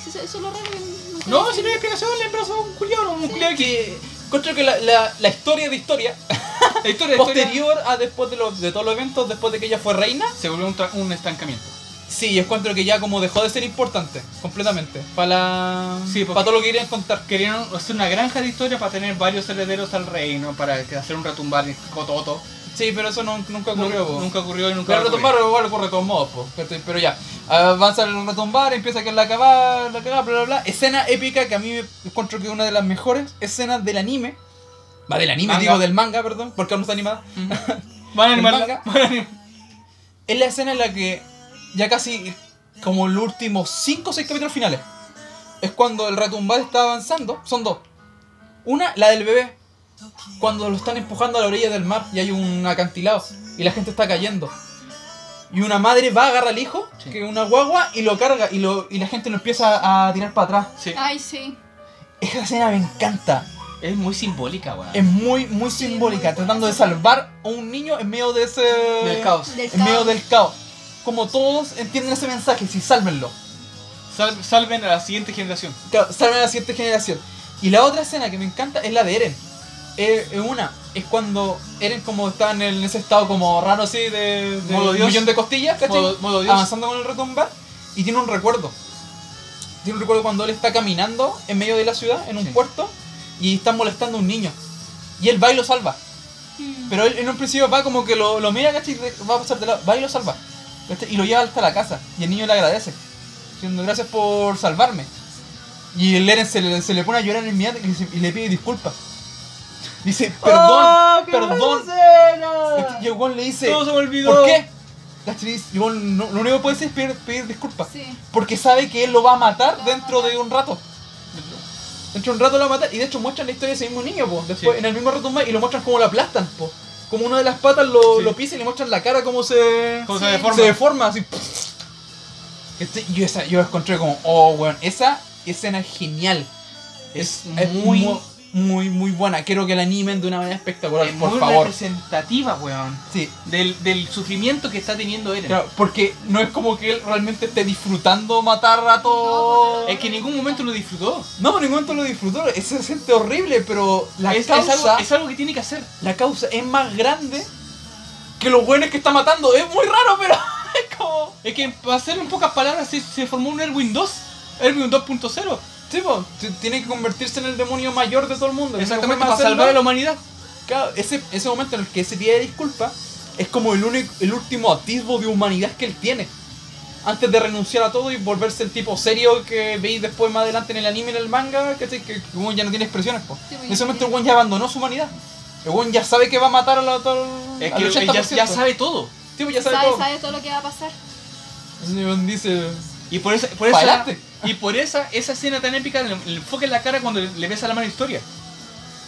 Speaker 2: Eso, eso es lo raro. que nunca
Speaker 3: No,
Speaker 2: dicen.
Speaker 3: si no hay explicación, la embarazó un culiao, un culiao que.
Speaker 1: Que. Encuentro que la, la, la historia de historia,
Speaker 3: La historia, la historia
Speaker 1: posterior a después de, los, de todos los eventos, después de que ella fue reina,
Speaker 3: se volvió un, tra- un estancamiento.
Speaker 1: sí, yo encuentro que ya como dejó de ser importante, completamente. Para la.
Speaker 3: Sí, porque-
Speaker 1: para todo lo que querían contar.
Speaker 3: Querían hacer una granja de historia para tener varios herederos al reino, para que- hacer un retumbar cototo.
Speaker 1: Sí, pero eso no- nunca ocurrió.
Speaker 3: Nunca,
Speaker 1: po.
Speaker 3: nunca ocurrió y nunca
Speaker 1: Pero
Speaker 3: va a
Speaker 1: el
Speaker 3: ocurrir.
Speaker 1: retumbar igual ocurre de todos modos, po, ¿cachai? pero ya. Avanza el retumbar, empieza que la cagada, la cagada, bla bla bla. Escena épica que a mí me encuentro que es una de las mejores escenas del anime. Va del anime,
Speaker 3: Manga.
Speaker 1: digo del Ah, manga, perdón, porque aún no está animada.
Speaker 3: Van
Speaker 1: El
Speaker 3: a animar.
Speaker 1: manga.
Speaker 3: van a animar-
Speaker 1: es la escena en la que ya casi como los últimos 5 o 6 capítulos finales es cuando el retumbar está avanzando. Son dos. Una, la del bebé, cuando lo están empujando a la orilla del mar y hay un acantilado y la gente está cayendo. Y una madre va a agarrar al hijo,
Speaker 3: Sí.
Speaker 1: que es una guagua, y lo carga y, lo, y la gente lo empieza a tirar para atrás.
Speaker 3: Sí.
Speaker 2: Ay, sí.
Speaker 1: Esa escena me encanta.
Speaker 3: Es muy simbólica, weón.
Speaker 1: Es muy, muy simbólica, tratando de salvar a un niño en medio de ese...
Speaker 3: Del caos.
Speaker 2: Del
Speaker 1: En medio
Speaker 2: caos.
Speaker 1: del caos. Como todos entienden ese mensaje, sí, sálvenlo.
Speaker 3: Sal- salven a la siguiente generación.
Speaker 1: Claro, salven a la siguiente generación. Y la otra escena que me encanta es la de Eren. Eh, eh, una, es cuando Eren como está en, el- en ese estado como raro así de, de
Speaker 3: Modo
Speaker 1: un
Speaker 3: Dios.
Speaker 1: millón de costillas, ¿cachai?
Speaker 3: Modo, modo Dios.
Speaker 1: Avanzando con el retumbar y tiene un recuerdo. Tiene un recuerdo cuando él está caminando en medio de la ciudad, en un
Speaker 3: Sí.
Speaker 1: puerto, y están molestando a un niño. Y él va y lo salva.
Speaker 2: Mm.
Speaker 1: Pero él en un principio va como que lo, lo mira, ¿cachai? Y Va a pasar de lado, va y lo salva. ¿cachai? Y lo lleva hasta la casa. Y el niño le agradece. Diciendo gracias por salvarme. Y el Eren se le, se le pone a llorar inmediato y, se- y le pide disculpas. Dice, perdón,
Speaker 3: Oh,
Speaker 1: perdón. Y el weón le dice,
Speaker 3: Ah. Todo se me olvidó.
Speaker 1: ¿por qué? ¿Cachai? Y dice, weón, no- lo único que puede hacer es pedir, pedir disculpas.
Speaker 2: Sí.
Speaker 1: Porque sabe que él lo va a matar dentro de un rato. Dentro de un rato lo va a matar. Y de hecho muestran la historia de ese mismo niño, po. Después
Speaker 3: Sí.
Speaker 1: en el mismo retumba y lo muestran como lo aplastan, po. Como una de las patas lo,
Speaker 3: Sí.
Speaker 1: lo pisa y le muestran la cara como se.
Speaker 3: Como
Speaker 2: Sí.
Speaker 3: se deforma.
Speaker 1: Se deforma así. Este- yo esa, yo la encontré como, oh weón, esa escena es genial.
Speaker 3: Es,
Speaker 1: Es
Speaker 3: muy,
Speaker 1: muy, muy, muy buena. Quiero que la animen de una manera espectacular,
Speaker 3: es
Speaker 1: por
Speaker 3: muy
Speaker 1: favor.
Speaker 3: representativa, weón.
Speaker 1: Sí.
Speaker 3: Del, del sufrimiento que está teniendo Eren.
Speaker 1: Claro, porque no es como que él realmente esté disfrutando matar a todo.
Speaker 3: Es que en ningún momento lo disfrutó.
Speaker 1: No, en ningún momento lo disfrutó, es- se siente horrible, pero la,
Speaker 3: es, es
Speaker 1: causa,
Speaker 3: algo, es algo que tiene que hacer.
Speaker 1: la causa es más grande que los buenos que está matando. Es muy raro, pero es como...
Speaker 3: Es que, para hacerlo en pocas palabras, se, se formó un Erwin 2. Erwin 2.0.
Speaker 1: Sí, po, t- tiene que convertirse en el demonio mayor de todo el mundo.
Speaker 3: Exactamente,
Speaker 1: La
Speaker 3: para
Speaker 1: única forma
Speaker 3: salvar
Speaker 1: de
Speaker 3: a la
Speaker 1: hacerlo-
Speaker 3: humanidad.
Speaker 1: Claro, ese, ese momento en el que se pide disculpa es como el, único, el último atisbo de humanidad que él tiene. Antes de renunciar a todo y volverse el tipo serio que veis después más adelante en el anime, en el manga, ¿cachai? que, que bueno, ya no tiene expresiones. po.
Speaker 2: Sí, pues,
Speaker 1: en ese
Speaker 2: ya
Speaker 1: momento el
Speaker 2: tiene-
Speaker 1: Won ya abandonó su humanidad. El Won ya sabe que va a matar a la tal.
Speaker 3: Es
Speaker 1: al
Speaker 3: que él ya,
Speaker 1: 80%.
Speaker 3: ya sabe todo.
Speaker 1: Sí, pues ya sabe,
Speaker 2: Sabe,
Speaker 1: todo.
Speaker 2: sabe todo lo que va a pasar.
Speaker 1: Ese weón dice.
Speaker 3: Y por esa, por
Speaker 1: Pa'
Speaker 3: esa,
Speaker 1: adelante.
Speaker 3: y por esa, esa escena tan épica, el, el enfoque en la cara cuando le, le besa la mano historia.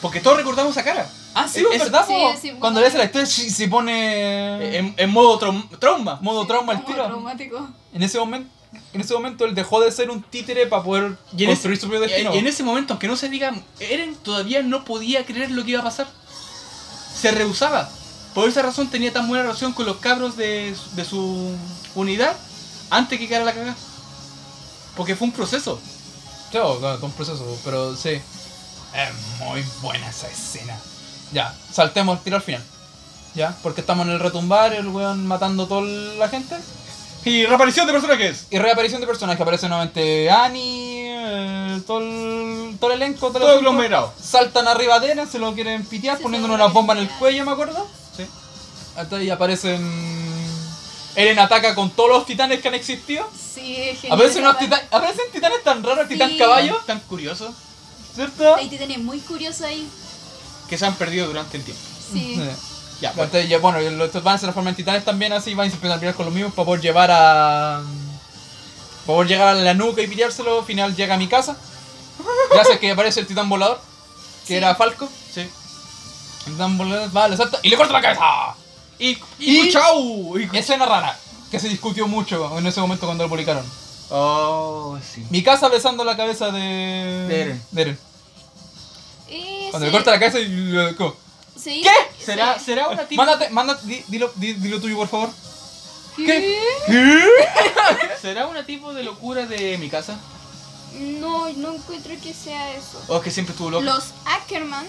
Speaker 3: Porque todos recordamos esa cara.
Speaker 1: Ah, sí,
Speaker 3: Es-
Speaker 1: pues,
Speaker 3: es-
Speaker 1: ¿verdad?
Speaker 2: Sí,
Speaker 1: po?
Speaker 2: sí, pues.
Speaker 1: Cuando le hace la historia, sí, se pone.
Speaker 3: En, en modo traum- trauma.
Speaker 1: modo trauma al
Speaker 2: Como
Speaker 1: tiro.
Speaker 2: Traumático.
Speaker 1: En ese momento, en ese momento él dejó de ser un títere para poder
Speaker 3: Y en, ese,
Speaker 1: construir su propio destino.
Speaker 3: y en ese momento, aunque no se diga, Eren todavía no podía creer lo que iba a pasar. Se rehusaba. Por esa razón tenía tan buena relación con los cabros de, su- de su unidad antes que quedara la cagada. Porque fue un proceso.
Speaker 1: Claro, oh, claro, todo un proceso, pero sí. Es muy buena esa escena. Ya, saltemos el tiro al final. Ya, porque estamos en el retumbar, el weón matando a toda la gente.
Speaker 3: Y reaparición de personajes.
Speaker 1: Y reaparición de personajes, aparece nuevamente Annie, eh, todo, el, todo el elenco, todo el
Speaker 3: Todo
Speaker 1: asunto.
Speaker 3: aglomerado.
Speaker 1: Saltan arriba de Eren, se lo quieren pitear,
Speaker 2: Sí,
Speaker 1: poniéndole
Speaker 2: se
Speaker 1: una
Speaker 2: lo
Speaker 1: bomba en el
Speaker 2: quieren
Speaker 1: cuello, me acuerdo.
Speaker 3: Sí.
Speaker 1: Hasta ahí aparecen... Eren ataca con todos los titanes que han existido.
Speaker 2: Sí, es genial.
Speaker 1: Aparecen, unos
Speaker 2: esa
Speaker 1: titanes, aparecen titanes tan raros, titán
Speaker 2: Sí.
Speaker 1: caballo,
Speaker 3: Tan curioso
Speaker 1: ¿cierto?
Speaker 2: Ahí te tenés muy curioso ahí.
Speaker 3: que se han perdido durante el tiempo.
Speaker 2: Sí.
Speaker 1: Sí.
Speaker 3: Ya, bueno.
Speaker 1: Entonces, ya, bueno, y los estos van se transforman en titanes también así, van y se empiezan a pelear con los mismos para poder llevar a... Para poder llegar a la nuca y piteárselo, al final llega a mi casa. Gracias que aparece el titán volador, que
Speaker 2: Sí.
Speaker 1: era Falco.
Speaker 3: pues, Sí.
Speaker 1: El titán volador va, le salta y le corta la cabeza.
Speaker 3: Y,
Speaker 1: Y-
Speaker 3: y, chau. Y-
Speaker 1: Escena rara, que se discutió mucho en ese momento cuando lo publicaron.
Speaker 3: Oh, sí.
Speaker 1: Mi casa besando la cabeza de...
Speaker 3: De Eren.
Speaker 2: Y
Speaker 1: Cuando le
Speaker 2: se-
Speaker 1: corta la cabeza y lo... como,
Speaker 2: se-
Speaker 1: ¿Qué?
Speaker 2: se-
Speaker 3: ¿Será, será una tipa?
Speaker 1: Mándate, mándate, di- dilo, di- dilo tuyo por favor.
Speaker 2: ¿Qué?
Speaker 3: ¿Será una tipo de locura de mi casa?
Speaker 2: No, no encuentro que sea eso.
Speaker 3: ¿O es que siempre estuvo loca?
Speaker 2: Los Ackerman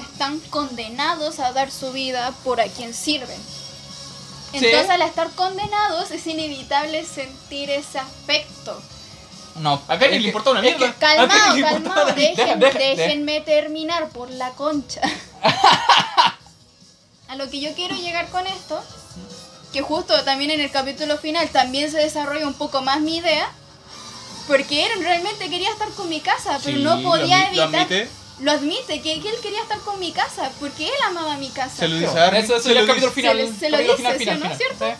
Speaker 2: están condenados a dar su vida por a quien sirven.
Speaker 1: Sí.
Speaker 2: Entonces, al estar condenados, es inevitable sentir ese aspecto.
Speaker 1: No,
Speaker 3: A
Speaker 1: es
Speaker 3: Karen le
Speaker 1: que-
Speaker 3: importa una
Speaker 1: es que-
Speaker 3: mierda.
Speaker 1: Antes
Speaker 2: Calmao,
Speaker 1: que le
Speaker 2: calmao,
Speaker 1: importara- deja,
Speaker 2: dejen-
Speaker 1: deja,
Speaker 2: déjenme terminar por la concha. A lo que yo quiero llegar con esto, que justo también en el capítulo final también se desarrolla un poco más mi idea, porque Eren realmente quería estar con mi casa, pero
Speaker 3: Sí,
Speaker 2: no
Speaker 3: lo
Speaker 2: podía
Speaker 3: admi- lo
Speaker 2: evitar.
Speaker 3: admite.
Speaker 2: Lo admite, que, que él quería estar con mi casa, porque él amaba mi casa.
Speaker 3: Se lo
Speaker 1: deja.
Speaker 3: dice a Armin.
Speaker 1: Eso, eso
Speaker 3: Se
Speaker 1: es el
Speaker 3: lo dice-
Speaker 1: capítulo final.
Speaker 2: Se le- se lo
Speaker 1: capítulo
Speaker 2: dice, ¿sí o no?
Speaker 1: Sí.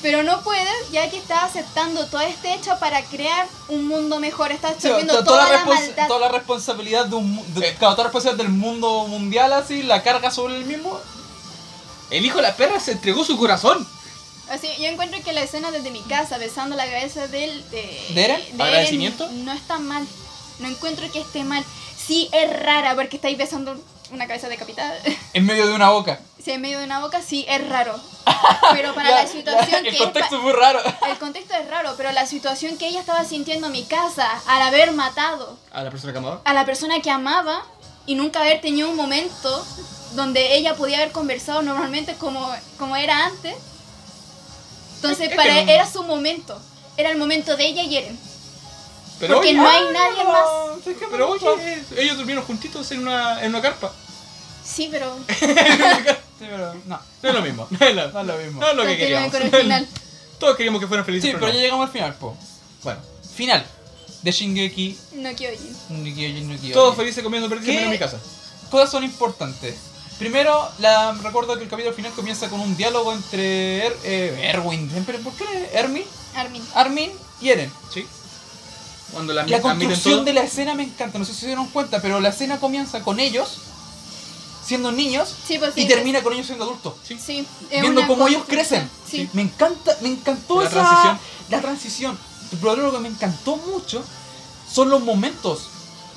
Speaker 2: Pero no puedes, ya que estás aceptando todo este hecho para crear un mundo mejor. Estás
Speaker 1: Sí, to-
Speaker 2: absorbiendo
Speaker 1: toda,
Speaker 2: toda,
Speaker 1: la
Speaker 2: la
Speaker 1: respons-
Speaker 2: maldad.
Speaker 1: toda la responsabilidad de un mu- de-
Speaker 3: Eh.
Speaker 1: claro, toda la responsabilidad del mundo mundial así, la carga sobre el mismo.
Speaker 3: El hijo de la perra se entregó su corazón.
Speaker 2: Así, yo encuentro que la escena desde mi casa, besando la cabeza del, de,
Speaker 1: ¿De Eren?
Speaker 2: Eren
Speaker 3: ¿Agradecimiento?
Speaker 2: no está mal. No encuentro que esté mal. Sí, es rara porque estáis besando una cabeza decapitada.
Speaker 1: En medio de una boca.
Speaker 2: Si en medio de una boca, sí, es raro. Pero para
Speaker 1: Ya,
Speaker 2: la
Speaker 1: ya,
Speaker 2: situación que
Speaker 1: El
Speaker 2: él
Speaker 1: contexto es muy raro.
Speaker 2: pa- el contexto es raro, pero la situación que ella estaba sintiendo en mi casa al haber matado
Speaker 3: A la persona que amaba.
Speaker 2: a la persona que amaba y nunca haber tenido un momento donde ella podía haber conversado normalmente como, como era antes.
Speaker 3: Es
Speaker 2: Entonces,
Speaker 3: que
Speaker 2: para
Speaker 3: no-
Speaker 2: era su momento. Era el momento de ella y Eren.
Speaker 3: Pero Ah,
Speaker 2: Porque
Speaker 3: oye,
Speaker 2: no hay nadie más.
Speaker 3: pero oye, ellos durmieron juntitos en una, en una carpa.
Speaker 2: Sí, pero
Speaker 1: Sí, pero no,
Speaker 3: No es lo mismo. No es lo,
Speaker 1: no es lo mismo.
Speaker 3: no es lo que
Speaker 2: continúen
Speaker 3: queríamos.
Speaker 2: con el final.
Speaker 3: Todos queríamos que fueran felices.
Speaker 1: Sí, pero
Speaker 3: no.
Speaker 1: ya llegamos al final, po.
Speaker 3: Bueno,
Speaker 1: Final de Shingeki
Speaker 2: No Kyojin.
Speaker 1: no Kyojin no Kyojin.
Speaker 3: todos felices comiendo perdices
Speaker 1: ¿Qué?
Speaker 3: menos en mi casa.
Speaker 1: Cosas son importantes. Primero, la, recuerdo que el capítulo final comienza con un diálogo entre Er- eh, Erwin. ¿Pero ¿Por qué era Ermin?
Speaker 2: Armin.
Speaker 1: Armin y Eren.
Speaker 3: Sí. Cuando la,
Speaker 1: La
Speaker 3: admiten todo.
Speaker 1: construcción de la escena me encanta, no sé si se dieron cuenta, pero la escena comienza con ellos siendo niños
Speaker 2: Sí, pues,
Speaker 1: y
Speaker 2: sí,
Speaker 1: termina con ellos siendo adultos.
Speaker 3: Sí.
Speaker 2: Sí, es
Speaker 1: Viendo
Speaker 2: una
Speaker 1: cómo ellos
Speaker 2: construcción.
Speaker 1: crecen.
Speaker 2: Sí.
Speaker 1: Me encanta, me encantó
Speaker 3: La
Speaker 1: esa-
Speaker 3: transición.
Speaker 1: La transición. Pero lo que me encantó mucho son los momentos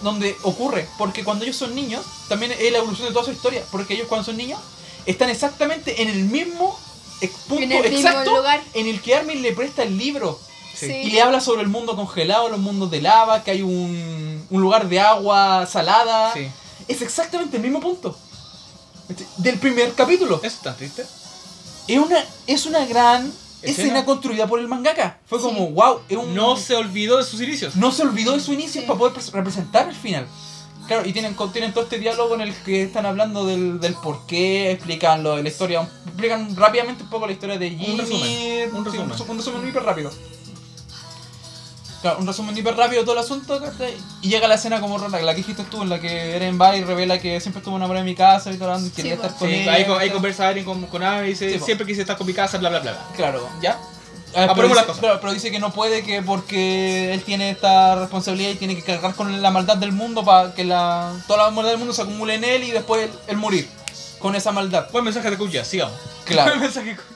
Speaker 1: donde ocurre, porque cuando ellos son niños, también es la evolución de toda su historia, porque ellos cuando son niños están exactamente en el mismo ex- punto
Speaker 2: En el mismo
Speaker 1: exacto
Speaker 2: lugar.
Speaker 1: en el que Armin le presta el libro
Speaker 3: Sí.
Speaker 2: Sí.
Speaker 1: y le habla sobre el mundo congelado, los mundos de lava, que hay un, un lugar de agua salada.
Speaker 3: Sí.
Speaker 1: Es exactamente el mismo punto. Este, Del primer capítulo.
Speaker 3: Eso está triste.
Speaker 1: Es una, es una gran escena,
Speaker 3: Escena.
Speaker 1: construida por el mangaka. Fue
Speaker 2: Sí.
Speaker 1: como, wow, es un-
Speaker 3: No se olvidó de sus inicios.
Speaker 1: no se olvidó de su inicio
Speaker 2: Sí.
Speaker 1: para poder pres- representar el final. Claro, y tienen, con- tienen todo este diálogo en el que están hablando del, del por qué, explican lo de la historia, explican rápidamente un poco la historia de Jimmy.
Speaker 3: resumen, un
Speaker 1: sí,
Speaker 3: resumen.
Speaker 1: resu- un resumen hiper rápido. Claro, un resumen hiper rápido de todo el asunto, ¿cachai? Y llega la escena como rara, la que dijiste tú, en la que Eren va y revela que siempre estuvo enamorada de mi casa y todo hablando, y quería
Speaker 2: bueno.
Speaker 1: estar
Speaker 3: Sí,
Speaker 1: con ella.
Speaker 3: ahí, con- ahí
Speaker 1: ¿cachai?
Speaker 3: conversa Eren con, con Ave y dice,
Speaker 1: Sí, po.
Speaker 3: siempre quise estar con mi casa, bla, bla, bla. bla.
Speaker 1: Claro, ¿ya? Ah, pero, dice,
Speaker 3: Apuremos las cosas.
Speaker 1: pero- pero dice que no puede que porque él tiene esta responsabilidad y tiene que cargar con la maldad del mundo para que la, toda la maldad del mundo se acumule en él y después él, él morir con esa maldad.
Speaker 3: Buen mensaje de Kuya, sigamos. Buen
Speaker 1: Claro.
Speaker 3: mensaje de Kuya.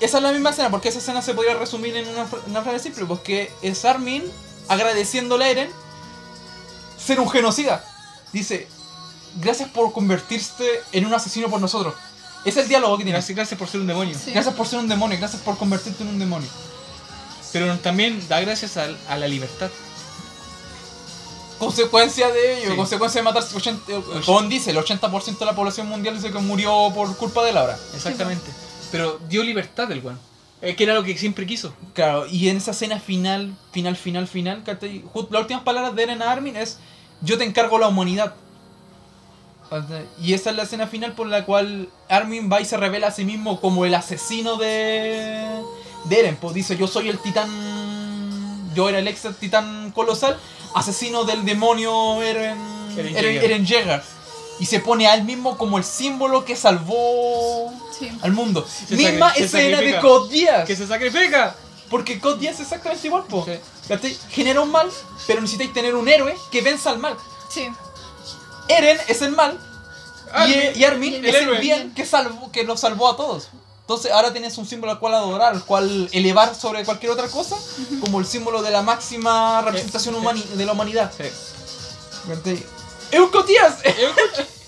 Speaker 1: esa es la misma escena, porque esa escena se podría resumir en una, fra- una frase simple, porque es Armin agradeciéndole a Eren ser un genocida. Dice, gracias por convertirte en un asesino por nosotros. Es el diálogo que tiene.
Speaker 3: Gracias, gracias por ser un demonio.
Speaker 2: Sí.
Speaker 1: Gracias por ser un demonio, gracias por convertirte en un demonio.
Speaker 3: Pero también da gracias al- a, la libertad.
Speaker 1: consecuencia de ello,
Speaker 3: Sí.
Speaker 1: consecuencia de matar 80, eh,
Speaker 3: Oye.
Speaker 1: Con dice, el 80% de la población mundial dice que murió por culpa de Laura.
Speaker 3: Exactamente. Pero dio libertad el weón. Eh, que era lo que siempre quiso.
Speaker 1: Claro, y en esa escena final, final, final, final, ¿cachai? Ju- las últimas palabras de Eren a Armin es, yo te encargo la humanidad. ¿Cachai? Y esa es la escena final por la cual Armin va y se revela a sí mismo como el asesino de, de Eren. Pues dice, yo soy el titán, yo era el ex titán colosal, asesino del demonio Eren,
Speaker 3: Eren
Speaker 1: Eren,
Speaker 3: Jaeger.
Speaker 1: Eren Jaeger. Y se pone a él mismo como el símbolo que salvó
Speaker 2: Sí.
Speaker 1: al mundo.
Speaker 3: Se
Speaker 1: Misma
Speaker 3: sacri- se
Speaker 1: escena de
Speaker 3: sacrifica.
Speaker 1: Code Geass.
Speaker 3: ¡Que se sacrifica!
Speaker 1: Porque COD 10 es exactamente igual, po.
Speaker 3: Sí.
Speaker 1: ¿Cachai? Genera un mal, pero necesitáis tener un héroe que venza al mal.
Speaker 2: Sí.
Speaker 1: Eren es el mal y-
Speaker 3: Armin,
Speaker 1: y, Armin
Speaker 2: el
Speaker 1: es
Speaker 3: héroe.
Speaker 1: el bien que, salvó, que lo salvó a todos. Entonces ahora tienes un símbolo al cual adorar, al cual elevar sobre cualquier otra cosa, como el símbolo de la máxima representación
Speaker 3: sí.
Speaker 1: humani- de la humanidad.
Speaker 3: Sí.
Speaker 1: ¿Cachai? ¡Es un COD 10!
Speaker 3: Eh,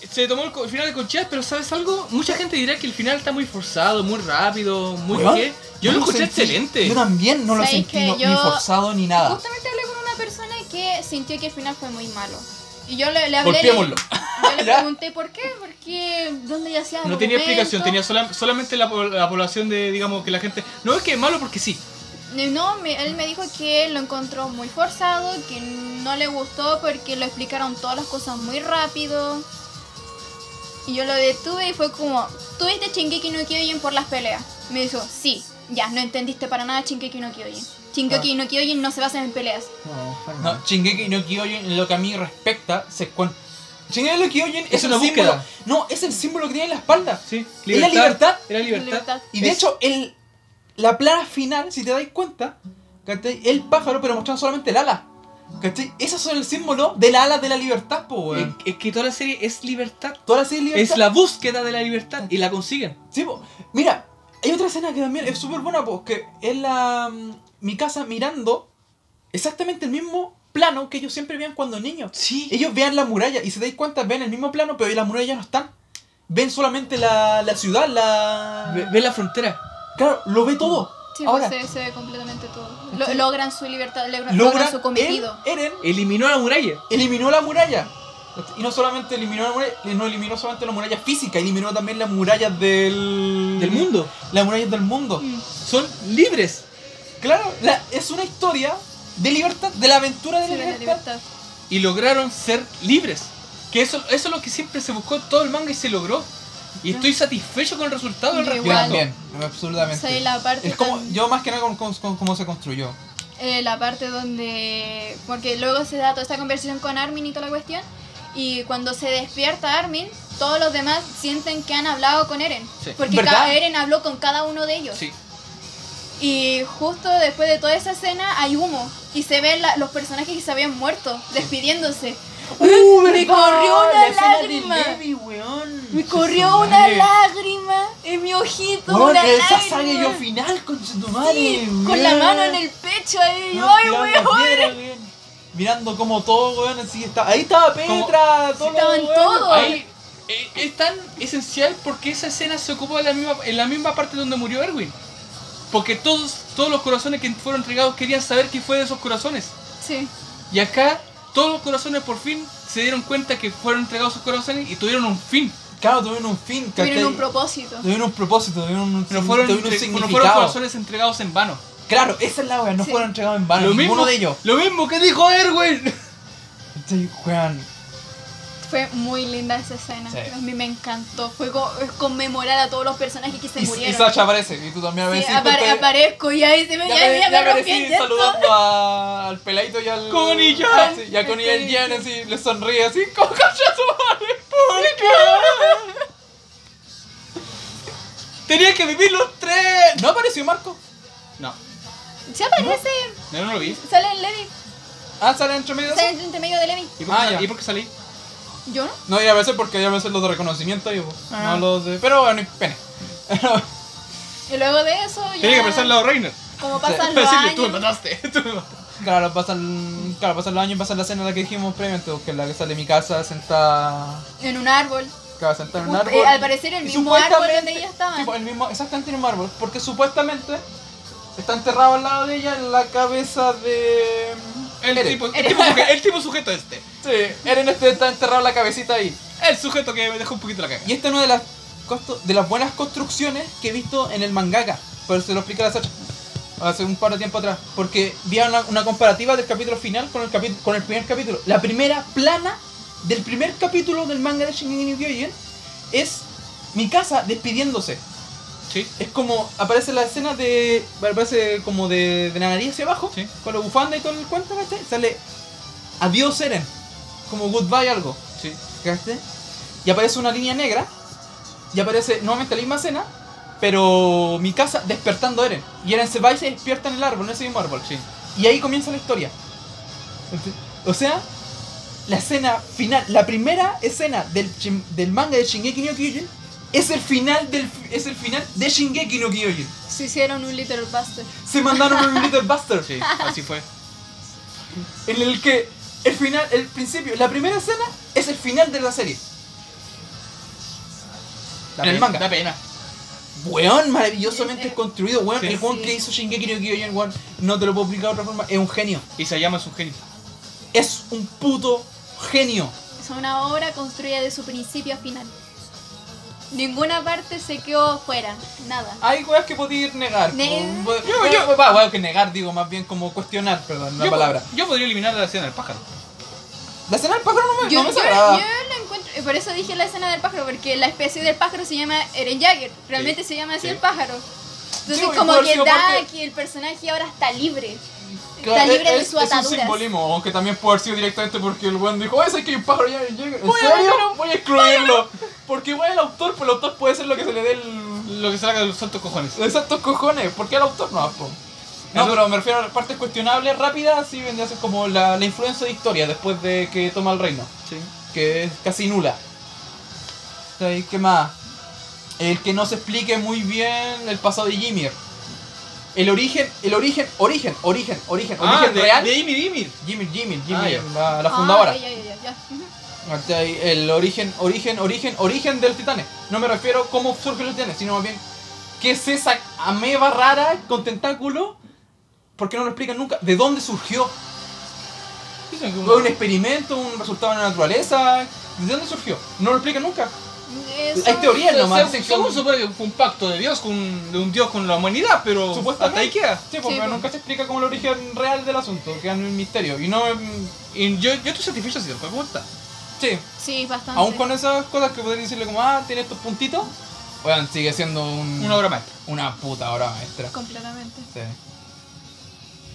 Speaker 3: Se tomó el, co- el final de Conchas, pero ¿sabes algo? Mucha gente dirá que el final está muy forzado, muy rápido, muy
Speaker 1: Weón,
Speaker 3: qué. Yo
Speaker 1: no
Speaker 3: lo escuché
Speaker 1: sentí.
Speaker 3: excelente.
Speaker 1: Yo también no lo
Speaker 2: ¿Sabes
Speaker 1: sentí
Speaker 2: que
Speaker 1: no- ni
Speaker 2: yo-
Speaker 1: forzado ni nada.
Speaker 2: Justamente hablé con una persona que sintió que el final fue muy malo. Y yo le, le hablé.
Speaker 1: Golpeémoslo.
Speaker 2: Yo le
Speaker 1: ¿Ya?
Speaker 2: pregunté por qué, porque dónde ya hacía
Speaker 3: No tenía explicación,
Speaker 2: argumento?
Speaker 3: tenía sola- solamente la, po- la población de, digamos, que la gente... No, es que es malo porque sí.
Speaker 2: No, me- él me dijo que lo encontró muy forzado, que no le gustó porque lo explicaron todas las cosas muy rápido. Y yo lo detuve y fue como, ¿tuviste Shingeki no Kyojin por las peleas? Me dijo, sí, ya, no entendiste para nada Shingeki no Kyojin.
Speaker 1: Ah.
Speaker 2: Shingeki no Kyojin no se basa en peleas.
Speaker 1: No, Shingeki no Kyojin, en lo que a mí respecta, se cuenta. Shingeki no Kyojin es,
Speaker 3: Es una
Speaker 1: el símbolo.
Speaker 3: búsqueda.
Speaker 1: No, es el símbolo que tiene en la espalda.
Speaker 3: Sí,
Speaker 1: ¿Es la libertad?
Speaker 3: Era libertad.
Speaker 2: Libertad.
Speaker 1: Y de
Speaker 3: Es-
Speaker 1: hecho, el, la plana final, si te dais cuenta, ¿cachai? El pájaro, pero mostrando solamente el ala. ¿Cachai? Esos son el símbolo del ala de la libertad, po,
Speaker 3: Es,
Speaker 1: weón.
Speaker 3: es que toda la serie es libertad.
Speaker 1: Toda la serie de libertad.
Speaker 3: Es la búsqueda de la libertad y la consiguen.
Speaker 1: Sí, po. Mira, hay otra escena que también es súper buena, porque es la. mm, mi casa mirando exactamente el mismo plano que ellos siempre veían cuando niños.
Speaker 3: Sí.
Speaker 1: Ellos vean la muralla y si te dais cuenta, ven el mismo plano, pero ahí las murallas no están. Ven solamente la, la ciudad, la.
Speaker 3: Ve, ve la frontera.
Speaker 1: Claro, lo ve todo.
Speaker 2: Sí,
Speaker 1: Ahora,
Speaker 2: pues, se, se ve completamente todo. Lo-
Speaker 1: ¿Cachai?
Speaker 2: logran su libertad, logra- logran,
Speaker 1: logra.
Speaker 2: su cometido.
Speaker 1: él- Eren
Speaker 3: Eliminó la muralla.
Speaker 1: eliminó la muralla. Y no solamente eliminó la muralla, no eliminó solamente la muralla física, eliminó también las murallas del.
Speaker 3: Del mundo.
Speaker 1: Las murallas del mundo.
Speaker 2: Mm.
Speaker 3: Son libres.
Speaker 1: Claro, la- es una historia de libertad, de la aventura de la
Speaker 2: Se ve la
Speaker 1: libertad.
Speaker 2: libertad.
Speaker 3: y lograron ser libres. Que eso, eso es lo que siempre se buscó en todo el manga y se logró. Y estoy satisfecho con el resultado del
Speaker 2: Yo
Speaker 1: Yo
Speaker 2: Igual.
Speaker 3: respecto.
Speaker 1: también, absolutamente.
Speaker 2: Esa es la parte
Speaker 1: Es como,
Speaker 2: tan-
Speaker 1: yo más que nada con, con- con cómo se construyó.
Speaker 2: eh, la parte donde. Porque luego se da toda esta conversación con Armin y toda la cuestión. Y cuando se despierta Armin, todos los demás sienten que han hablado con Eren.
Speaker 3: Sí.
Speaker 2: Porque
Speaker 1: ¿Verdad?
Speaker 2: cada- Eren habló con cada uno de ellos.
Speaker 3: Sí.
Speaker 2: Y justo después de toda esa escena hay humo. Y se ven la- los personajes que se habían muerto despidiéndose. Uh, me corrió una lágrima. Me corrió una
Speaker 1: madre.
Speaker 2: lágrima en mi ojito.
Speaker 1: Weón,
Speaker 2: una
Speaker 1: esa
Speaker 2: lágrima.
Speaker 1: sangre yo final, con tu
Speaker 2: Sí, con la mano en el pecho ahí. ¡Ay, weón!
Speaker 1: Mirando como todo, weón, así está. Ahí estaba Petra, todo,
Speaker 2: estaban
Speaker 1: weón.
Speaker 2: todos.
Speaker 3: Ahí, eh, es tan esencial porque esa escena se ocupó en la misma, en la misma parte donde murió Erwin. Porque todos, todos los corazones que fueron entregados querían saber qué fue de esos corazones.
Speaker 2: Sí.
Speaker 3: Y acá todos los corazones por fin se dieron cuenta que fueron entregados sus corazones y tuvieron un fin.
Speaker 1: Claro, tuvieron un fin, ¿cachai?
Speaker 2: Tuvieron un propósito.
Speaker 1: Tuvieron un propósito, tuvieron un,
Speaker 3: No fueron,
Speaker 1: tuvieron un
Speaker 3: entre- no
Speaker 1: significado.
Speaker 3: fueron corazones entregados en vano.
Speaker 1: Claro, esa es la weón, no
Speaker 2: Sí.
Speaker 1: fueron entregados en vano, ninguno de ellos.
Speaker 3: Lo mismo que dijo Erwin.
Speaker 1: Sí, weón.
Speaker 2: Fue muy linda esa escena.
Speaker 1: Sí.
Speaker 2: A mí me encantó. Fue co- es conmemorar a todos los personajes que se
Speaker 1: Y, y
Speaker 2: murieron.
Speaker 1: Sasha aparece, y tú también
Speaker 2: Sí,
Speaker 1: apareciste.
Speaker 2: apare-
Speaker 1: entonces-
Speaker 2: aparezco y ahí se me,
Speaker 1: Ya,
Speaker 2: ya,
Speaker 1: apare-
Speaker 2: ya
Speaker 1: ya
Speaker 2: me rompí el
Speaker 1: aparecí
Speaker 2: gesto.
Speaker 1: saludando a- al peladito y al.
Speaker 3: Con y Jan.
Speaker 1: Sí, y a Connie y al
Speaker 2: Sí.
Speaker 1: Jan, así, le sonríe así, como calla su madre, ¿por qué?
Speaker 3: Tenía que vivir los tres.
Speaker 1: ¿No apareció Marco?
Speaker 3: No,
Speaker 2: Se aparece.
Speaker 3: no, no lo vi.
Speaker 2: Sale el Levi.
Speaker 1: Ah, sale entre medio. de
Speaker 2: Sale
Speaker 1: eso?
Speaker 2: el entre medio de Levi.
Speaker 3: ¿Y por,
Speaker 1: Ah,
Speaker 3: qué,
Speaker 1: ya.
Speaker 3: ¿y por qué salí?
Speaker 2: Yo no.
Speaker 1: No, y a veces porque ya a veces los de reconocimiento, yo,
Speaker 2: Ah.
Speaker 1: no los de. Pero bueno, y pene.
Speaker 2: Y luego de eso. Ya,
Speaker 3: Tenía que pensar al lado Reiner.
Speaker 2: Como
Speaker 1: Sí.
Speaker 2: pasan los
Speaker 3: Decirle, tú me
Speaker 2: años.
Speaker 3: mataste. tú me mataste.
Speaker 1: claro, pasan, claro, pasan los años, pasan la escena la que dijimos previamente, que es la que sale de mi casa sentada.
Speaker 2: En un árbol.
Speaker 1: Claro, sentada en un
Speaker 2: Ju-
Speaker 1: árbol.
Speaker 2: eh, al parecer el
Speaker 1: Y
Speaker 2: mismo árbol donde
Speaker 1: supuestamente-
Speaker 2: ella
Speaker 1: sí,
Speaker 2: estaba.
Speaker 1: pues, el mismo, exactamente el mismo árbol. Porque supuestamente está enterrado al lado de ella en la cabeza de.
Speaker 3: El
Speaker 1: Eren.
Speaker 3: tipo, el, tipo suje- el tipo sujeto este.
Speaker 1: Sí, Eren este está enterrado en la cabecita ahí.
Speaker 3: El sujeto que me dejó un poquito la caga.
Speaker 1: Y esta es una de las, costo- de las buenas construcciones que he visto en el mangaka. Pero se lo explica la Sacha. Hace un par de tiempo atrás. Porque vi una, una comparativa del capítulo final con el, capi- con el primer capítulo. La primera plana del primer capítulo del manga de Shingeki no Kyojin es mi casa despidiéndose.
Speaker 3: Sí.
Speaker 1: Es como, aparece la escena de. Aparece como de, de la nariz hacia abajo,
Speaker 3: Sí.
Speaker 1: con la bufanda y todo el cuento, ¿cachai? Sale adiós Eren, como goodbye algo,
Speaker 3: Sí.
Speaker 1: ¿cachai? Y aparece una línea negra, y aparece nuevamente la misma escena, pero mi casa despertando a Eren. Y Eren se va y se despierta en el árbol, en ese mismo árbol.
Speaker 3: Sí.
Speaker 1: Y ahí comienza la historia. Ent- O sea, la escena final, la primera escena del, chin- del manga de Shingeki no Kyojin es el final del fi- es el final de Shingeki no Kyojin.
Speaker 2: Se hicieron un Little Buster.
Speaker 1: Se mandaron un Little Buster
Speaker 3: Sí, así fue.
Speaker 1: en el que el final, el principio, la primera escena es el final de la serie. En el
Speaker 3: pe-
Speaker 1: manga.
Speaker 3: Da pena.
Speaker 1: Weón, maravillosamente
Speaker 2: Eh, eh.
Speaker 1: construido, weón.
Speaker 3: Sí.
Speaker 1: El weón
Speaker 2: Sí.
Speaker 1: que hizo Shingeki no Kyojin, weón, no te lo puedo explicar de otra forma, es un genio.
Speaker 3: Y se llama su genio.
Speaker 1: Es un puto genio.
Speaker 2: Es una obra construida de su principio a final. Ninguna parte se quedó fuera. Nada.
Speaker 1: Hay weas que podía ir negar.
Speaker 2: Ne-
Speaker 1: po. We-
Speaker 3: Yo-
Speaker 1: we-
Speaker 3: yo-
Speaker 1: we- va, wea que negar, digo, más bien como cuestionar, perdón, la
Speaker 3: Yo-
Speaker 1: palabra.
Speaker 3: Yo podría eliminar la escena del pájaro.
Speaker 1: La escena del pájaro no me,
Speaker 2: Yo,
Speaker 1: no me
Speaker 2: yo,
Speaker 1: desagrada.
Speaker 2: yo lo encuentro, por eso dije la escena del pájaro, porque la especie del pájaro se llama Eren Jagger, realmente se llama así
Speaker 3: sí.
Speaker 2: el pájaro. Entonces
Speaker 1: Sí, y
Speaker 2: como
Speaker 1: puede haber
Speaker 2: que
Speaker 1: sido
Speaker 2: da
Speaker 1: parte-
Speaker 2: que el personaje ahora está libre.
Speaker 1: Claro,
Speaker 2: Está libre
Speaker 1: es-
Speaker 2: de su
Speaker 1: Es un
Speaker 2: ataduras.
Speaker 1: simbolismo, aunque también puede haber sido directamente porque el weón dijo, ¡Ay, sé que hay un pájaro ya llega! ¿En
Speaker 3: Voy a
Speaker 1: serio?
Speaker 3: matar a un-
Speaker 1: Voy a excluirlo. Porque igual el autor, pues el autor puede ser lo que se le dé el...
Speaker 3: Lo que salga de los santos cojones.
Speaker 1: Exactos cojones, ¿por qué el autor no? po? No,
Speaker 3: Eso-
Speaker 1: pero me refiero a las partes cuestionables rápidas, sí vendría a ser como la, la influencia de Historia después de que toma el reino,
Speaker 3: Sí.
Speaker 1: que es casi nula. ¿Sabes qué más? El que no se explique muy bien el pasado de Ymir. El origen, el origen, origen, origen, origen,
Speaker 3: Ah,
Speaker 1: origen
Speaker 3: de,
Speaker 1: real.
Speaker 3: de Ymir, Ymir.
Speaker 1: Jimmy, Jimmy, Jimmy,
Speaker 3: Ah, ya.
Speaker 1: la, la fundadora.
Speaker 2: Ah, ya, ya, ya, ya. Ujú.
Speaker 1: Está ahí El origen, origen, origen, origen del titanes. No me refiero a cómo surgen los titanes, sino más bien qué es esa ameba rara con tentáculo. Porque no lo explican nunca. ¿De dónde surgió?
Speaker 3: Dicen que
Speaker 1: ¿Fue un
Speaker 3: un-
Speaker 1: experimento? ¿Un resultado de la naturaleza? ¿De dónde surgió? No lo explican nunca.
Speaker 2: Eso-
Speaker 1: Hay teorías
Speaker 3: se-
Speaker 1: nomás.
Speaker 3: se-
Speaker 1: dicen que
Speaker 3: según
Speaker 1: un-
Speaker 3: supone que fue un pacto de Dios, con, de un Dios con la humanidad, pero
Speaker 1: Supuestamente.
Speaker 3: hasta ahí queda.
Speaker 1: Sí, porque
Speaker 2: Sí, pues.
Speaker 1: nunca se explica como el origen real del asunto. Queda en un misterio. Y no. mm,
Speaker 3: Y yo, yo estoy satisfecho si te cuerpo está.
Speaker 1: Sí,
Speaker 2: Sí, bastante.
Speaker 1: aún con esas cosas que podrían decirle como, ah, tiene estos puntitos. Bueno, sigue siendo un-
Speaker 3: Una obra maestra.
Speaker 1: una puta obra maestra.
Speaker 2: Completamente.
Speaker 1: Sí.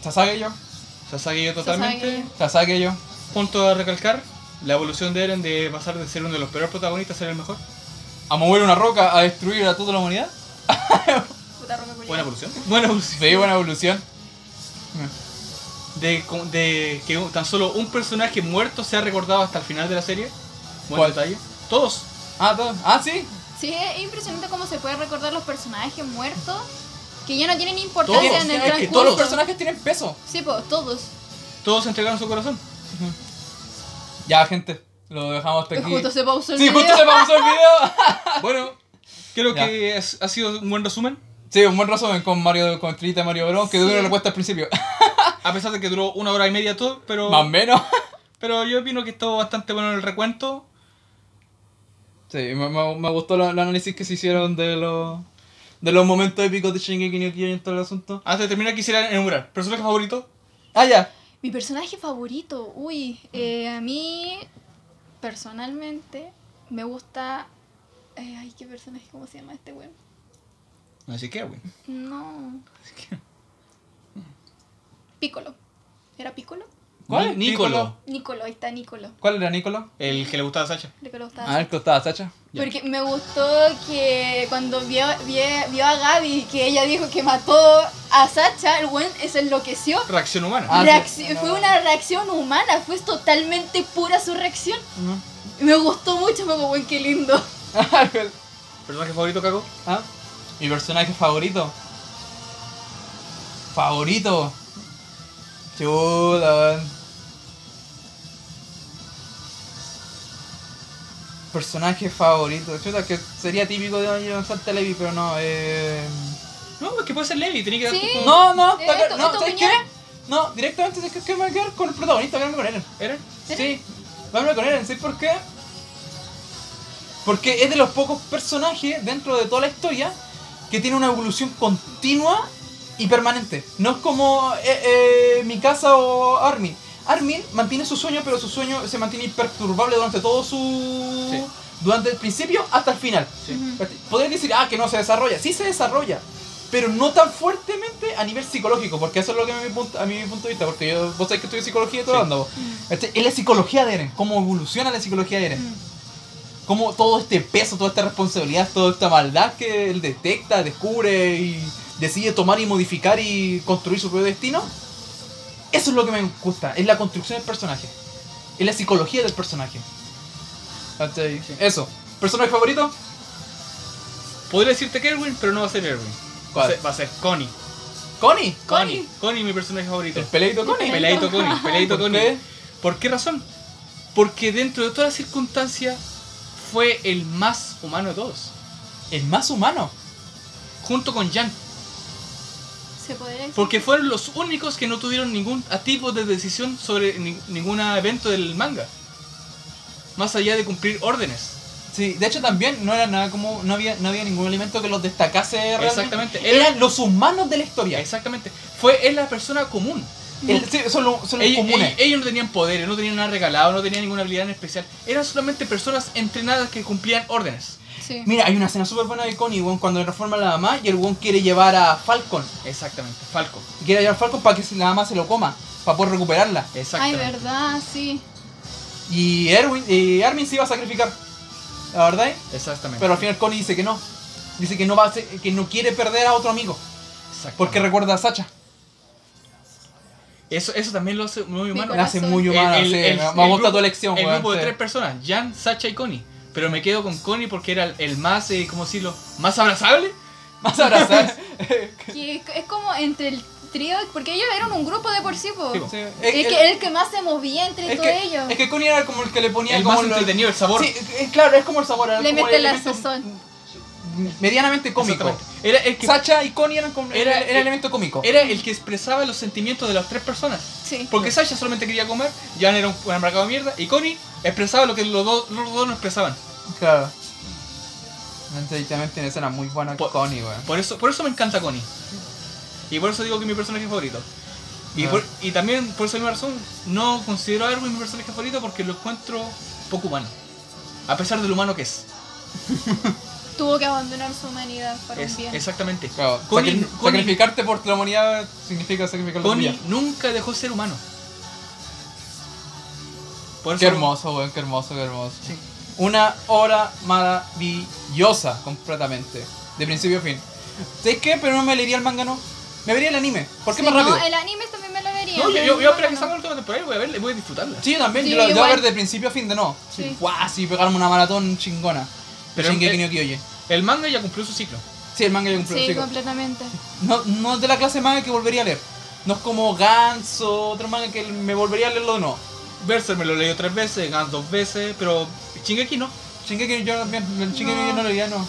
Speaker 1: Sasage yo.
Speaker 3: Sasaki
Speaker 2: Sasaki
Speaker 3: yo totalmente.
Speaker 1: Sasage yo.
Speaker 3: Punto a recalcar. La evolución de Eren de pasar de ser uno de los peores protagonistas a ser el mejor.
Speaker 1: A mover una roca, a destruir a toda la humanidad.
Speaker 2: Puta roca culiada.
Speaker 3: Buena evolución. Buena evolución.
Speaker 1: Sí, buena evolución.
Speaker 3: De, co- de que un- tan solo un personaje muerto sea recordado hasta el final de la serie. Buen
Speaker 1: ¿Cuál?
Speaker 3: detalle. Todos.
Speaker 1: Ah, todo. Ah, sí.
Speaker 2: Sí, es impresionante cómo se puede recordar los personajes muertos que ya no tienen
Speaker 1: Todos.
Speaker 2: importancia en el
Speaker 1: Es que
Speaker 2: transcurso.
Speaker 1: todos los personajes tienen peso.
Speaker 2: Sí, pues, todos.
Speaker 3: Todos entregaron su corazón.
Speaker 1: Ya, gente. Lo dejamos hasta aquí.
Speaker 2: Justo se pausó el
Speaker 1: Sí,
Speaker 2: video.
Speaker 1: justo se pausó el video.
Speaker 3: Bueno, creo
Speaker 1: Ya.
Speaker 3: que es- ha sido un buen resumen.
Speaker 1: Sí, un buen resumen con Mario, con Estrellita de Mario Bros. Que
Speaker 2: Sí.
Speaker 1: dura la cuesta al principio.
Speaker 3: A pesar de que duró una hora y media todo, pero,
Speaker 1: Más o menos.
Speaker 3: pero yo opino que estuvo bastante bueno el recuento.
Speaker 1: Sí, me, me- me gustó lo- el análisis que se hicieron de los. De los momentos épicos de Shingeki no Kyojin y todo el asunto.
Speaker 3: Antes de terminar quisiera enumerar. ¿Personaje favorito?
Speaker 1: Ah, ya.
Speaker 2: Mi personaje favorito, uy, eh, a mí personalmente me gusta... eh, ay, qué personaje, ¿cómo se llama este weón?
Speaker 3: Así que, güey.
Speaker 2: No. Piccolo. ¿Era Piccolo?
Speaker 1: ¿Cuál?
Speaker 3: Ni- Nicolo.
Speaker 2: Nicolo, ahí está Nicolo.
Speaker 1: ¿Cuál era Nicolás?
Speaker 3: El que le gustaba a Sacha.
Speaker 2: Creo que lo gustaba
Speaker 1: Ah, el que estaba, Sacha.
Speaker 3: Ya.
Speaker 2: Porque me gustó que cuando vio, vio- vio a Gaby, que ella dijo que mató a Sacha, el buen se enloqueció.
Speaker 3: Reacción humana.
Speaker 1: Ah,
Speaker 2: Reacc-
Speaker 1: sí.
Speaker 2: Fue una reacción humana, fue totalmente pura su reacción. Me gustó mucho, fue como, "Uy, qué lindo.
Speaker 3: ¿Personaje favorito, Caco?
Speaker 1: ¿Ah? Mi personaje favorito. Favorito. Chuta, weón. Personaje favorito. Chuta, que sería típico de Jonathan Televi, pero no. Eh...
Speaker 3: No, es que puede ser Levi, tenía que dar
Speaker 2: Sí.
Speaker 3: tu-
Speaker 1: No, no,
Speaker 2: Eh,
Speaker 1: está claro,
Speaker 2: ¿tu-
Speaker 1: no,
Speaker 2: tu
Speaker 1: ¿sabes
Speaker 2: opinión?
Speaker 1: qué? No, directamente es que- que me voy a quedar con el protagonista, quedarme con él.
Speaker 3: ¿Eren?
Speaker 1: Sí, vámonos con Eren, ¿sí por qué? Porque es de los pocos personajes dentro de toda la historia que tiene una evolución continua y permanente. No es como eh, eh, Mikasa o Armin. Armin mantiene su sueño, pero su sueño se mantiene imperturbable durante todo su...
Speaker 3: Sí.
Speaker 1: Durante el principio hasta el final.
Speaker 3: Sí.
Speaker 1: Podrías decir, ah, que no se desarrolla. Sí se desarrolla, pero no tan fuertemente a nivel psicológico, porque eso es lo que a mi punto, a mi punto de vista, porque yo, vos sabés que estudio psicología y todo
Speaker 3: Sí.
Speaker 1: anda, vos. Este, es la psicología de Eren, cómo evoluciona la psicología de Eren,
Speaker 2: Mm.
Speaker 1: cómo todo este peso, toda esta responsabilidad, toda esta maldad que él detecta, descubre y decide tomar y modificar y construir su propio destino. Eso es lo que me gusta, es la construcción del personaje, es la psicología del personaje. ¿Cachai?
Speaker 3: Sí.
Speaker 1: Eso, personaje favorito,
Speaker 3: Podría decirte que Erwin, pero no va a ser Erwin.
Speaker 1: ¿Cuál?
Speaker 3: Va a ser- Va a ser Connie.
Speaker 1: Connie.
Speaker 2: Connie.
Speaker 3: Connie, mi personaje favorito.
Speaker 1: El peleito Connie.
Speaker 3: Peleadito Connie, peleadito
Speaker 1: ¿Por
Speaker 3: Connie.
Speaker 1: qué?
Speaker 3: ¿Por qué razón? Porque dentro de todas las circunstancias fue el más humano de todos.
Speaker 1: El más humano.
Speaker 3: Junto con Jan.
Speaker 2: Se podría decir.
Speaker 3: Porque fueron los únicos que no tuvieron ningún tipo de decisión sobre ni- ningún evento del manga. Más allá de cumplir órdenes.
Speaker 1: Sí, de hecho también no era nada como. No había, no había ningún elemento que los destacase realmente.
Speaker 3: Exactamente. Él-
Speaker 1: Eran los humanos de la historia.
Speaker 3: Exactamente. Fue él la persona común.
Speaker 1: El- sí, son los, son los
Speaker 3: Ellos,
Speaker 1: comunes.
Speaker 3: ellos- ellos no tenían poderes, no tenían nada regalado, no tenían ninguna habilidad en especial. Eran solamente personas entrenadas que cumplían órdenes.
Speaker 2: Sí.
Speaker 1: Mira, hay una escena súper buena de Connie, weón, cuando le reforma a la mamá y el weón quiere llevar a Falcon.
Speaker 3: Exactamente, Falco.
Speaker 1: Quiere llevar a Falcon para que la mamá se lo coma, para poder recuperarla.
Speaker 2: Ay,
Speaker 3: Exactamente.
Speaker 2: verdad, sí.
Speaker 1: Y Erwin, y Armin se iba a sacrificar. La verdad, ¿eh?
Speaker 3: Exactamente.
Speaker 1: pero al final Connie dice que no. Dice que no va a ser- que no quiere perder a otro amigo,
Speaker 3: Exactamente.
Speaker 1: porque recuerda a Sacha.
Speaker 3: eso, eso también lo hace muy humano.
Speaker 1: La hace muy
Speaker 3: El-
Speaker 1: humana,
Speaker 3: el-
Speaker 1: sí, me, me
Speaker 3: el- el
Speaker 1: gusta
Speaker 3: grupo-
Speaker 1: tu elección,
Speaker 3: El
Speaker 1: weón,
Speaker 3: grupo de
Speaker 1: sí.
Speaker 3: tres personas, Jan, Sacha y Connie. Pero me quedo con Connie porque era el, el más, eh, ¿cómo decirlo? Más abrazable.
Speaker 1: Más abrazar.
Speaker 2: Que es- es como entre el trío, porque ellos eran un grupo de por sí, po.
Speaker 3: Sí, po.
Speaker 1: Sí, es-
Speaker 2: El,
Speaker 1: es-
Speaker 2: que, el que más se movía entre
Speaker 1: es
Speaker 2: todos
Speaker 1: que-
Speaker 2: ellos.
Speaker 1: es que Connie era como el que le ponía
Speaker 3: El
Speaker 1: como
Speaker 3: más
Speaker 1: lo-
Speaker 3: entretenido, el sabor.
Speaker 1: Sí, es- claro, es como el sabor. era
Speaker 2: Le
Speaker 1: como
Speaker 2: mete
Speaker 1: el
Speaker 2: la
Speaker 1: elemento
Speaker 2: sazón.
Speaker 1: Medianamente cómico.
Speaker 3: Exactamente. Era el que,
Speaker 1: Sacha y Connie eran como-
Speaker 3: Era-
Speaker 1: era, era elemento cómico.
Speaker 3: era el que expresaba los sentimientos de las tres personas.
Speaker 2: Sí.
Speaker 3: Porque Sasha solamente quería comer, Jan era un, un mercado de mierda y Connie expresaba lo que los dos, los dos no expresaban.
Speaker 1: Claro. Entonces también tiene escenas muy buenas
Speaker 3: Po-
Speaker 1: con Connie, weón.
Speaker 3: Por eso, por eso me encanta Connie. Y por eso digo que es mi personaje favorito. Y,
Speaker 1: Ah.
Speaker 3: por- y también por esa misma razón no considero a Erwin mi personaje favorito porque lo encuentro poco humano. A pesar del humano que es.
Speaker 2: Tuvo que abandonar su humanidad por
Speaker 3: Es-
Speaker 2: un día.
Speaker 3: exactamente.
Speaker 1: Claro,
Speaker 3: Connie-
Speaker 1: sacri-
Speaker 3: Connie-
Speaker 1: sacrificarte por la humanidad significa sacrificar la
Speaker 3: Connie
Speaker 1: tuya.
Speaker 3: nunca dejó ser humano. Por
Speaker 1: Qué
Speaker 3: eso-
Speaker 1: hermoso, weón, qué hermoso, qué hermoso.
Speaker 3: Sí.
Speaker 1: Una obra maravillosa, completamente. De principio a fin. ¿Sabes qué? Pero no me leería el manga, no. Me vería el anime. ¿Por qué
Speaker 2: Sí,
Speaker 1: más rápido?
Speaker 2: No, el anime también me lo vería.
Speaker 3: No, yo,
Speaker 2: pero
Speaker 3: yo, yo
Speaker 2: no,
Speaker 3: espero que
Speaker 2: no.
Speaker 3: salga la última temporada y voy a verla y voy a disfrutarla.
Speaker 1: Sí, yo también.
Speaker 2: Sí,
Speaker 1: yo lo yo voy a
Speaker 2: igual.
Speaker 1: ver de principio a fin de no.
Speaker 2: Sí.
Speaker 1: Guau, sí, pegarme una maratón chingona.
Speaker 3: Pero
Speaker 1: Pero
Speaker 3: es-
Speaker 1: Shingeki no Kyojin.
Speaker 3: El manga ya cumplió su ciclo.
Speaker 1: Sí, el manga yo compré. sí.
Speaker 2: Sí, completamente.
Speaker 1: No, no es de la clase de manga que volvería a leer. No es como Ganso, otro manga que me volvería a leerlo, no.
Speaker 3: Berser me lo leyó tres veces, Gans dos veces, pero Shingeki no.
Speaker 1: Shingeki yo también, el Shingeki
Speaker 2: No.
Speaker 1: yo no lo leía, no.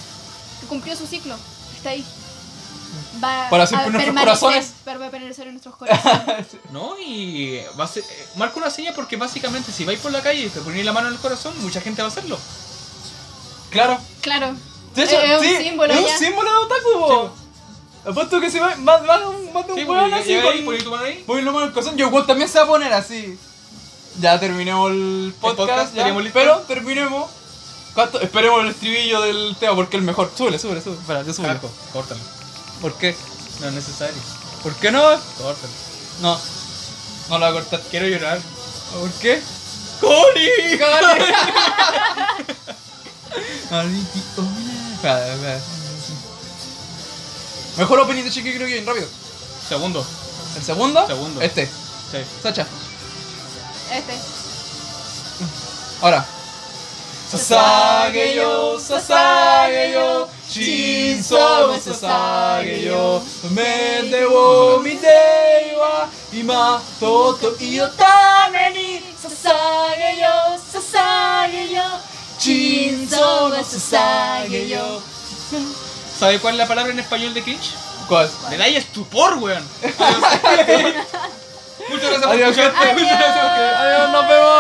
Speaker 2: Cumplió su ciclo. Está ahí. Va
Speaker 1: Para siempre
Speaker 2: a
Speaker 1: en nuestros
Speaker 2: permanecer-
Speaker 1: corazones.
Speaker 2: va a permanecer en nuestros corazones.
Speaker 3: No, y va a ser- eh, marca una seña porque básicamente si vais por la calle y te ponéis la mano en el corazón, mucha gente va a hacerlo.
Speaker 1: Claro.
Speaker 2: claro.
Speaker 1: De hecho,
Speaker 2: Eh, Es un
Speaker 1: sí,
Speaker 2: símbolo
Speaker 1: es
Speaker 2: ya.
Speaker 1: un símbolo de otaku, po. Apuesto que se va, va, va un- va de un
Speaker 3: Sí,
Speaker 1: weón
Speaker 3: porque
Speaker 1: así
Speaker 3: llegáis,
Speaker 1: con...
Speaker 3: ponéis tu mano ahí.
Speaker 1: Voy en la mano al corazón, yo igual también se va a poner así. Ya terminemos el podcast,
Speaker 3: podcast,
Speaker 1: ya,
Speaker 3: ¿teníamos listo?
Speaker 1: pero terminemos. ¿Cuánto? Esperemos el estribillo del tema porque el mejor. Sube, sube, sube. Espera, yo subo.
Speaker 3: Caco, córtalo.
Speaker 1: ¿Por qué?
Speaker 3: No es necesario.
Speaker 1: ¿Por qué no?
Speaker 3: Córtalo.
Speaker 1: No. No lo voy a cortar.
Speaker 3: Quiero llorar.
Speaker 1: ¿Por qué?
Speaker 3: ¡Cori!
Speaker 1: Espera, espera. Mejor opening de Chiqui creo que bien rápido.
Speaker 3: Segundo.
Speaker 1: ¿El segundo?
Speaker 3: Segundo.
Speaker 1: Este.
Speaker 3: Sí.
Speaker 1: Sacha.
Speaker 2: Este.
Speaker 1: Ahora.
Speaker 2: Sasageyo, sasageyo, chinsobu sasageyo, mete wo
Speaker 1: mite wa ima toto iyo tame ni sasageyo, sasageyo,
Speaker 2: chinsobu sasageyo.
Speaker 3: ¿Sabe cuál es la palabra en español de cringe?
Speaker 1: ¿Cuál?
Speaker 3: Le dais estupor, weón. Muchas gracias por
Speaker 1: Adiós,
Speaker 3: escuchar.
Speaker 1: gente. Muchas gracias. Adiós, nos vemos.